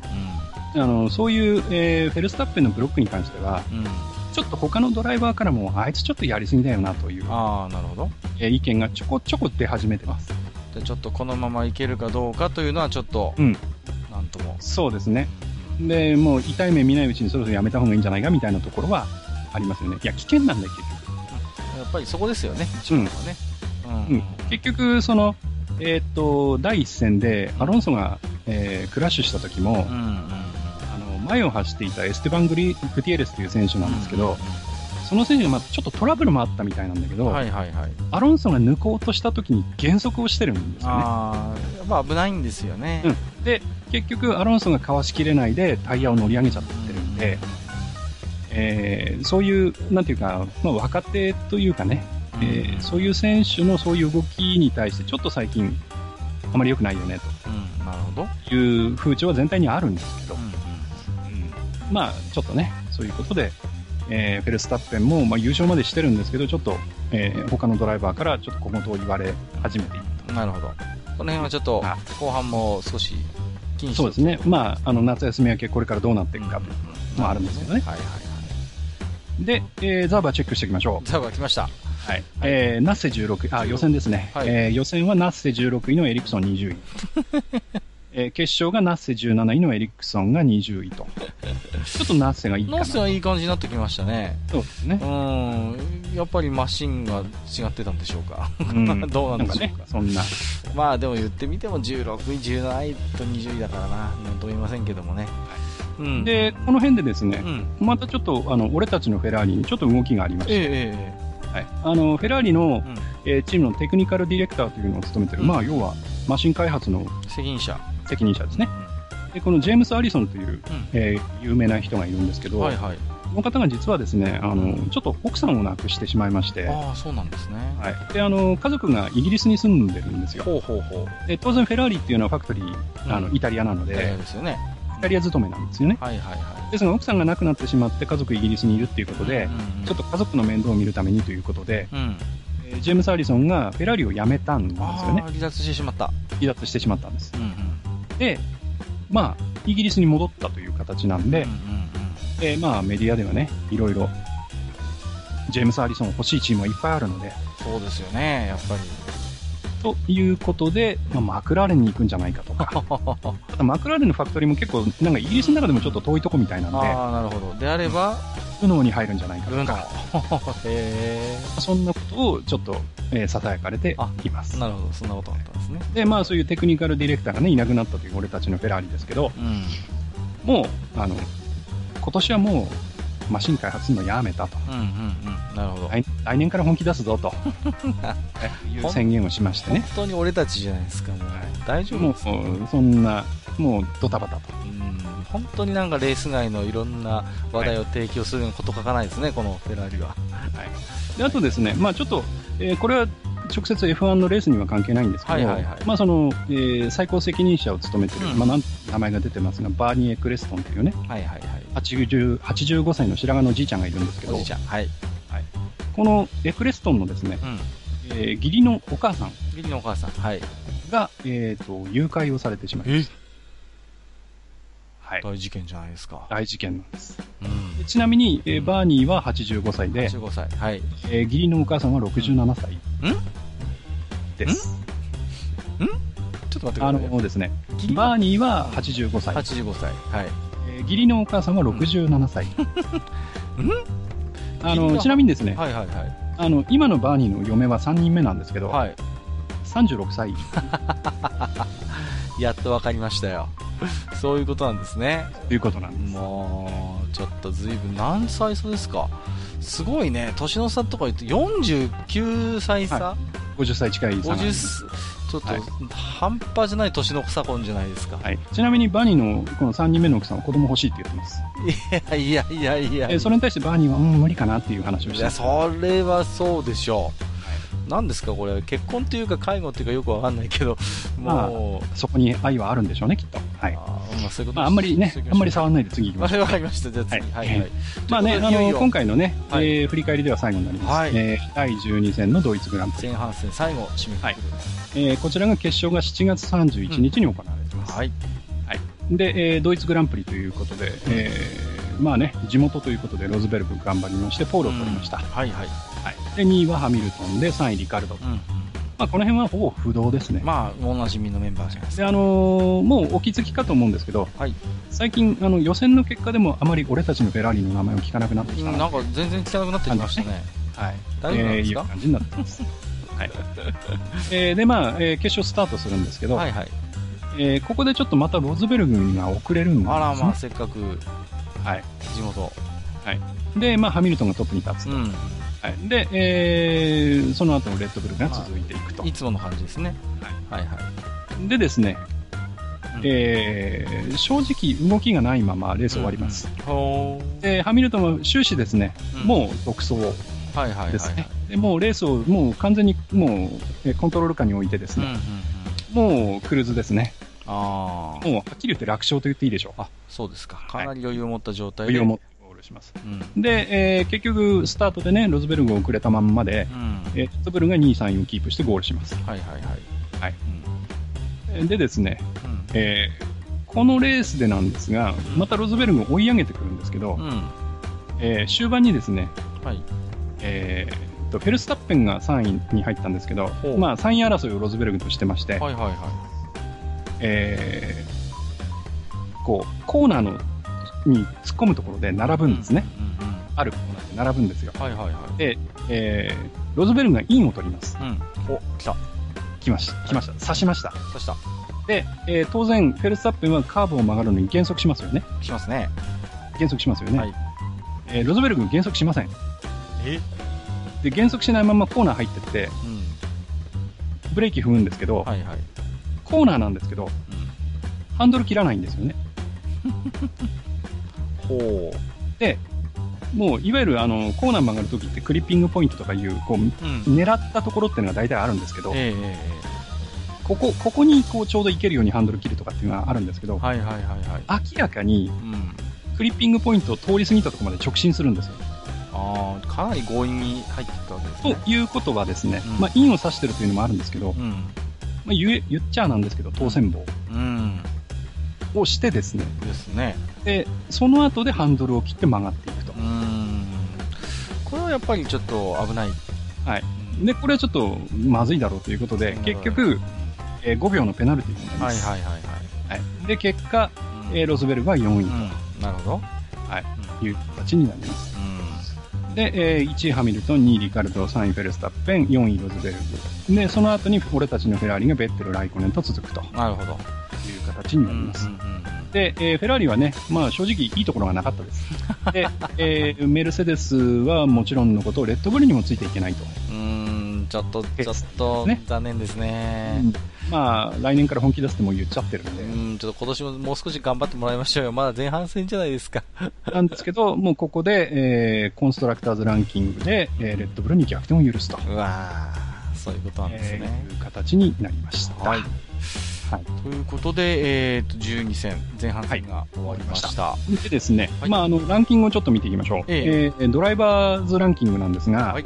[SPEAKER 2] う
[SPEAKER 3] あのそういう、えーフェルスタッペンのブロックに関しては、
[SPEAKER 2] ん、うん、
[SPEAKER 3] ちょっと他のドライバーからも、あいつちょっとやりすぎだよなという、
[SPEAKER 2] ああ、なるほど。
[SPEAKER 3] えー意見がちょこちょこ出始めてます。
[SPEAKER 2] じゃあちょっとこのままいけるかどうかというのはちょっと、
[SPEAKER 3] うん
[SPEAKER 2] なんとも。
[SPEAKER 3] そうですね。で、もう痛い目見ないうちにそろそろやめた方がいいんじゃないかみたいなところはありますよね。いや、危険なんだよ、
[SPEAKER 2] やっぱりそこですよね、
[SPEAKER 3] 結局。
[SPEAKER 2] ね。
[SPEAKER 3] うん。うん、結局、その、えーっと、第一戦でアロンソが、えークラッシュした時も、
[SPEAKER 2] うん、うん、
[SPEAKER 3] あの前を走っていたエステバングリ・グティエレスという選手
[SPEAKER 2] う。
[SPEAKER 3] なんんですけど、その選手がまあちょっとトラブルもあったみたいなんだけど、
[SPEAKER 2] はいはいはい。
[SPEAKER 3] アロンソが抜こうとした時に減速をしてるんですよね。
[SPEAKER 2] ああ、まあ危ないんですよね。
[SPEAKER 3] うんで、結局、アロンソがかわしきれないでタイヤを乗り上げちゃってるんで、えーそういう、なんていうか、まあ、若手というかね、
[SPEAKER 2] うん
[SPEAKER 3] えーそういう選手のそういう動きに対して、ちょっと最近、あまり良くないよね
[SPEAKER 2] うん、なるほど。
[SPEAKER 3] という風潮は全体にあるんですけど、
[SPEAKER 2] うん
[SPEAKER 3] まあ、ちょっとね、そういうことで、えーフェルスタッペンも、まあ、優勝までしてるんですけど、ちょっと、えー他のドライバーからちょっと小言を言われ始めている
[SPEAKER 2] うんなるほど。この辺はちょっと
[SPEAKER 3] あ
[SPEAKER 2] 後半も少し気にして
[SPEAKER 3] そうですね、まあ、あの夏休み明け、これからどうなっていくかと、まああるんですけどね
[SPEAKER 2] はいはいはい。
[SPEAKER 3] で、えーザーバーチェックしていきましょう。
[SPEAKER 2] ザブが来ました。
[SPEAKER 3] はい。えーナッセ16あ、予選ですね。
[SPEAKER 2] はい
[SPEAKER 3] えー予選はナッセ16位のエ リクソン20位。えー決勝がナッセ17位のエリクソンが20位と。 ちょっとナッセがいいか
[SPEAKER 2] ノ
[SPEAKER 3] な。
[SPEAKER 2] ース
[SPEAKER 3] そう
[SPEAKER 2] がいい感じになってきましたね。
[SPEAKER 3] ですね
[SPEAKER 2] う。ん、やっぱりマシンが違ってたんでしょうか。
[SPEAKER 3] うん
[SPEAKER 2] どうなんでしょうか
[SPEAKER 3] ね、そんな。
[SPEAKER 2] まあでも言ってみても16位、17位と20位だからな、なんとも言いませんけどもね。うん、
[SPEAKER 3] で、この辺でです
[SPEAKER 2] う
[SPEAKER 3] ね、
[SPEAKER 2] ん、
[SPEAKER 3] またちょっと、あの、俺たちのフェラーリにちょっと動きがありまし
[SPEAKER 2] ええ
[SPEAKER 3] て、
[SPEAKER 2] え
[SPEAKER 3] はい。あの、フェラーリの
[SPEAKER 2] え、うん、
[SPEAKER 3] えーチームのテクニカルディレクターというのを務めてる、
[SPEAKER 2] うん
[SPEAKER 3] まあ、要は、マシン開発の
[SPEAKER 2] 責任者。
[SPEAKER 3] 責任者ですね。
[SPEAKER 2] う
[SPEAKER 3] で、このジェームス・アリソンという、
[SPEAKER 2] ん
[SPEAKER 3] えー有名な人がいるんですけ
[SPEAKER 2] う
[SPEAKER 3] ど、
[SPEAKER 2] ん、はいはい。
[SPEAKER 3] この方が実はですね、あの、ちょっと奥さんを亡くしてしまいまして、は
[SPEAKER 2] ああ、そうなんですね。
[SPEAKER 3] い。で、あの、家族がイギリスに住んでるんですよ。
[SPEAKER 2] ほうほうほう。
[SPEAKER 3] で、当然フェラーリっていうのはファクトリー、あの、
[SPEAKER 2] うん
[SPEAKER 3] イタリアなの
[SPEAKER 2] ええ
[SPEAKER 3] で、
[SPEAKER 2] ですよね。
[SPEAKER 3] イタリア勤めなんですよね。
[SPEAKER 2] はいはいはい。
[SPEAKER 3] ですが、奥さんが亡くなってしまって家族イギリスにいるっていうことで
[SPEAKER 2] う、んうん、
[SPEAKER 3] ちょっと家族の面倒を見るためにということで、
[SPEAKER 2] うん、
[SPEAKER 3] えージェームス・アリソンがフェラーリを辞めたんですよ
[SPEAKER 2] ああ、
[SPEAKER 3] ね。
[SPEAKER 2] 離脱してしまった。
[SPEAKER 3] 離脱してしまったんです
[SPEAKER 2] う。んうん。
[SPEAKER 3] で、まあ、イギリスに戻ったという形なんで
[SPEAKER 2] うん、
[SPEAKER 3] えーまあ、メディアではね、いろいろ、ジェームス・アリソン欲しいチームはいっぱいあるので、
[SPEAKER 2] うんうん、そうですよね、やっぱり。
[SPEAKER 3] ということで、まあ、マクラーレンに行くんじゃないか とか、ただマクラーレンのファクトリーも結構、なんかイギリスの中でもちょっと遠いとこみたいなんで、
[SPEAKER 2] ああ、なるほど。であれば、
[SPEAKER 3] 右脳に入るんじゃないか
[SPEAKER 2] ル
[SPEAKER 3] と
[SPEAKER 2] ンダ
[SPEAKER 3] か、
[SPEAKER 2] ー。へ
[SPEAKER 3] そんなことをちょっと、えー、囁かれていま
[SPEAKER 2] え。
[SPEAKER 3] す。
[SPEAKER 2] なるほど、そんなことだったんですね。
[SPEAKER 3] で、まあそういうテクニカルディレクターがね、いなくなったという俺たちのフェラーリですけど、
[SPEAKER 2] うん。
[SPEAKER 3] もう、あの、今年はもう、マシン開発するのやめたと。
[SPEAKER 2] うんうんうん。なるほど。
[SPEAKER 3] 来来年から本気出す ぞという宣言をしまして
[SPEAKER 2] 本
[SPEAKER 3] ね。
[SPEAKER 2] 当に俺たちじゃないですか、もう。大丈夫
[SPEAKER 3] もう、そんな、もうドタバタと。
[SPEAKER 2] うん本当になんかレース外のいろんな話題を提供するようなこと書かないですね、このフェラーリは。
[SPEAKER 3] であとですね、まあ、ちょっと、えーこれは直接 F1 のレースには関係ないんですけど、
[SPEAKER 2] はいはいはい
[SPEAKER 3] まあそのえー最高責任者を務めてる、
[SPEAKER 2] うん
[SPEAKER 3] まあ、なん名前が出てますが、バーニー・エクレストンというね、
[SPEAKER 2] はいはいはい。
[SPEAKER 3] 80 85歳の白髪のじいちゃんがいるんですけ
[SPEAKER 2] お
[SPEAKER 3] ど
[SPEAKER 2] じい、ちゃん。はい。
[SPEAKER 3] このエクレストンのですね、
[SPEAKER 2] うん。
[SPEAKER 3] えー義理のお母さん
[SPEAKER 2] ビリのお母さん。はい。
[SPEAKER 3] が、えー、と誘拐をされてしまいました。はい、
[SPEAKER 2] 大事件じゃないですか。
[SPEAKER 3] 大事件なんです。
[SPEAKER 2] うん。
[SPEAKER 3] でちなみに、えーバーニーは85歳で、
[SPEAKER 2] 15歳。はい。
[SPEAKER 3] えー義理のお母さんは67歳です。
[SPEAKER 2] ちょっと待ってくだ
[SPEAKER 3] あ
[SPEAKER 2] さい
[SPEAKER 3] の
[SPEAKER 2] ね。
[SPEAKER 3] ですね、
[SPEAKER 2] ギリ
[SPEAKER 3] バーニーは85歳。
[SPEAKER 2] 85歳。はい。
[SPEAKER 3] えー義理のお母さんは67歳。 あ
[SPEAKER 2] 義理
[SPEAKER 3] の
[SPEAKER 2] の
[SPEAKER 3] ちなみにですね、
[SPEAKER 2] はいはいはい。
[SPEAKER 3] あの今のバーニーの嫁は3人目なんですけど、
[SPEAKER 2] はい。
[SPEAKER 3] 36歳、
[SPEAKER 2] やっとわかりましたよ。 そういうことなんですね。
[SPEAKER 3] ということなんです。
[SPEAKER 2] もう、ちょっとずいぶん、何歳差ですかすごいね。年の差とか言って49歳差、
[SPEAKER 3] は50歳近い差なんで
[SPEAKER 2] 50
[SPEAKER 3] す。
[SPEAKER 2] すちょっと、
[SPEAKER 3] はい
[SPEAKER 2] 半端じゃない年の差婚じゃないですか、
[SPEAKER 3] はい、ちなみにバーニーのこの3人目の奥さんは子供欲しいって言ってます。
[SPEAKER 2] い、やいやいやいや
[SPEAKER 3] えーそれに対してバーニーは、うん、無理かなっていう話をし
[SPEAKER 2] い
[SPEAKER 3] て
[SPEAKER 2] や
[SPEAKER 3] ます。
[SPEAKER 2] それはそうでしょう、
[SPEAKER 1] 何ですかこれ結婚というか介護というかよくわかんないけどもう
[SPEAKER 3] そこに愛はあるんでしょうね、きっと。はい。
[SPEAKER 1] あーまあそういうこと
[SPEAKER 3] まあ、あんまりね
[SPEAKER 1] していき、
[SPEAKER 3] あんまり
[SPEAKER 1] しょう
[SPEAKER 3] 触んないで次行きましょう。
[SPEAKER 1] わかりましたじゃあ次は
[SPEAKER 3] はいい
[SPEAKER 1] はい
[SPEAKER 3] まあね、
[SPEAKER 1] ということ
[SPEAKER 3] あ
[SPEAKER 1] でいよい
[SPEAKER 3] の、
[SPEAKER 1] よ
[SPEAKER 3] 今回のね、
[SPEAKER 1] はい
[SPEAKER 3] えー振り返りでは最後になります。
[SPEAKER 1] はい
[SPEAKER 3] えー第12戦のドイツグランプリ。
[SPEAKER 2] 前半戦最後締めくくる
[SPEAKER 3] えーこちらが決勝が7月31日に行われてます。
[SPEAKER 2] はい
[SPEAKER 3] で、えードイツグランプリということで、えーまあね、地元ということでロズベルク頑張りまして、ポールを取りました。
[SPEAKER 2] はいはい
[SPEAKER 3] はい、で、2位はハミルトンで、3位リカルド。まあ、この辺はほぼ不動ですね。
[SPEAKER 2] まあおなじみのメンバーじゃないです
[SPEAKER 3] で、あのーもうお気づきかと思うんですけど、
[SPEAKER 2] はい
[SPEAKER 3] 最近、あの、予選の結果でもあまり俺たちのフェラーリの名前を聞かなくなってき
[SPEAKER 2] か
[SPEAKER 3] た
[SPEAKER 2] うんな
[SPEAKER 3] な、
[SPEAKER 2] んか全然聞かなくなってきましたね
[SPEAKER 3] はい。
[SPEAKER 2] 大丈夫なんですか
[SPEAKER 3] えーいう感じになってます。はい。えーで、まあ、えー決勝スタートするんですけど、
[SPEAKER 2] はいはい
[SPEAKER 3] えーここでちょっとまたロズベルグが遅れるんですね。
[SPEAKER 2] あらまあせっかく
[SPEAKER 3] はい。
[SPEAKER 2] 地元
[SPEAKER 3] で、まあ、ハミルトンがトップに立つ。
[SPEAKER 2] うん
[SPEAKER 3] はい。で、えーその後のレッドブルが続いていくと。
[SPEAKER 2] いつもの感じですねはいはい
[SPEAKER 3] でですね、
[SPEAKER 2] うん
[SPEAKER 3] えー正直動きがないままレース終わります。
[SPEAKER 2] ほ
[SPEAKER 3] で、ハミルトンは終始ですね、
[SPEAKER 2] ー
[SPEAKER 3] もう独走
[SPEAKER 2] うんはいはいはい
[SPEAKER 3] ですね
[SPEAKER 2] は。
[SPEAKER 3] でもうレースをもう完全にもうえーコントロール下に置いてです
[SPEAKER 2] いうんうん
[SPEAKER 3] ね、
[SPEAKER 2] うん
[SPEAKER 3] もうクルーズですね。
[SPEAKER 2] ああ
[SPEAKER 3] もうはっきり言って楽勝と言っていいでしょう。
[SPEAKER 2] そうですかかなり余裕を持った状態
[SPEAKER 3] 余
[SPEAKER 2] で
[SPEAKER 3] 裕を持ってゴールします。
[SPEAKER 2] うん
[SPEAKER 3] で、えー結局スタートでね、ロズベルグを遅れたまんまで、
[SPEAKER 2] うん
[SPEAKER 3] えーレッドブルが2位、3位をキープしてゴールします。
[SPEAKER 2] はいはいはい
[SPEAKER 3] はい
[SPEAKER 2] うん
[SPEAKER 3] でですね、
[SPEAKER 2] うん
[SPEAKER 3] えーこのレースでなんですが、またロズベルグを追い上げてくるんですけど、
[SPEAKER 2] うん
[SPEAKER 3] えー終盤にですね、
[SPEAKER 2] はい
[SPEAKER 3] えーとフェルスタッペンが3位に入ったんですけど
[SPEAKER 2] ほう、
[SPEAKER 3] まあ、3位争いをロズベルグとしてまして、
[SPEAKER 2] はいはいは
[SPEAKER 3] えーこうコーナーのに突っ込むところで並ぶ
[SPEAKER 2] い
[SPEAKER 3] んですね、
[SPEAKER 2] うんうんうん
[SPEAKER 3] あるコーナーで並ぶんですよ、
[SPEAKER 2] はいはいはい
[SPEAKER 3] えーロズベルグがインを取ります、
[SPEAKER 2] うんお来た
[SPEAKER 3] 来ました、来ました刺しました、
[SPEAKER 2] 刺した
[SPEAKER 3] でえー当然、フェルスタッペンはカーブを曲がるのに減速しますよね、
[SPEAKER 2] 来ますね
[SPEAKER 3] 減速しますよね、
[SPEAKER 2] はい
[SPEAKER 3] えーロズベルグ減速しません
[SPEAKER 2] え
[SPEAKER 3] で、減速しないままコーナー入ってって、
[SPEAKER 2] うん
[SPEAKER 3] ブレーキ踏むんですけど、
[SPEAKER 2] はいはい
[SPEAKER 3] コーナーなんですけど、ハンドル切らないんですよね。
[SPEAKER 2] ほ
[SPEAKER 3] で、もういわゆるあのコーナー曲がるときってクリッピングポイントとかいうこう
[SPEAKER 2] ううん
[SPEAKER 3] 狙ったところっていうのが大体あるんですけど、
[SPEAKER 2] えええええ
[SPEAKER 3] ここここにこうちょうどいけるようにハンドル切るとかっていうのがあるんですけど、
[SPEAKER 2] えはいはいはいはい
[SPEAKER 3] 明らかに
[SPEAKER 2] うん
[SPEAKER 3] クリッピングポイントを通り過ぎたところまで直進するんですよ。
[SPEAKER 2] ああかなり強引に入っていったわけです
[SPEAKER 3] と
[SPEAKER 2] ね
[SPEAKER 3] いうことはですね、
[SPEAKER 2] うん
[SPEAKER 3] まあ、インを指してるというのもあるんですけど、
[SPEAKER 2] うん
[SPEAKER 3] まあ、言え言っちゃなんですけど、当選棒
[SPEAKER 2] うん
[SPEAKER 3] をしてですね、
[SPEAKER 2] ですね
[SPEAKER 3] でその後でハンドルを切って曲がっていくと
[SPEAKER 2] う。んこれはやっぱりちょっと危ない
[SPEAKER 3] はい
[SPEAKER 2] うん
[SPEAKER 3] で、これはちょっとまずいだろうということで、結局、えー5秒のペナルティーになりま
[SPEAKER 2] はい
[SPEAKER 3] す。
[SPEAKER 2] はいはいはい
[SPEAKER 3] はい、で、結果、
[SPEAKER 2] うん
[SPEAKER 3] えーロズベルグは4位
[SPEAKER 2] うんなるほど
[SPEAKER 3] はい
[SPEAKER 2] うん
[SPEAKER 3] という形になります。
[SPEAKER 2] うん
[SPEAKER 3] で、えー1位ハミルトン、2位リカルド、3位フェルスタッペン、4位ロズベルグ。で、その後に俺たちのフェラーリがベッテル、ライコネンと続くとい
[SPEAKER 2] なるほど
[SPEAKER 3] う形になります。で、えーフェラーリはね、まあ正直いいところがなかったです。で、えーメルセデスはもちろんのこと、レッドブルにもついていけないと。
[SPEAKER 2] うんうんうんちょっとちょっと
[SPEAKER 3] ね
[SPEAKER 2] 残念ですね
[SPEAKER 3] まあ来年から本気出すってもう言っちゃってるんで。
[SPEAKER 2] うん、ちょっと今年ももう少し頑張ってもらいましょうよ。まだ前半戦じゃないですか。
[SPEAKER 3] なんですけど、もうここで、えーコンストラクターズランキングで、えーレッドブルに逆転を許すと、
[SPEAKER 2] うわーそういうことなんですね
[SPEAKER 3] え。ーいう形になりました。
[SPEAKER 2] はい。ということで、えー、と12戦、前半戦が終わりました。
[SPEAKER 3] でですね、
[SPEAKER 2] はい
[SPEAKER 3] まあ、あのランキングをちょっと見ていきましょう、
[SPEAKER 2] え
[SPEAKER 3] えードライバーズランキングなんですが、
[SPEAKER 2] はい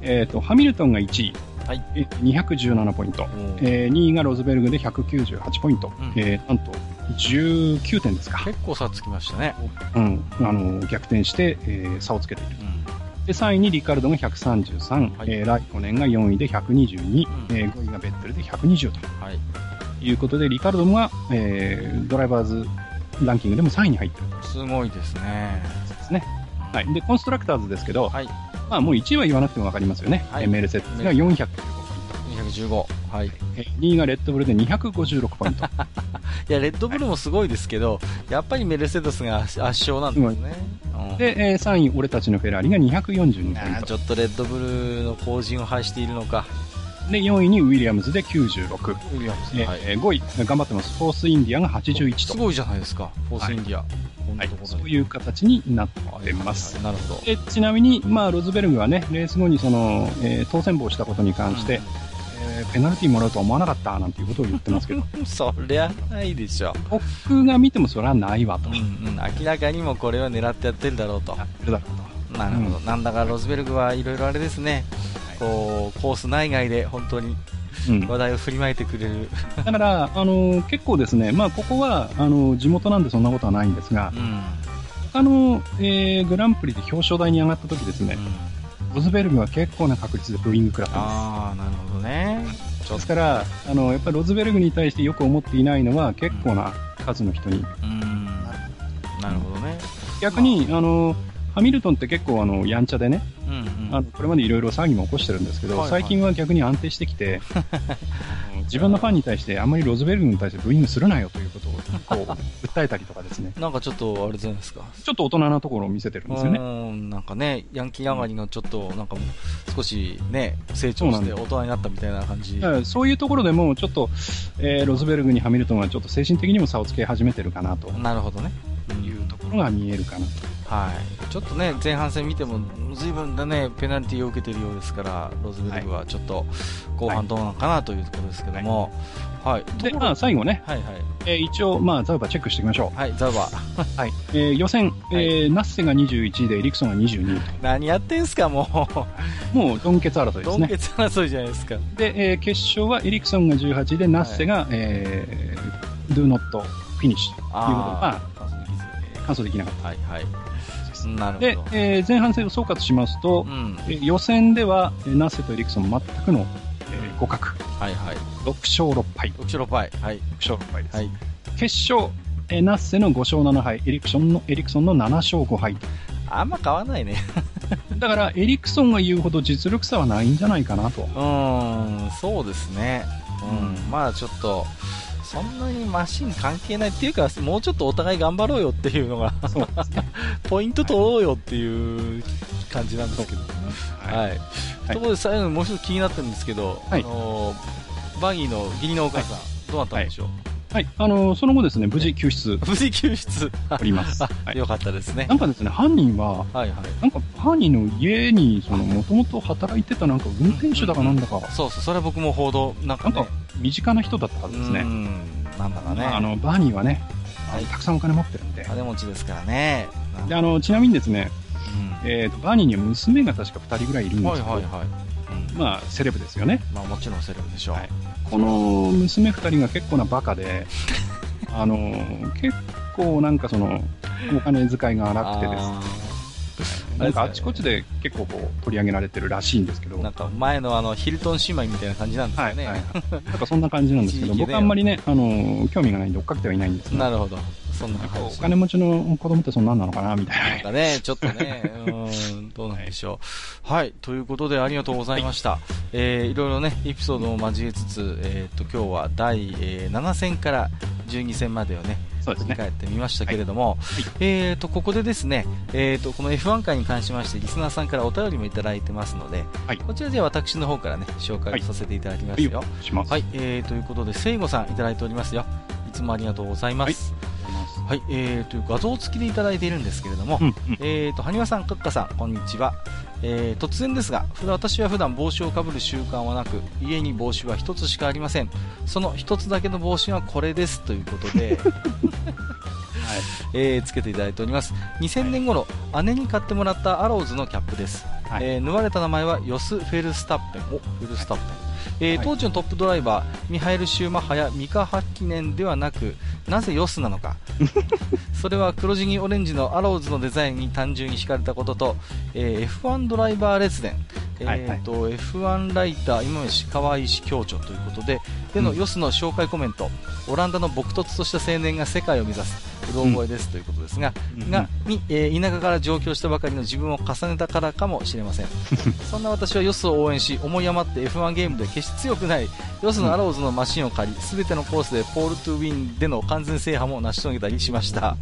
[SPEAKER 3] えー、とハミルトンが1位、
[SPEAKER 2] はい
[SPEAKER 3] えー217ポイント、
[SPEAKER 2] うん
[SPEAKER 3] えー2位がロズベルグで198ポイント、
[SPEAKER 2] うん
[SPEAKER 3] えーなんと19点ですか、
[SPEAKER 2] 結構差つきましたね。
[SPEAKER 3] うん、あの逆転して、えー差をつけている
[SPEAKER 2] うん
[SPEAKER 3] で3位にリカルドが133、
[SPEAKER 2] はい
[SPEAKER 3] えーライコネンが4位で122、
[SPEAKER 2] うん
[SPEAKER 3] えー5位がベッテルで120と
[SPEAKER 2] はい。
[SPEAKER 3] いうことでリカルドが、えードライバーズランキングでも3位に入ってるんです
[SPEAKER 2] ごいですね。
[SPEAKER 3] すね、はい、でコンストラクターズですけど、
[SPEAKER 2] はい。
[SPEAKER 3] まあ、もう1位は言わなくても分かりますよね、
[SPEAKER 2] はい
[SPEAKER 3] えーメルセデスが415ポイント、
[SPEAKER 2] 215。はい。い
[SPEAKER 3] えー2位がレッドブルで256ポイ ント、
[SPEAKER 2] や、レッドブルもすごいですけど、やっぱりメルセデスが圧勝なんですね。うん
[SPEAKER 3] でえー3位、俺たちのフェラーリが242
[SPEAKER 2] あ
[SPEAKER 3] ポイン
[SPEAKER 2] ーち
[SPEAKER 3] ト、
[SPEAKER 2] ょっとレッドブルの後陣を排しているのか。
[SPEAKER 3] で4位にウィリアムズで96、
[SPEAKER 2] ウィリアムズ
[SPEAKER 3] えー
[SPEAKER 2] はい
[SPEAKER 3] えー5位、頑張ってます、フォースインディアが81
[SPEAKER 2] す
[SPEAKER 3] と。
[SPEAKER 2] ごいじゃないですか、フォースインディア。こん
[SPEAKER 3] は
[SPEAKER 2] ないとこ、ろ
[SPEAKER 3] そう
[SPEAKER 2] で
[SPEAKER 3] いう形になっています。
[SPEAKER 2] なるほど。
[SPEAKER 3] でちなみに、まあ、ロズベルグはね、レース後にその、えー当選棒したことに関して、えーペナルティーもらうとは思わなかったなんていうことを言ってますけど、
[SPEAKER 1] そりゃないでしょ
[SPEAKER 3] 僕が見てもそれはないわと。
[SPEAKER 1] うんうん、明らかにもこれは狙ってやってるだろうと
[SPEAKER 3] やってるだろうと。
[SPEAKER 2] なるほど、なんだかロズベルグはいろいろあれですね、
[SPEAKER 3] い
[SPEAKER 2] こうコース内外で本当に
[SPEAKER 3] うん
[SPEAKER 2] 話題を振りまいてくれる、
[SPEAKER 3] だから、あの結構ですね、まあ、ここはあの地元なんでそんなことはないんですが、
[SPEAKER 2] うん
[SPEAKER 3] 他の、えーグランプリで表彰台に上がった時ですね、ロズベルグは結構な確率でブーイング食らってま
[SPEAKER 2] ああ、なるほどね、
[SPEAKER 3] す。ですから、あのやっぱりロズベルグに対してよく思っていないのは、結構な数の人に、
[SPEAKER 2] うん、なるほどね、
[SPEAKER 3] 逆に、あのハミルトンって結構あのやんちゃでね、
[SPEAKER 2] うんう
[SPEAKER 3] あの
[SPEAKER 2] ん、
[SPEAKER 3] これまでいろいろ騒ぎも起こしてるんですけど、
[SPEAKER 2] はいはい
[SPEAKER 3] 最近は逆に安定してき て、あの自分のファンに対して、あんまりロズベルグに対してブーイングするなよということをこ う訴えたりとかですね、
[SPEAKER 2] なんかちょっとあれじゃないですか、
[SPEAKER 3] ちょっと大人なところを見せてるんですよね。
[SPEAKER 2] うんなんかね、ヤンキー上がりがちょっと、なんかもう少しね、成長
[SPEAKER 3] そうな
[SPEAKER 2] し
[SPEAKER 3] ん
[SPEAKER 2] て
[SPEAKER 3] だ
[SPEAKER 2] 大人になったみたいな感じ、
[SPEAKER 3] だからそういうところでも、ちょっと、えーロズベルグにハミルトンはちょっと精神的にも差をつけ始めてるかなと
[SPEAKER 2] なるほどね。
[SPEAKER 3] いうところが見えるかなと。
[SPEAKER 2] はい、ちょっとね前半戦見ても随分だねペナルティーを受けているようですからロズベルグはちょっと後半どうなのかなというところですけども、はい
[SPEAKER 3] で、まあ、最後ね、
[SPEAKER 2] はいはい
[SPEAKER 3] えー一応、まあ、ザウバチェックしていきましょ
[SPEAKER 2] はいザバ
[SPEAKER 3] う。はい。えー予選、えーナッセが21位で、エリクソンが22位と。
[SPEAKER 2] 何やってんすかも
[SPEAKER 3] もう、ドンケツ争
[SPEAKER 2] う
[SPEAKER 3] いで
[SPEAKER 2] ド
[SPEAKER 3] す
[SPEAKER 2] ン
[SPEAKER 3] ね。
[SPEAKER 2] ケツ争いじゃないですか
[SPEAKER 3] で、えー決勝はエリクソンが18位で、ナッセが、えー、ドゥノットフィニッシュということで、ま
[SPEAKER 2] あー
[SPEAKER 3] あ、完走できなかっ
[SPEAKER 2] はいはい
[SPEAKER 3] たです。
[SPEAKER 2] なる
[SPEAKER 3] で
[SPEAKER 2] ほど、
[SPEAKER 3] えー前半戦を総括しますと、
[SPEAKER 2] うん
[SPEAKER 3] えー予選では、えーナッセとエリクソン全くの、えー互角。
[SPEAKER 2] はいはい
[SPEAKER 3] 6勝6敗。
[SPEAKER 2] 6勝6敗はい
[SPEAKER 3] 6勝6敗です。
[SPEAKER 2] はい
[SPEAKER 3] 決勝、えーナッセの5勝7敗、エリクソンのエリクソンの7勝5敗。
[SPEAKER 2] あんま変わんないね
[SPEAKER 3] だから、エリクソンが言うほど実力差はないんじゃないかな と。
[SPEAKER 2] うーんそうですねうん、
[SPEAKER 3] うん
[SPEAKER 2] まあちょっとそんなにマシン関係ないっていうかもうちょっとお互い頑張ろうよっていうの が
[SPEAKER 3] そうですね。
[SPEAKER 2] ポイント取ろうよっていう感じなんですけど、
[SPEAKER 3] は
[SPEAKER 2] はいところで最後にもう一つ気になってるんですけど、
[SPEAKER 3] はい
[SPEAKER 2] あのーバギーの義理のお母さん、どうなったんでしょう、
[SPEAKER 3] い。はい。あのーその後ですね、無事救出
[SPEAKER 2] 無事救出、
[SPEAKER 3] おりま す。
[SPEAKER 2] あ
[SPEAKER 3] はい。
[SPEAKER 2] よかったですね
[SPEAKER 3] な、んかですね、犯人は、
[SPEAKER 2] はいはい、
[SPEAKER 3] なんか犯人の家に、その、もともと働いてたなんか運転手だかなんだか、
[SPEAKER 2] そうそう、それは僕も報道、なん
[SPEAKER 3] な
[SPEAKER 2] か
[SPEAKER 3] ん
[SPEAKER 2] ね、
[SPEAKER 3] か身近な人だったは
[SPEAKER 2] う
[SPEAKER 3] ずです
[SPEAKER 2] ー
[SPEAKER 3] ね。
[SPEAKER 2] んなんだかね、
[SPEAKER 3] あの、バーニーはね、あ
[SPEAKER 2] はい
[SPEAKER 3] のたくさんお金持ってるんで。
[SPEAKER 2] 金持ちですからね、なん
[SPEAKER 3] で、あの、ちなみにですね、
[SPEAKER 2] うん
[SPEAKER 3] えっ、と、バーニーには娘が確か2人ぐらいいるんで
[SPEAKER 2] はい
[SPEAKER 3] すけど、
[SPEAKER 2] はいはい、うん
[SPEAKER 3] まあ、セレブですよね。
[SPEAKER 2] まあ、もちろんセレブでしょう、
[SPEAKER 3] はいこの娘2人が結構なバ カで、あの、結構なんかその、お金遣いが荒くてですね
[SPEAKER 2] あー
[SPEAKER 3] なんかあっちこっちで結構こう取り上げられてるらしいんですけど、
[SPEAKER 2] なんか前のあのヒルトン姉妹みたいな感じなんです
[SPEAKER 3] は
[SPEAKER 2] か
[SPEAKER 3] い、
[SPEAKER 2] ね、
[SPEAKER 3] はい。なんかそんな感じなんですけ
[SPEAKER 2] 一時
[SPEAKER 3] ど、
[SPEAKER 2] 期ね
[SPEAKER 3] 僕あんまりね、あの、興味がないんで追っかけてはいないんですが、
[SPEAKER 2] なるほど、そんな
[SPEAKER 3] なんか
[SPEAKER 2] 感
[SPEAKER 3] お
[SPEAKER 2] じ。
[SPEAKER 3] 金持ちの子供ってそんなんなのかな、みた
[SPEAKER 2] なん
[SPEAKER 3] いな。
[SPEAKER 2] かね、ちょっとね、うーん、どうなんでしょう。はい、ということでありがとうございました。えーいろいろね、エピソードを交えつつ、えーっと、今日は第、えー7戦から12戦までをね、
[SPEAKER 3] そうです
[SPEAKER 2] 振り
[SPEAKER 3] ね。
[SPEAKER 2] 返ってみましたけれども、えー、とここでですね、えー、とこの F1 回に関しましてリスナーさんからお便りもいただいてますので、
[SPEAKER 3] はい
[SPEAKER 2] こちらでは私の方からね紹介をさせていただきます
[SPEAKER 3] はい
[SPEAKER 2] よ。、
[SPEAKER 3] します。
[SPEAKER 2] はい、えー、ということで、せいごさんいただいておりますよ。いつもありがとうございます。はい、えー、という画像付きでいただいているんですけれども、
[SPEAKER 3] うん、うん。
[SPEAKER 2] えー、と、埴輪さん、かっかさん、こんにちは。えー、突然ですが、ふ私は普段帽子をかぶる習慣はなく、家に帽子は一つしかありません。その一つだけの帽子はこれですということ で、えーつけていただいております。2000年頃、姉に買ってもらったアローズのキャップです。
[SPEAKER 3] はい。はい。
[SPEAKER 2] えー縫われた名前はヨス・フェルスタッペンおフェルスタッペン、えー
[SPEAKER 3] はい
[SPEAKER 2] 当時のトップドライバーミハエル・シューマッハやミカ・ハッキネンではなくなぜヨスなの かそれは黒地にオレンジのアローズのデザインに単純に惹かれたことと、えー F1 ドライバー列伝、え
[SPEAKER 3] はいはい
[SPEAKER 2] ーと F1 ライター今飯河合氏教著ということででの
[SPEAKER 3] うん
[SPEAKER 2] ヨスの紹介コメント、オランダの朴突とした青年が世界を目指すうろ覚えですということですが、
[SPEAKER 3] うん
[SPEAKER 2] が、にえー田舎から上京したばかりの自分を重ねたからかもしれま せんそんな私はヨスを応援し思い余って F1 ゲームで決して強くないヨスのアローズのマシンを借り全てのコースでポール・トゥ・ウィンでの完全制覇も成し遂げたりしました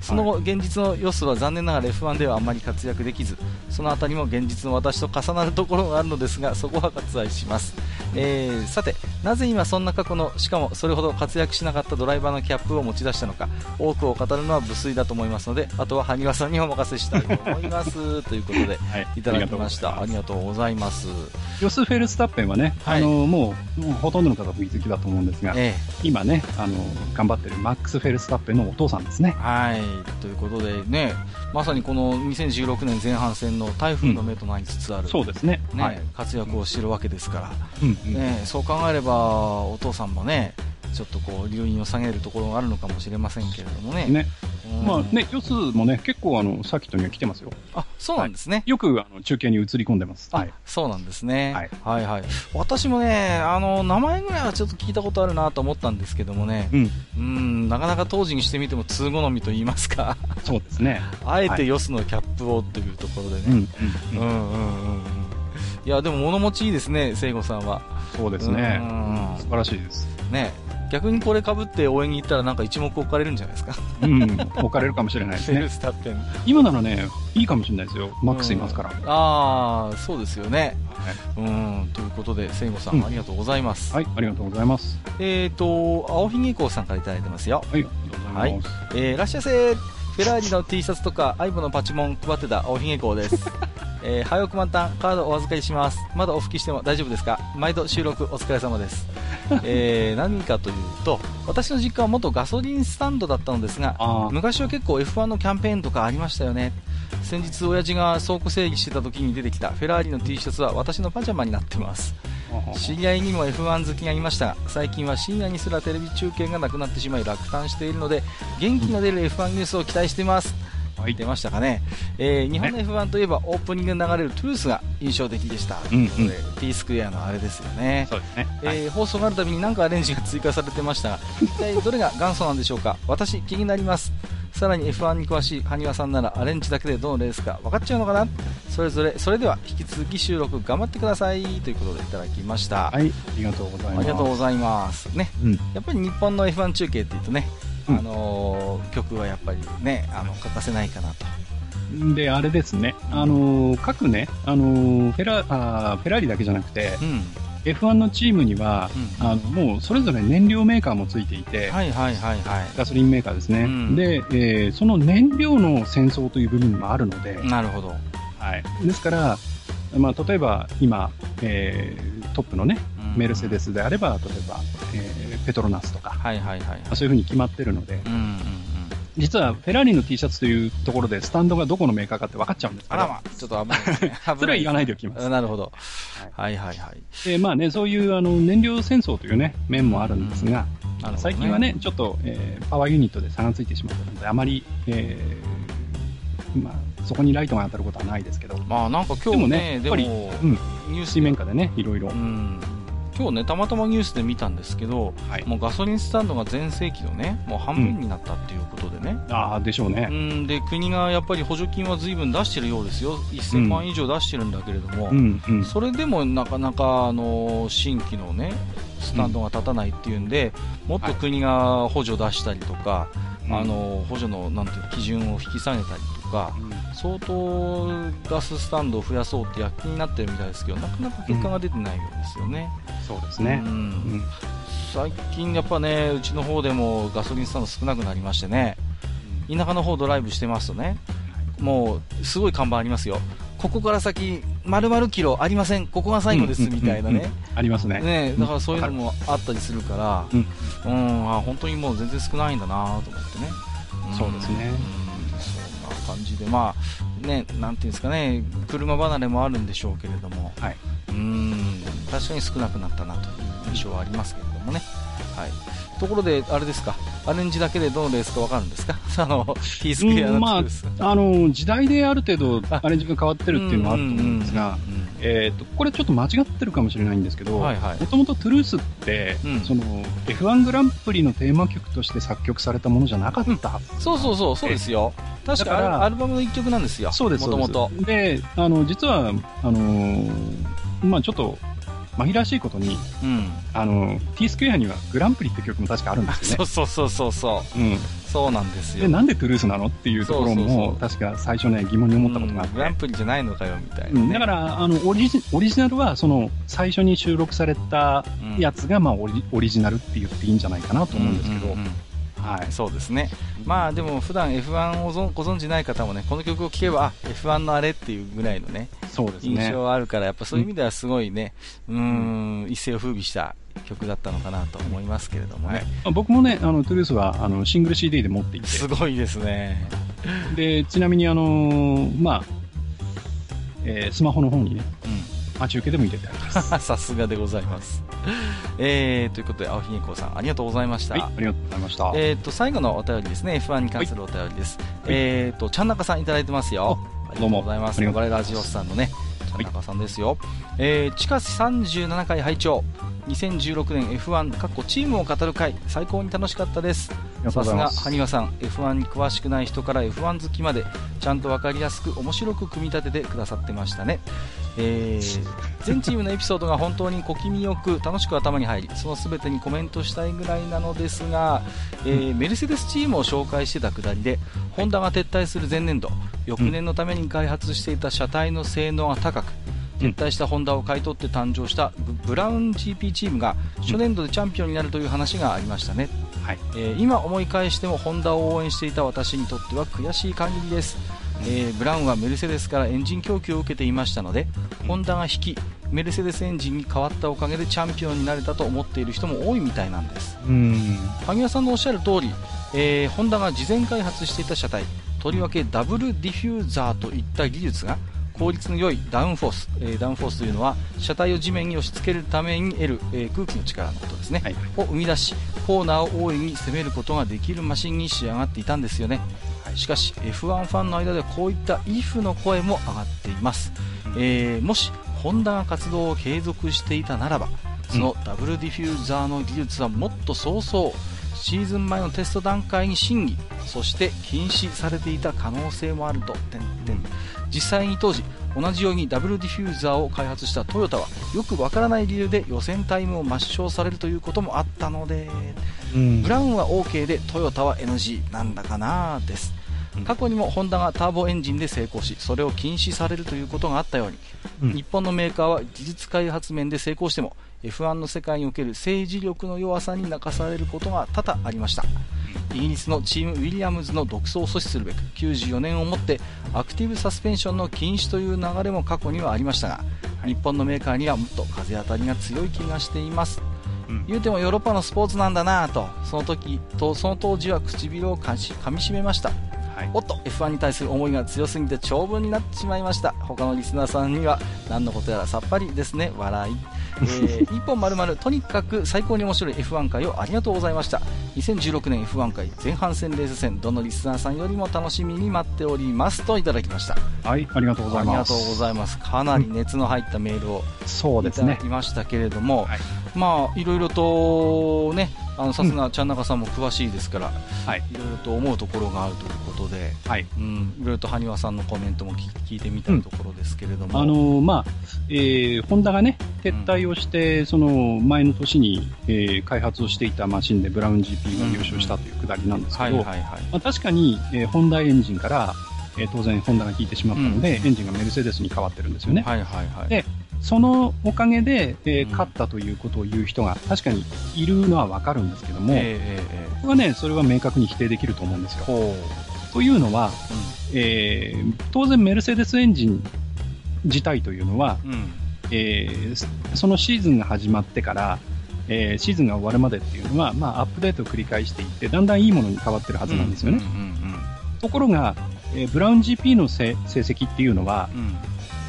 [SPEAKER 2] その後、現実のヨスは残念ながら F1 ではあまり活躍できずそのあたりも現実の私と重なるところがあるのですがそこは割愛します、えーさてなぜ今そんな過去のしかもそれほど活躍しなかったドライバーのキャップを持ち出したのか多くを語るのは無粋だと思いますのであとは萩原さんにお任せしたいと思います ということで
[SPEAKER 3] はい
[SPEAKER 2] いただきましたあ
[SPEAKER 3] あり
[SPEAKER 2] り
[SPEAKER 3] がとうござい
[SPEAKER 2] がとうございます
[SPEAKER 3] ますヨス・フェルスタッペンはね、
[SPEAKER 4] はい
[SPEAKER 3] あのもうもうほとんどの方お気づきだと思うんですが、
[SPEAKER 4] え
[SPEAKER 3] 今ねあの、頑張ってるマックス・フェルスタッペンのお父さんですね
[SPEAKER 4] え。
[SPEAKER 2] はいということでねまさにこの2016年前半戦の台風の目となりつつある、
[SPEAKER 3] そうですね。
[SPEAKER 2] ね
[SPEAKER 3] はい。
[SPEAKER 2] 活躍をしてるわけですから、
[SPEAKER 3] うんうん
[SPEAKER 4] ね
[SPEAKER 2] ね、そう考えればお父さんもねちょっとこう留飲を下げるところがあるのかもしれませんけれどもね
[SPEAKER 3] ね
[SPEAKER 2] うん
[SPEAKER 3] まあね、ヨスもね、結構あの、サーキットには来てますよ。
[SPEAKER 2] あそうなんですね、
[SPEAKER 3] よくあの中継に映り込んでます。はい
[SPEAKER 2] あ。そうなんですね、
[SPEAKER 3] はい
[SPEAKER 2] はいはい私もねあの名前ぐらいはちょっと聞いたことあるなと思ったんですけどもね
[SPEAKER 3] うん。
[SPEAKER 2] うんなかなか当時にしてみても通好みと言いますか
[SPEAKER 3] そうですね。
[SPEAKER 2] あえてヨスのキャップをというところで
[SPEAKER 3] うん
[SPEAKER 2] ね、。
[SPEAKER 3] う
[SPEAKER 2] うんん、う
[SPEAKER 3] うん
[SPEAKER 2] んうんうんいやでも物持ちいいですね聖子さんは
[SPEAKER 3] そうですね。
[SPEAKER 2] う
[SPEAKER 3] うんん素晴らし いです。
[SPEAKER 2] ね逆にこれかぶって応援に行ったらなんか一目置かれるんじゃないですか
[SPEAKER 3] うん。置かれるかもしれないです
[SPEAKER 2] セール
[SPEAKER 3] ね。
[SPEAKER 2] スタッペン
[SPEAKER 3] 今ならね、いいかもしれないですよ。マックスいますから。
[SPEAKER 2] ああそうですよね
[SPEAKER 3] はい
[SPEAKER 2] うんということで聖子さん、
[SPEAKER 3] うん
[SPEAKER 2] ありがとうございます、
[SPEAKER 3] はい。ありがとうございます。
[SPEAKER 2] えっ、と青ひげこうさんからいただいてますよ
[SPEAKER 3] はい。ありがとうございます。
[SPEAKER 2] えー、らっしゃいせフェラーリの T シャツとかアイボのパチモン配ってた青ひげこうですえー、早く満タンカードお預かりしますまだお拭きしても大丈夫ですか毎度収録お疲れ様です、えー、何かというと私の実家は元ガソリンスタンドだったのですが
[SPEAKER 3] ああ。
[SPEAKER 2] 昔は結構 F1 のキャンペーンとかありましたよね先日親父が倉庫整理してた時に出てきたフェラーリの T シャツは私のパジャマになってます知り合いにも F1 好きがいましたが最近は深夜にすらテレビ中継がなくなってしまい落胆しているので元気の出る F1 ニュースを期待しています
[SPEAKER 3] はい
[SPEAKER 2] 出。ましたかね、えー日本の F1 といえばオープニングで流れるトゥルースが印象的でした、
[SPEAKER 3] うんうん
[SPEAKER 2] ということで T スクエアのあれですよね
[SPEAKER 3] そうですね。
[SPEAKER 2] え
[SPEAKER 3] はい
[SPEAKER 2] ー放送があるたびに何かアレンジが追加されてま したが一体どれが元祖なんでしょうか私気になりますさらに F1 に詳しい埴輪さんならアレンジだけでどのレースか分かっちゃうのかなそれぞれそれでは引き続き収録頑張ってくださいということでいただきました、
[SPEAKER 3] はい。ありがとうござい
[SPEAKER 2] あ
[SPEAKER 3] ます。
[SPEAKER 2] りがとうございますね
[SPEAKER 3] うん。
[SPEAKER 2] やっぱり日本の F1 中継っていうとね、
[SPEAKER 3] うん
[SPEAKER 2] あのー曲はやっぱりねあの欠かせないかなと
[SPEAKER 3] で、あれですね、あのー各ね、あのーフェラあーフェラーリだけじゃなくて、
[SPEAKER 2] うん、
[SPEAKER 3] F1 のチームには、
[SPEAKER 2] うん
[SPEAKER 3] あのもうそれぞれ燃料メーカーもついていて、
[SPEAKER 2] はいはいはいは
[SPEAKER 3] ガソリンメーカーですね、
[SPEAKER 2] うん
[SPEAKER 3] で、えーその燃料の戦争という部分もあるので、
[SPEAKER 2] いなるほど、
[SPEAKER 3] はい、ですから、まあ、例えば今、えートップのね、
[SPEAKER 2] うん
[SPEAKER 3] メルセデスであれば、例えば、えーペトロナスとか、
[SPEAKER 2] はいはいはいはい
[SPEAKER 3] まあそういうふうに決まってるので
[SPEAKER 2] う、んうんうん
[SPEAKER 3] 実はフェラーリの T シャツというところで、スタンドがどこのメーカーかって分かっちゃうんですけ
[SPEAKER 2] あ
[SPEAKER 3] ど
[SPEAKER 2] らまちょっと危 ないですね危ない
[SPEAKER 3] それは言わないでおきます。
[SPEAKER 2] なるほど。
[SPEAKER 3] はい
[SPEAKER 2] はいはいはい。
[SPEAKER 3] でまあね、そういうあの燃料戦争という、ね、面もあるんですが、
[SPEAKER 2] なるほどね
[SPEAKER 3] 最近はね、ちょっと、えーパワーユニットで差がついてしまったので、あまり、えーまあ、そこにライトが当たることはないですけど、
[SPEAKER 2] まあなんか今日もね、で
[SPEAKER 3] で
[SPEAKER 2] も
[SPEAKER 3] もねうん
[SPEAKER 2] ニュース
[SPEAKER 3] 水面下でね、いろいろ、
[SPEAKER 2] うん、今日ね、たまたまニュースで見たんですけど、
[SPEAKER 3] はい
[SPEAKER 2] もうガソリンスタンドが全盛期のね、もう半分になったっていうことでね。
[SPEAKER 3] ああ、でしょう
[SPEAKER 2] う
[SPEAKER 3] ね。
[SPEAKER 2] ん、で、国がやっぱり補助金は随分出してるようですよ。1000万以上出してるんだけれども、
[SPEAKER 3] うんうん
[SPEAKER 2] それでもなかなか、あの、新規のね、スタンドが立たないっていうんで、もっと国が補助出したりとか、あの、補助の、なんていうの基準を引き下げたりとか、
[SPEAKER 3] うん
[SPEAKER 2] 相当ガススタンドを増やそうって躍起になってるみたいですけどなかなか結果が出てないようですよね,、
[SPEAKER 3] そうです
[SPEAKER 2] うん
[SPEAKER 3] ね、うん
[SPEAKER 2] 最近やっぱねうちの方でもガソリンスタンド少なくなりましてね田舎の方ドライブしてますとねもうすごい看板ありますよここから先丸々キロありませんここが最後ですみたいな
[SPEAKER 3] うん
[SPEAKER 2] ね,、
[SPEAKER 3] ありますね。
[SPEAKER 2] ねだからそういうのもあったりするから
[SPEAKER 3] う
[SPEAKER 2] う
[SPEAKER 3] ん
[SPEAKER 2] んあ本当にもう全然少ないんだなと思ってね、ん
[SPEAKER 3] そうですね
[SPEAKER 2] うんそんな感じでまあねなんていうんですかね車離れもあるんでしょうけれども
[SPEAKER 3] はい
[SPEAKER 2] うん確かに少なくなったなという印象はありますけれどもねはいところであれですかアレンジだけでどのレースかわかるんですか あの T スクエア
[SPEAKER 3] う
[SPEAKER 2] の
[SPEAKER 3] んま
[SPEAKER 2] ト
[SPEAKER 3] あ
[SPEAKER 2] ゥルース、
[SPEAKER 3] あの時代である程度、
[SPEAKER 2] あ
[SPEAKER 3] アレンジが変わってるっていうのはあると思うんですが、
[SPEAKER 2] うんうんうん
[SPEAKER 3] えー、とこれちょっと間違ってるかもしれないんですけど、
[SPEAKER 2] はい
[SPEAKER 3] も
[SPEAKER 2] はい
[SPEAKER 3] ともとトゥルースって、
[SPEAKER 2] うん
[SPEAKER 3] その F1 グランプリのテーマ曲として作曲されたものじゃなかったはず、
[SPEAKER 2] そうそうそうそうですよ確か
[SPEAKER 3] だから
[SPEAKER 2] アルバムの一曲なんですよ
[SPEAKER 3] そうです
[SPEAKER 2] もとも
[SPEAKER 3] そ
[SPEAKER 2] と
[SPEAKER 3] うですであの実はあのーまあ、ちょっと紛らわしいことに
[SPEAKER 2] うん
[SPEAKER 3] あの T スクエアにはグランプリって曲も確かあるんですよ
[SPEAKER 2] そうそうそうそうそう
[SPEAKER 3] ね。うん
[SPEAKER 2] そうなんですよ
[SPEAKER 3] で、なんでトゥルースなのっていうところも、
[SPEAKER 2] そ
[SPEAKER 3] 確か最初ね、疑問に思ったことがあ
[SPEAKER 2] うん
[SPEAKER 3] って
[SPEAKER 2] グランプリじゃないのかよみたいな
[SPEAKER 3] う
[SPEAKER 2] ね、
[SPEAKER 3] んだから、あの、オリジ、オリジナルは、その、最初に収録された
[SPEAKER 2] うん
[SPEAKER 3] やつが、まあ、オリ、オリジナルって言っていいんじゃないかなと思うんですけ
[SPEAKER 2] う
[SPEAKER 3] ど、
[SPEAKER 2] うんうん
[SPEAKER 3] はい。
[SPEAKER 2] そうですね、まあでも普段 F1 をぞんご存じない方もねこの曲を聴けばあ F1 のあれっていうぐらいのね
[SPEAKER 3] そうです
[SPEAKER 2] 印
[SPEAKER 3] ね。
[SPEAKER 2] 象はあるから、やっぱそういう意味ではすごいね、うーん、一世を風靡した曲だったのかなと思いますけれどもね、
[SPEAKER 3] あ僕もね、あの、トゥルースは、あの、シングル CD で持っていて、
[SPEAKER 2] すごいですね、
[SPEAKER 3] で、ちなみに、あのーまあ、えースマホの方にね、
[SPEAKER 2] うん、
[SPEAKER 3] 待ち受けでも入れてあります。
[SPEAKER 2] さすがでございます。えー、ということで、青ひげこうさん、ありがとうございました。
[SPEAKER 3] はい、ありがとうございました。
[SPEAKER 2] えー、と最後のお便りですね、F1 に関するお便りです、えー、とちゃんなかさんいただいてますよ、ありがとうございます、
[SPEAKER 3] どう
[SPEAKER 2] 野
[SPEAKER 3] も
[SPEAKER 2] バレラジオスさんのね、ちゃんなかさんですよ、えー、地下37回拝聴2016年 F1 かっこチームを語る会、最高に楽しかったです、
[SPEAKER 3] ありがと
[SPEAKER 2] さす
[SPEAKER 3] うござい
[SPEAKER 2] が
[SPEAKER 3] ま
[SPEAKER 2] 羽
[SPEAKER 3] す。
[SPEAKER 2] 庭さん F1 に詳しくない人から F1 好きまでちゃんと分かりやすく面白く組み立ててくださってましたね、えー 全チームのエピソードが本当に小気味よく楽しく頭に入りその全てにコメントしたいぐらいなのですが、えーメルセデスチームを紹介してたくだりでホンダが撤退する前年度翌年のために開発していた車体の性能が高く
[SPEAKER 3] うん
[SPEAKER 2] 撤退したホンダを買い取って誕生したブブラウン GP チームが初年度でチャンピオンになるという話がありましたね
[SPEAKER 3] はい。
[SPEAKER 2] えー今思い返してもホンダを応援していた私にとっては悔しい限りです、えーブラウンはメルセデスからエンジン供給を受けていましたのでホンダが引きメルセデスエンジンに変わったおかげでチャンピオンになれたと思っている人も多いみたいなんです
[SPEAKER 3] うん。
[SPEAKER 2] 萩谷さんのおっしゃる通り、えーホンダが事前開発していた車体とりわけダブルディフューザーといった技術が効率の良いダウンフォース、えーダウンフォースというのは車体を地面に押し付けるために得る、えー空気の力のことですね、
[SPEAKER 3] はい。
[SPEAKER 2] を生み出しコーナーを大いに攻めることができるマシンに仕上がっていたんですよね、しかし F1 ファンの間ではこういった IF の声も上がっています、えーもしホンダが活動を継続していたならばそのダブルディフューザーの技術はもっと早々シーズン前のテスト段階に審議そして禁止されていた可能性もあると点々実際に当時同じようにダブルディフューザーを開発したトヨタはよくわからない理由で予選タイムを抹消されるということもあったので
[SPEAKER 3] うん
[SPEAKER 2] ブラウンは OK でトヨタは NG なんだかなです
[SPEAKER 3] うん
[SPEAKER 2] 過去にもホンダがターボエンジンで成功しそれを禁止されるということがあったように
[SPEAKER 3] うん
[SPEAKER 2] 日本のメーカーは技術開発面で成功しても F1 の世界における政治力の弱さに泣かされることが多々ありましたイギリスのチームウィリアムズの独走を阻止するべく94年をもってアクティブサスペンションの禁止という流れも過去にはありましたが日本のメーカーにはもっと風当たりが強い気がしています
[SPEAKER 3] うん
[SPEAKER 2] 言うてもヨーロッパのスポーツなんだなぁとその時とその当時は唇をかし噛みしめました
[SPEAKER 3] はい
[SPEAKER 2] おっと F1 に対する思いが強すぎて長文になってしまいました他のリスナーさんには何のことやらさっぱりですね笑い、え ー、一本丸々とにかく最高に面白い F1 回をありがとうございました2016年 F1 回前半戦レース戦どのリスナーさんよりも楽しみに待っておりますといただきました
[SPEAKER 3] はい、ありがとうござ
[SPEAKER 2] あ
[SPEAKER 3] い
[SPEAKER 2] りが
[SPEAKER 3] ます。
[SPEAKER 2] とうございますかなり熱の入ったメールを
[SPEAKER 3] そう
[SPEAKER 2] い
[SPEAKER 3] で
[SPEAKER 2] た
[SPEAKER 3] す
[SPEAKER 2] だ
[SPEAKER 3] ね
[SPEAKER 2] き。ましたけれども、
[SPEAKER 3] はい
[SPEAKER 2] まあいろいろとねあのさすがちゃんなかさんも詳しいですから、
[SPEAKER 3] はい。
[SPEAKER 2] いろいろと思うところがあるということで、
[SPEAKER 3] はい。
[SPEAKER 2] うん、いろいろと埴輪さんのコメントも聞聞いてみたいところですけれども、
[SPEAKER 3] あのーまあ、えーホンダがね、撤退をして、その前の年に、えー開発をしていたマシンでブラウン GP が優勝したというくだりなんですけど、
[SPEAKER 2] はいはいはい、
[SPEAKER 3] まあ、確かに、えーホンダエンジンから、えー当然ホンダが引いてしまったので、
[SPEAKER 2] うん
[SPEAKER 3] エンジンがメルセデスに変わってるんですよね。
[SPEAKER 2] はいはいはい、
[SPEAKER 3] でそのおかげで、えー
[SPEAKER 2] うん
[SPEAKER 3] 勝ったということを言う人が確かにいるのはわかるんですけども、
[SPEAKER 2] ええええええ
[SPEAKER 3] 僕はね、それは明確に否定できると思うんですよ。
[SPEAKER 2] ほ
[SPEAKER 3] というのは、
[SPEAKER 2] う、
[SPEAKER 3] えー当然メルセデスエンジン自体というのは、
[SPEAKER 2] うん、うん、
[SPEAKER 3] えーそのシーズンが始まってから、えーシーズンが終わるまでっていうのは、まあ、アップデートを繰り返していって、だんだんいいものに変わってるはずなんですよね。
[SPEAKER 2] うん
[SPEAKER 3] ところが、えーブラウン GP のせ成績っていうのは、
[SPEAKER 2] うんうん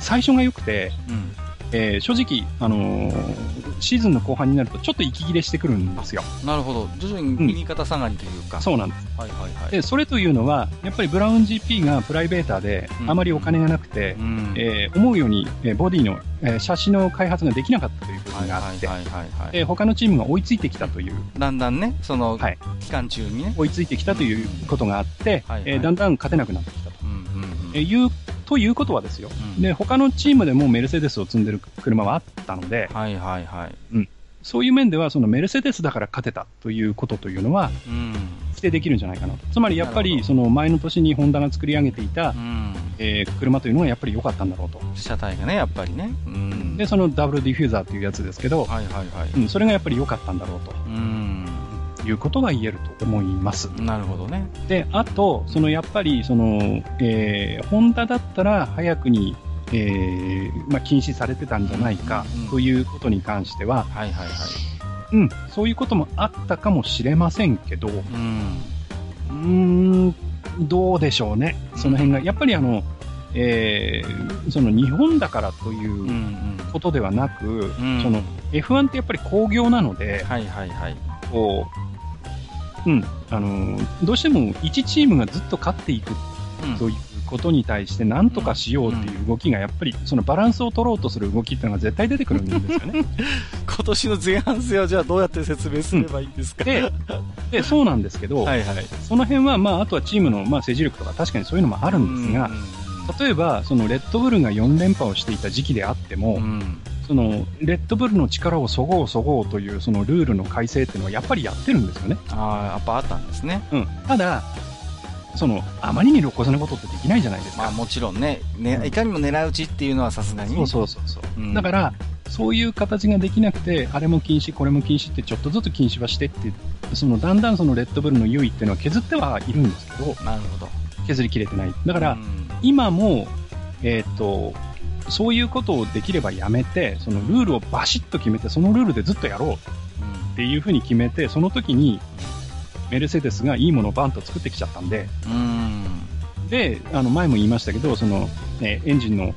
[SPEAKER 3] 最初が良くて、
[SPEAKER 2] うんうん、
[SPEAKER 3] えー正直、あのーシーズンの後半になると、ちょっと息切れしてくるんですよ。
[SPEAKER 2] なるほど、徐々に右肩下がりというか、
[SPEAKER 3] そうなんです。
[SPEAKER 2] はいはいはい、
[SPEAKER 3] で、それというのは、やっぱりブラウン GP がプライベーターで
[SPEAKER 2] う、ん
[SPEAKER 3] あまりお金がなくて、
[SPEAKER 2] うん
[SPEAKER 3] えー思うように、えーボディの、えーシャシの開発ができなかったという部
[SPEAKER 2] は
[SPEAKER 3] 分
[SPEAKER 2] い
[SPEAKER 3] が
[SPEAKER 2] は
[SPEAKER 3] あ
[SPEAKER 2] い
[SPEAKER 3] って、
[SPEAKER 2] はいはいはい、
[SPEAKER 3] で他のチームが追いついてきたという、
[SPEAKER 2] だんだんね、その、
[SPEAKER 3] はい
[SPEAKER 2] 期間中にね、
[SPEAKER 3] 追いついてきたということがあって、
[SPEAKER 2] はいはい
[SPEAKER 3] えーだんだん勝てなくなってきたと。
[SPEAKER 2] うんうんうん
[SPEAKER 3] えーいうということはですよ、
[SPEAKER 2] うん
[SPEAKER 3] で他のチームでもメルセデスを積んでる車はあったので、
[SPEAKER 2] はいはいはい、
[SPEAKER 3] そういう面では、そのメルセデスだから勝てたということというのは、
[SPEAKER 2] うん、
[SPEAKER 3] 定できるんじゃないかなと。つまりやっぱ
[SPEAKER 2] な
[SPEAKER 3] り、
[SPEAKER 2] る
[SPEAKER 3] その前の年にホンダが作り上げていた
[SPEAKER 2] う、ん、
[SPEAKER 3] えー車というのがやっぱり良かったんだろうと。
[SPEAKER 2] 車体がね、やっぱりね。うん、
[SPEAKER 3] で、そのダブルディフューザーというやつですけど、
[SPEAKER 2] はいはいはい。
[SPEAKER 3] うん、それがやっぱり良かったんだろう
[SPEAKER 2] うん、
[SPEAKER 3] ということが言えると思います。
[SPEAKER 2] なるほどね。
[SPEAKER 3] で、あと、そのやっぱり、その、えーホンダだったら早くに、えーまあ、禁止されてたんじゃないか
[SPEAKER 2] うん
[SPEAKER 3] ということに関しては、
[SPEAKER 2] はいはいはい。
[SPEAKER 3] うん、そういうこともあったかもしれませんけど、う
[SPEAKER 2] うん、
[SPEAKER 3] ーん、どうでしょうね。その辺が、やっぱりあの、えーその日本だからとい
[SPEAKER 2] うん、う。
[SPEAKER 3] うんことではなく、
[SPEAKER 2] ん
[SPEAKER 3] その F1 ってやっぱり工業なので、
[SPEAKER 2] はいはいはい。
[SPEAKER 3] こう、うん、あの、どうしても1チームがずっと勝っていく
[SPEAKER 2] うん
[SPEAKER 3] ということに対して何とかしようっていう動きがやっぱりそのバランスを取ろうとする動きっていうのが絶対出てくるんですよね。
[SPEAKER 2] 今年の前半戦はじゃあどうやって説明すればいいんですか、
[SPEAKER 3] で、でそうなんですけ ど、
[SPEAKER 2] はいはい。
[SPEAKER 3] その辺は、まあ、あとはチームの、まあ、政治力とか確かにそういうのもあ
[SPEAKER 2] あ
[SPEAKER 3] るんですが、、例えば、そのレッドブルが4連覇をしていた時期であっても、
[SPEAKER 2] うん、
[SPEAKER 3] そのレッドブルの力をそごうそごうというそのルールの改正っていうのはやっぱりやってるんですよね。
[SPEAKER 2] ああ、やっぱあったんですね。
[SPEAKER 3] うん、ただ、そのあまりに露骨なことってできないじゃないですか。
[SPEAKER 2] まあもちろんね、
[SPEAKER 3] うん
[SPEAKER 2] ねいかにも狙い撃ちっていうのはさすがに。
[SPEAKER 3] そうそうそうそう、
[SPEAKER 2] うん
[SPEAKER 3] だから、そういう形ができなくて、あれも禁止、これも禁止って、ちょっとずつ禁止はしてって、そのだんだんそのレッドブルの優位っていうのは削ってはいるんですけど、
[SPEAKER 2] なるほど。
[SPEAKER 3] 削りきれてない。だ
[SPEAKER 2] だ
[SPEAKER 3] から、今も、えーっと、そういうことをできればやめて、そのルールをバシッと決めて、そのルールでずっとやろうっていうふうに決めて、その時に、メルセデスがいいものをバンと作ってきちゃったんで、
[SPEAKER 2] うん、うん
[SPEAKER 3] で、あの前も言いましたけど、その、ね、エンジンの、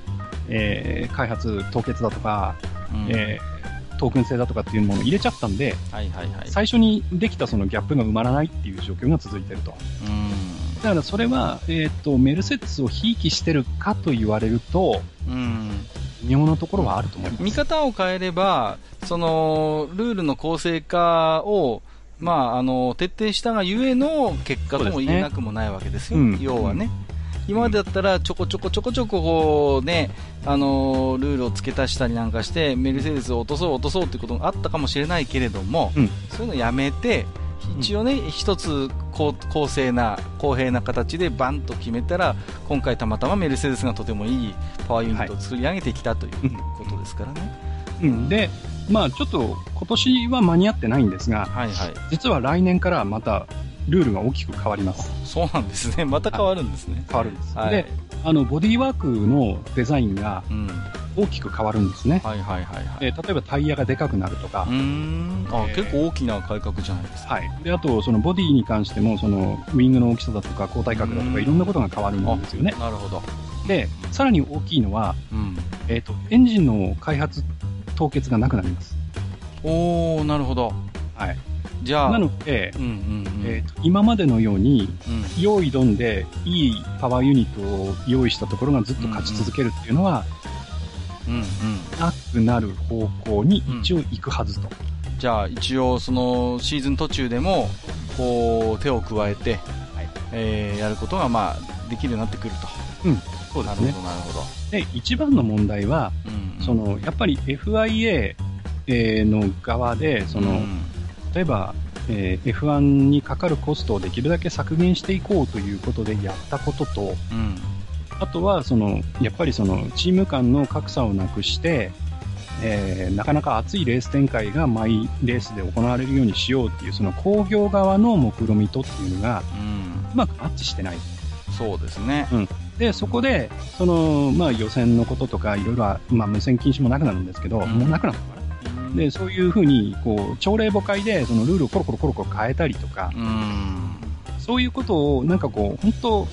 [SPEAKER 3] えー開発凍結だとか、
[SPEAKER 2] うん
[SPEAKER 3] えートークン性だとかっていうものを入れちゃったんで、
[SPEAKER 2] はいはいはい。
[SPEAKER 3] 最初にできたそのギャップが埋まらないっていう状況が続いてると。
[SPEAKER 2] うん
[SPEAKER 3] だからそれは、えーっと、メルセデスをひいきしてるかと言われると、
[SPEAKER 2] うん、
[SPEAKER 3] 微妙なところはあると思います。
[SPEAKER 2] 見方を変えれば、そのルールの公正化を、まあ、あの徹底したがゆえの結果とも
[SPEAKER 3] そうですね
[SPEAKER 2] 言えなくもないわけですよ、
[SPEAKER 3] うん
[SPEAKER 2] 要はね。今までだったらちょこちょこちょこちょここうね、あのルールを付け足したりなんかしてメルセデスを落とそう落とそうってことがあったかもしれないけれども、
[SPEAKER 3] うん
[SPEAKER 2] そういうのやめて一応ね、一つこう公正な公平な形でバンと決めたら今回たまたまメルセデスがとてもいいパワーユニットを作り上げてきたという
[SPEAKER 3] うん
[SPEAKER 2] ことですからね。
[SPEAKER 3] うん、で、まあちょっと今年は間に合ってないんですが、
[SPEAKER 2] はいはい。
[SPEAKER 3] 実は来年からまたルールが大きく変わります。
[SPEAKER 2] そうなんですね。また変わるんですね。
[SPEAKER 3] 変わるんです。
[SPEAKER 2] はい。
[SPEAKER 3] で、あの、ボディワークのデザインが
[SPEAKER 2] うん。
[SPEAKER 3] 大きく変わるんですね。
[SPEAKER 2] はいはいはいはい。
[SPEAKER 3] で例えばタイヤがでかくなるとか
[SPEAKER 2] うー、ん。あ、
[SPEAKER 3] えー
[SPEAKER 2] 結構大きな改革じゃないですか。
[SPEAKER 3] はい。で、あと、そのボディに関しても、その、ウィングの大きさだとか、交代角だと
[SPEAKER 2] う
[SPEAKER 3] か、
[SPEAKER 2] ん
[SPEAKER 3] いろんなことが変わるんですよね。
[SPEAKER 2] なるほど。
[SPEAKER 3] で、さらに大きいのは、
[SPEAKER 2] うん。
[SPEAKER 3] えっ、と、エンジンの開発凍結がなくなります。
[SPEAKER 2] おー、なるほど。
[SPEAKER 3] はい。
[SPEAKER 2] じゃあ、
[SPEAKER 3] なので
[SPEAKER 2] う、んうんうん。
[SPEAKER 3] えっ、と、今までのように、
[SPEAKER 2] うん
[SPEAKER 3] 用意どんで、いいパワーユニットを用意したところがずっと勝ち続けるっていうのは、
[SPEAKER 2] うんうん。
[SPEAKER 3] なくなる方向に一応行くはずと。
[SPEAKER 2] じゃあ、一応、その、シーズン途中でも、こう、手を加えて、えーやることが、まあ、できるようになってくると。
[SPEAKER 3] そうで
[SPEAKER 2] な
[SPEAKER 3] す
[SPEAKER 2] るほ
[SPEAKER 3] ね
[SPEAKER 2] ど、。なるほど。
[SPEAKER 3] で、一番の問題は、
[SPEAKER 2] うん
[SPEAKER 3] そ、の、やっぱり FIA えーの側で、その、
[SPEAKER 2] うん
[SPEAKER 3] 例えば、えー F1 にかかるコストをできるだけ削減していこうということでやったことと、
[SPEAKER 2] うん。
[SPEAKER 3] あとはそのやっぱりそのチーム間の格差をなくして、えーなかなか熱いレース展開が毎レースで行われるようにしようっていうその工業側の目論見みとっていうのが
[SPEAKER 2] うん。
[SPEAKER 3] うまくマッチしてない。
[SPEAKER 2] そうですね。
[SPEAKER 3] で、そこで、その、まあ予選のこととかいろいろは、まあ無線禁止もなくなるんですけど、
[SPEAKER 2] うん
[SPEAKER 3] もうなくなったのかな。で、そういうふうに、こう、朝礼母会で、そのルールをコロコロコロコロ変えたりとか、
[SPEAKER 2] うん。
[SPEAKER 3] そういうことを、なんかこう、本当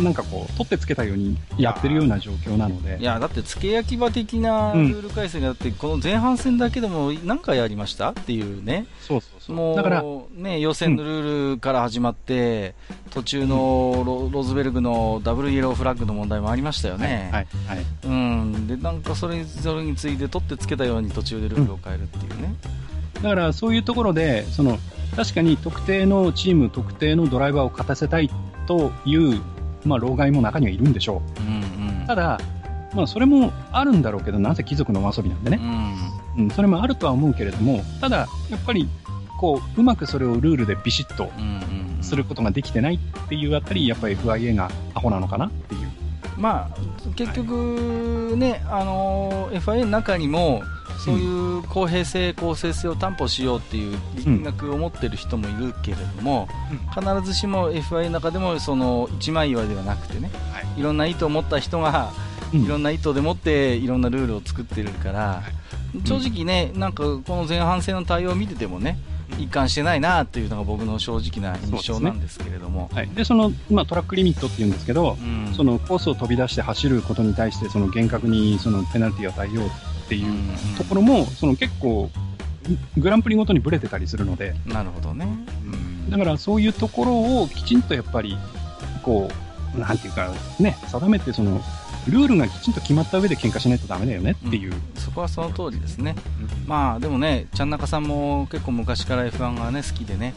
[SPEAKER 3] なんかこう、取ってつけたようにやってるような状況なので
[SPEAKER 2] い、やだって付け焼き場的なルール改正がだってこの前半戦だけでも何回やりましたっていうね
[SPEAKER 3] そうそう
[SPEAKER 2] もう
[SPEAKER 3] だから、
[SPEAKER 2] ね予選のルールから始まって、途中のロロズベルグのダブルイエローフラッグの問題もありましたよね、
[SPEAKER 3] はい、はい。
[SPEAKER 2] うんでなんかそれそれについて取ってつけたように途中でルールを変えるっていうね、
[SPEAKER 3] だから、そういうところで、その、確かに特定のチーム、特定のドライバーを勝たせたいという、まあ、老害も中にはいるんでしょ
[SPEAKER 2] うんうん
[SPEAKER 3] う。ただ、まあ、それもあるんだろうけど、なぜ貴族のお遊びなんで
[SPEAKER 2] う
[SPEAKER 3] ね。
[SPEAKER 2] ん
[SPEAKER 3] うん、それもあるとは思うけれども、ただ、やっぱり、こう、うまくそれをルールでビシッと
[SPEAKER 2] うんうん
[SPEAKER 3] することができてないっていうあたり、やっぱり FIA がアホなのかなっていう。
[SPEAKER 2] まあ、結局、ねあのー FIA の中にもそういう公平性、公正性を担保しようっていう金額を持ってる人もいるけれども、必ずしも FIA の中でもその一枚岩ではなくてね、、
[SPEAKER 3] はい
[SPEAKER 2] ろんな意図を持った人が
[SPEAKER 3] うん
[SPEAKER 2] いろんな意図でもっていろんなルールを作ってるから、正直ね、なんかこの前半戦の対応を見ててもね、一貫してないなというのが僕の正直な印象なんですけれども。
[SPEAKER 3] はい、で、その、まあ、トラックリミットっていうんですけど、
[SPEAKER 2] うん
[SPEAKER 3] そのコースを飛び出して走ることに対して、その厳格にそのペナルティーを与えようっていううんところも、その結構、グランプリごとにブレてたりするので、
[SPEAKER 2] なるほどね、うん
[SPEAKER 3] だからそういうところをきちんとやっぱり、こう、なんていうか、ね、定めて、その、ルールがきちんと決まった上で喧嘩しないとダメだよねっていう。
[SPEAKER 2] そこはその通りですね、まあでもね、ちゃんなかさんも結構昔から F1 がね好きでね、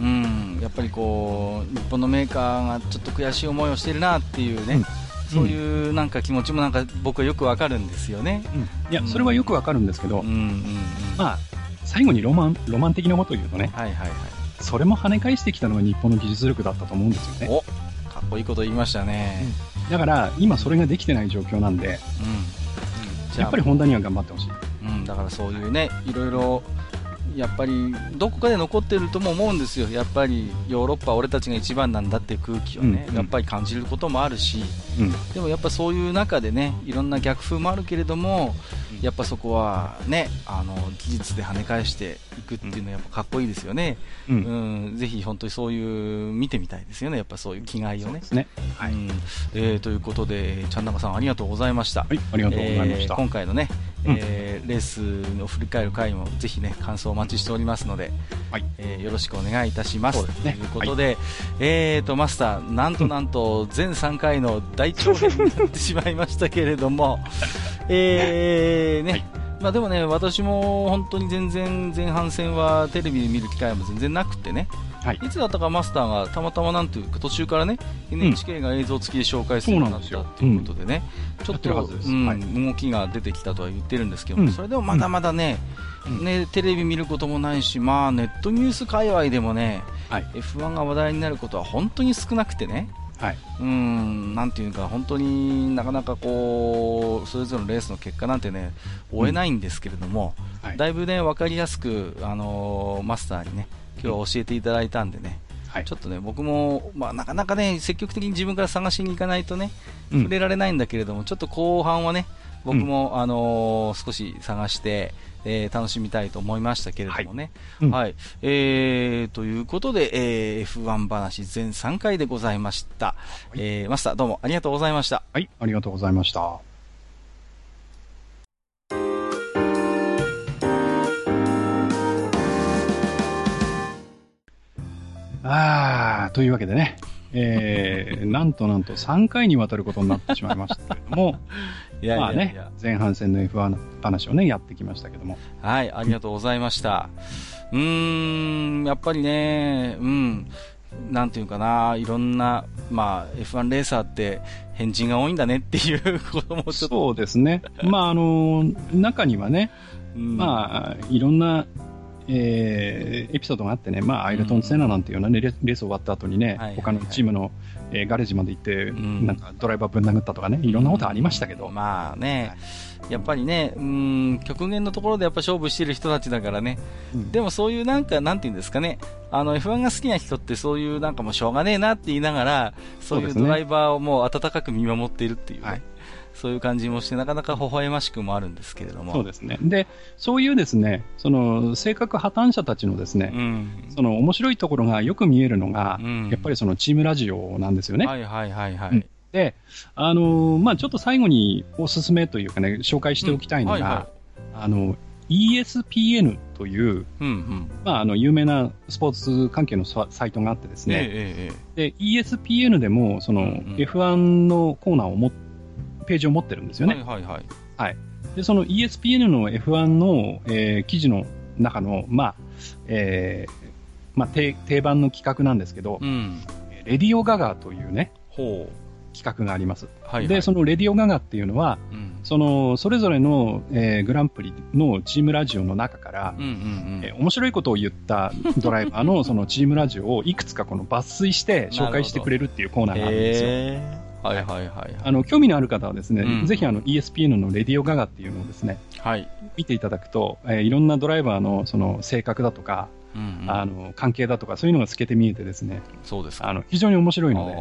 [SPEAKER 2] うん、やっぱりこう日本のメーカーがちょっと悔しい思いをしてるなっていうね、
[SPEAKER 3] うん
[SPEAKER 2] そういうなんか気持ちもなんか僕はよくわかるんですよね。
[SPEAKER 3] いや、それはよくわかるんですけど、
[SPEAKER 2] うんうんうん、
[SPEAKER 3] まあ、最後にロマン、ロマン的なことを言うとね、
[SPEAKER 2] はいはいはい。
[SPEAKER 3] それも跳ね返してきたのが日本の技術力だったと思うんですよね。
[SPEAKER 2] お、かっこいいこと言いましたね。
[SPEAKER 3] だから、今それができてない状況なんで、
[SPEAKER 2] うん、じゃあ
[SPEAKER 3] やっぱりホンダには頑張ってほしい。
[SPEAKER 2] うん、だからそういうね、いろいろ、やっぱりどこかで残ってるとも思うんですよ、やっぱりヨーロッパは俺たちが一番なんだっていう空気をね、
[SPEAKER 3] うん
[SPEAKER 2] やっぱり感じることもあるし、
[SPEAKER 3] うん。
[SPEAKER 2] でもやっぱそういう中でね、いろんな逆風もあるけれども
[SPEAKER 1] うん、
[SPEAKER 2] やっぱそこはね、あの技術で跳ね返していくっていうのはやっぱかっこいいですよね、
[SPEAKER 3] う。
[SPEAKER 2] うんん、ぜひ本当にそういう、見てみたいですよね、やっぱそういう気概をね
[SPEAKER 3] で。すね。はい
[SPEAKER 2] うんえーということで、ちゃんなかさんありがとうございました。
[SPEAKER 3] はい、ありがとうございまし
[SPEAKER 2] えー
[SPEAKER 3] た。
[SPEAKER 2] 今回のね、
[SPEAKER 3] うん
[SPEAKER 2] えーレースを振り返る回もぜひね感想をお待ちしておりますので、
[SPEAKER 3] はい
[SPEAKER 2] えーよろしくお願いいたします
[SPEAKER 3] そうですね
[SPEAKER 2] ということで、えーとマスターなんとなんと全3回の大長編になってしまいましたけれども えーね、
[SPEAKER 3] はい
[SPEAKER 2] まあでもね私も本当に全然前半戦はテレビで見る機会も全然なくってね
[SPEAKER 3] はい。
[SPEAKER 2] いつだったかマスターがたまたまなんていうか途中からね NHK が映像付きで紹介するようになったっていうことでね、ちょっと
[SPEAKER 3] やってるはずです
[SPEAKER 2] うん
[SPEAKER 3] はい
[SPEAKER 2] 動きが出てきたとは言ってるんですけど、
[SPEAKER 3] うん
[SPEAKER 2] それでもまだまだね,、
[SPEAKER 3] うん
[SPEAKER 2] ねテレビ見ることもないし、まあ、ネットニュース界隈でもね、
[SPEAKER 3] はい
[SPEAKER 2] F1 が話題になることは本当に少なくてね。
[SPEAKER 3] はい。
[SPEAKER 2] うんなんていうか本当になかなかこうそれぞれのレースの結果なんてね追えないんですけれども、
[SPEAKER 3] はい。
[SPEAKER 2] だいぶね分かりやすく、あのーマスターにね今日は教えていただいたんでね、
[SPEAKER 3] はい
[SPEAKER 2] ちょっとね僕も、まあ、なかなかね積極的に自分から探しに行かないとね
[SPEAKER 3] うん
[SPEAKER 2] 触れられないんだけれども、ちょっと後半はね僕も、あのー少し探して、えー楽しみたいと思いましたけれどもね。
[SPEAKER 3] はいうん
[SPEAKER 2] はいえーということで、えー F1 話全3回でございました、えーマスターどうもありがとうございました。
[SPEAKER 3] はい、ありがとうございました。あー、というわけでね、え ー、なんとなんと3回にわたることになってしまいましたけれども、
[SPEAKER 2] い
[SPEAKER 3] まあね、前半戦の F1 話をね、やってきましたけども、
[SPEAKER 2] はい、ありがとうございました。うーん、やっぱりね、うん、なんていうかな、いろんな、まあ、F1 レーサーって変人が多いんだねっていうこともちょっと、
[SPEAKER 3] そうですね、まああの、中にはね、
[SPEAKER 2] うん
[SPEAKER 3] まあ、いろんな、えーエピソードがあってね、まあ、アイルトン・セナなんていうのはね、レレース終わった後にね、
[SPEAKER 2] はいはい
[SPEAKER 3] 他のチームの、えーガレージまで行って、
[SPEAKER 2] ん
[SPEAKER 3] なんかドライバーぶん殴ったとかね、いろんなことありましたけど、
[SPEAKER 2] まあね、やっぱりね、うん、極限のところでやっぱ勝負してる人たちだからね、
[SPEAKER 3] うん
[SPEAKER 2] でもそういうなんか、なんていうんですかね、あの、F1 が好きな人ってそういうなんかもうしょうがねえなって言いながら、そう
[SPEAKER 3] そう
[SPEAKER 2] い
[SPEAKER 3] で
[SPEAKER 2] う
[SPEAKER 3] すね
[SPEAKER 2] ドライバーをもう温かく見守っているっていうね、
[SPEAKER 3] はい
[SPEAKER 2] そういう感じもして、なかなか微笑ましくもあるんですけれども。
[SPEAKER 3] そうですね。で、そういうですね、その、性格破綻者たちのですね、
[SPEAKER 2] うん。
[SPEAKER 3] その面白いところがよく見えるのが、
[SPEAKER 2] うん
[SPEAKER 3] やっぱりそのチームラジオなんですよね。
[SPEAKER 2] はいはいはいはい。
[SPEAKER 3] うんで、あのーまあ、ちょっと最後におすすめというかね、紹介しておきたいのが、
[SPEAKER 2] うんはいは
[SPEAKER 3] あの、ESPN という、
[SPEAKER 2] うんうん。
[SPEAKER 3] まあ、あの有名なスポーツ関係のササイトがあってですね、
[SPEAKER 2] えええ
[SPEAKER 3] で ESPN でもその
[SPEAKER 2] うんうん
[SPEAKER 3] F1 のコーナーをもページを持ってるんです
[SPEAKER 2] え
[SPEAKER 3] よね。
[SPEAKER 2] はいはいはい。
[SPEAKER 3] でその ESPN の F1 の、えー記事の中の、まあえーまあ、定定番の企画なんですけど、
[SPEAKER 2] うん。
[SPEAKER 3] レディオガガという、ね、
[SPEAKER 2] ほう。
[SPEAKER 3] 企画があります。
[SPEAKER 2] はい、はい。
[SPEAKER 3] でそのレディオガガっていうのは
[SPEAKER 2] うん
[SPEAKER 3] その、それぞれの、えーグランプリのチームラジオの中から、
[SPEAKER 2] うんうん
[SPEAKER 3] えー面白いことを言ったドライバーのそのチームラジオをいくつかこの抜粋して紹介してくれるっていうコーナーがあるんですよ。
[SPEAKER 1] へえ
[SPEAKER 2] はいはいはいは
[SPEAKER 3] あの、興味のある方はですね、
[SPEAKER 2] うん
[SPEAKER 3] ぜひあの ESPN のレディオガガっていうのをですね、
[SPEAKER 2] い。はい。
[SPEAKER 3] 見ていただくと、えーいろんなドライバーのその性格だとか、
[SPEAKER 2] うんうん
[SPEAKER 3] あの、関係だとか、そういうのが透けて見えてですね、
[SPEAKER 2] そうですか。
[SPEAKER 3] あの、非常に面白い
[SPEAKER 2] あ
[SPEAKER 3] ので、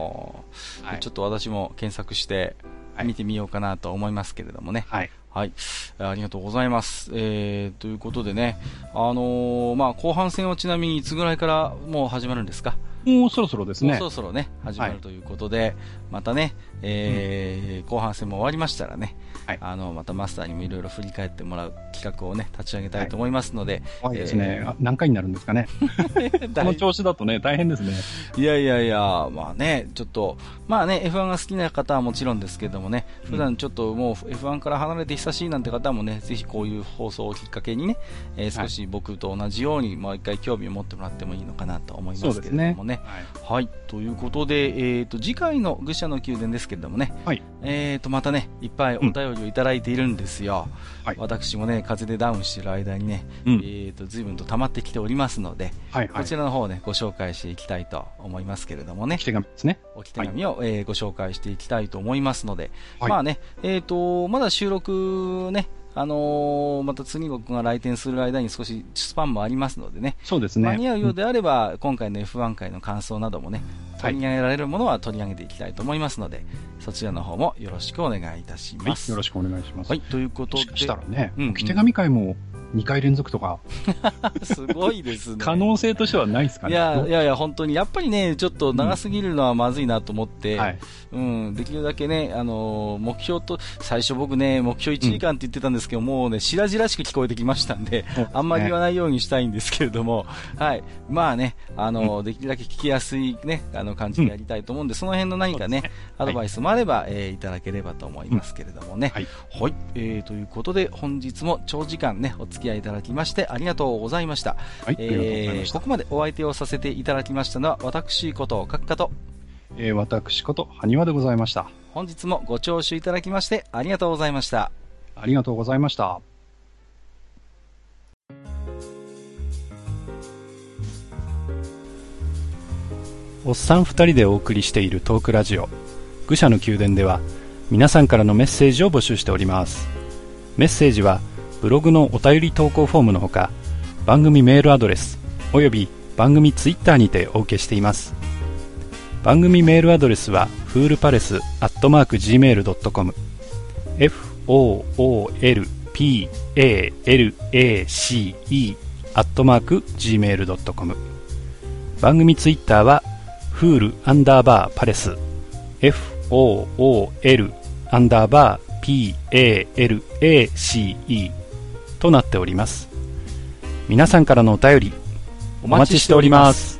[SPEAKER 2] ー
[SPEAKER 3] はい
[SPEAKER 2] ちょっと私も検索して
[SPEAKER 3] はい
[SPEAKER 2] 見てみようかなと思いますけれどもね。
[SPEAKER 3] はい。
[SPEAKER 2] はい。ありがとうございます。えー、ということでね、あのーまあ、後半戦はちなみにいつぐらいからもう始まるんですか
[SPEAKER 3] もうそろそろです
[SPEAKER 2] もう
[SPEAKER 3] ね
[SPEAKER 2] そ。ろそろね、始ま
[SPEAKER 3] は
[SPEAKER 2] る
[SPEAKER 3] い
[SPEAKER 2] ということで、またね、えー後半戦も終わりましたらね、
[SPEAKER 3] はい
[SPEAKER 2] あの、またマスターにもいろいろ振り返ってもらう企画をね、立ち上げたいと思いますので、
[SPEAKER 3] 怖いですね。あ何回になるんですかね。こ
[SPEAKER 2] 大
[SPEAKER 3] の調子だとね、大変ですね。
[SPEAKER 2] いやいやいや、まあね、ちょっと、まあね、F1 が好きな方はもちろんですけどもね、普段ちょっともう F1 から離れて久しいなんて方もね、ぜひこういう放送をきっかけにね、えー
[SPEAKER 3] は
[SPEAKER 2] 少
[SPEAKER 3] い
[SPEAKER 2] し僕と同じように、もう一回興味を持ってもらってもいいのかなと思いますけれどもね。
[SPEAKER 3] はい。
[SPEAKER 2] はい、ということで、えー、と次回の愚者の宮殿ですけれどもね、
[SPEAKER 3] はい
[SPEAKER 2] えー、とまたね、いっぱいお便りをいただいているんですよ、
[SPEAKER 3] はい
[SPEAKER 2] 私もね、風邪でダウンしている間にね、
[SPEAKER 3] うん
[SPEAKER 2] えー、と随分と溜まってきておりますので、
[SPEAKER 3] はい、は
[SPEAKER 2] こ
[SPEAKER 3] い。
[SPEAKER 2] ちらの方をね、ご紹介していきたいと思いますけれどもね
[SPEAKER 3] 来、てがですね。
[SPEAKER 2] 置き手紙を、えーご紹介していきたいと思いますので、
[SPEAKER 3] はい
[SPEAKER 2] まあね、えーと、まだ収録ね、あのーまた次僕が来店する間に少しスパンもありますのでね、
[SPEAKER 3] そうですね。
[SPEAKER 2] 間に合うようであれば、今回の F1 回の感想などもね、
[SPEAKER 3] はい
[SPEAKER 2] 取り上げられるものは取り上げていきたいと思いますので、そちらの方もよろしくお願いいたし
[SPEAKER 3] はい。
[SPEAKER 2] ま
[SPEAKER 3] よ
[SPEAKER 2] す。
[SPEAKER 3] ろしくお願いします。
[SPEAKER 2] はい、ということ
[SPEAKER 3] も
[SPEAKER 2] で
[SPEAKER 3] し、かしたらね、
[SPEAKER 2] うんうん
[SPEAKER 3] 置き手紙会も2回連続とか、
[SPEAKER 2] すごいですね。
[SPEAKER 3] 可能性としてはないですか
[SPEAKER 2] い
[SPEAKER 3] ね。
[SPEAKER 2] や
[SPEAKER 3] ど
[SPEAKER 2] いやいや、本当に、やっぱりね、ちょっと長すぎるのはまずいなと思って、
[SPEAKER 3] はい。
[SPEAKER 2] うん、できるだけね、あのー目標と、最初僕ね、目標1時間って言ってたんですけど、もうね、白々しく聞こえてきましたんで、あんまり言わ
[SPEAKER 3] な
[SPEAKER 2] ないようにしたいんですけれども、はい。まあね、あのーできるだけ聞きやすいね、あの、感じでやりたいと思うんで、その辺の何かね、アドバイスもあれば、えーいただければと思いますけれどもね。
[SPEAKER 3] はい。
[SPEAKER 2] はい、えーということで本日も長時間ねお付き合いいただきましてありがとうございました、
[SPEAKER 3] はい。ありがとうござい
[SPEAKER 2] え
[SPEAKER 3] ま
[SPEAKER 2] ー
[SPEAKER 3] し
[SPEAKER 2] こ
[SPEAKER 3] た。
[SPEAKER 2] こまでお相手をさせていただきましたのは私こと閣下と
[SPEAKER 3] えー私こと、埴輪でございました。
[SPEAKER 2] 本日もご聴取いただきましてありがとうございました
[SPEAKER 3] ありがとうございました。
[SPEAKER 5] おっさん2人でお送りしているトークラジオ「愚者の宮殿」では皆さんからのメッセージを募集しておりますメッセージはブログのお便り投稿フォームのほか番組メールアドレスおよび番組ツイッターにてお受けしています番組メールアドレスはフールパレスアットマーク Gmail.com foolpalace アットマーク Gmail.com 番組ツイッターはフールアンダーバーパレス FOOL アンダーバー PALACE となっております皆さんからのお便りお待ちしております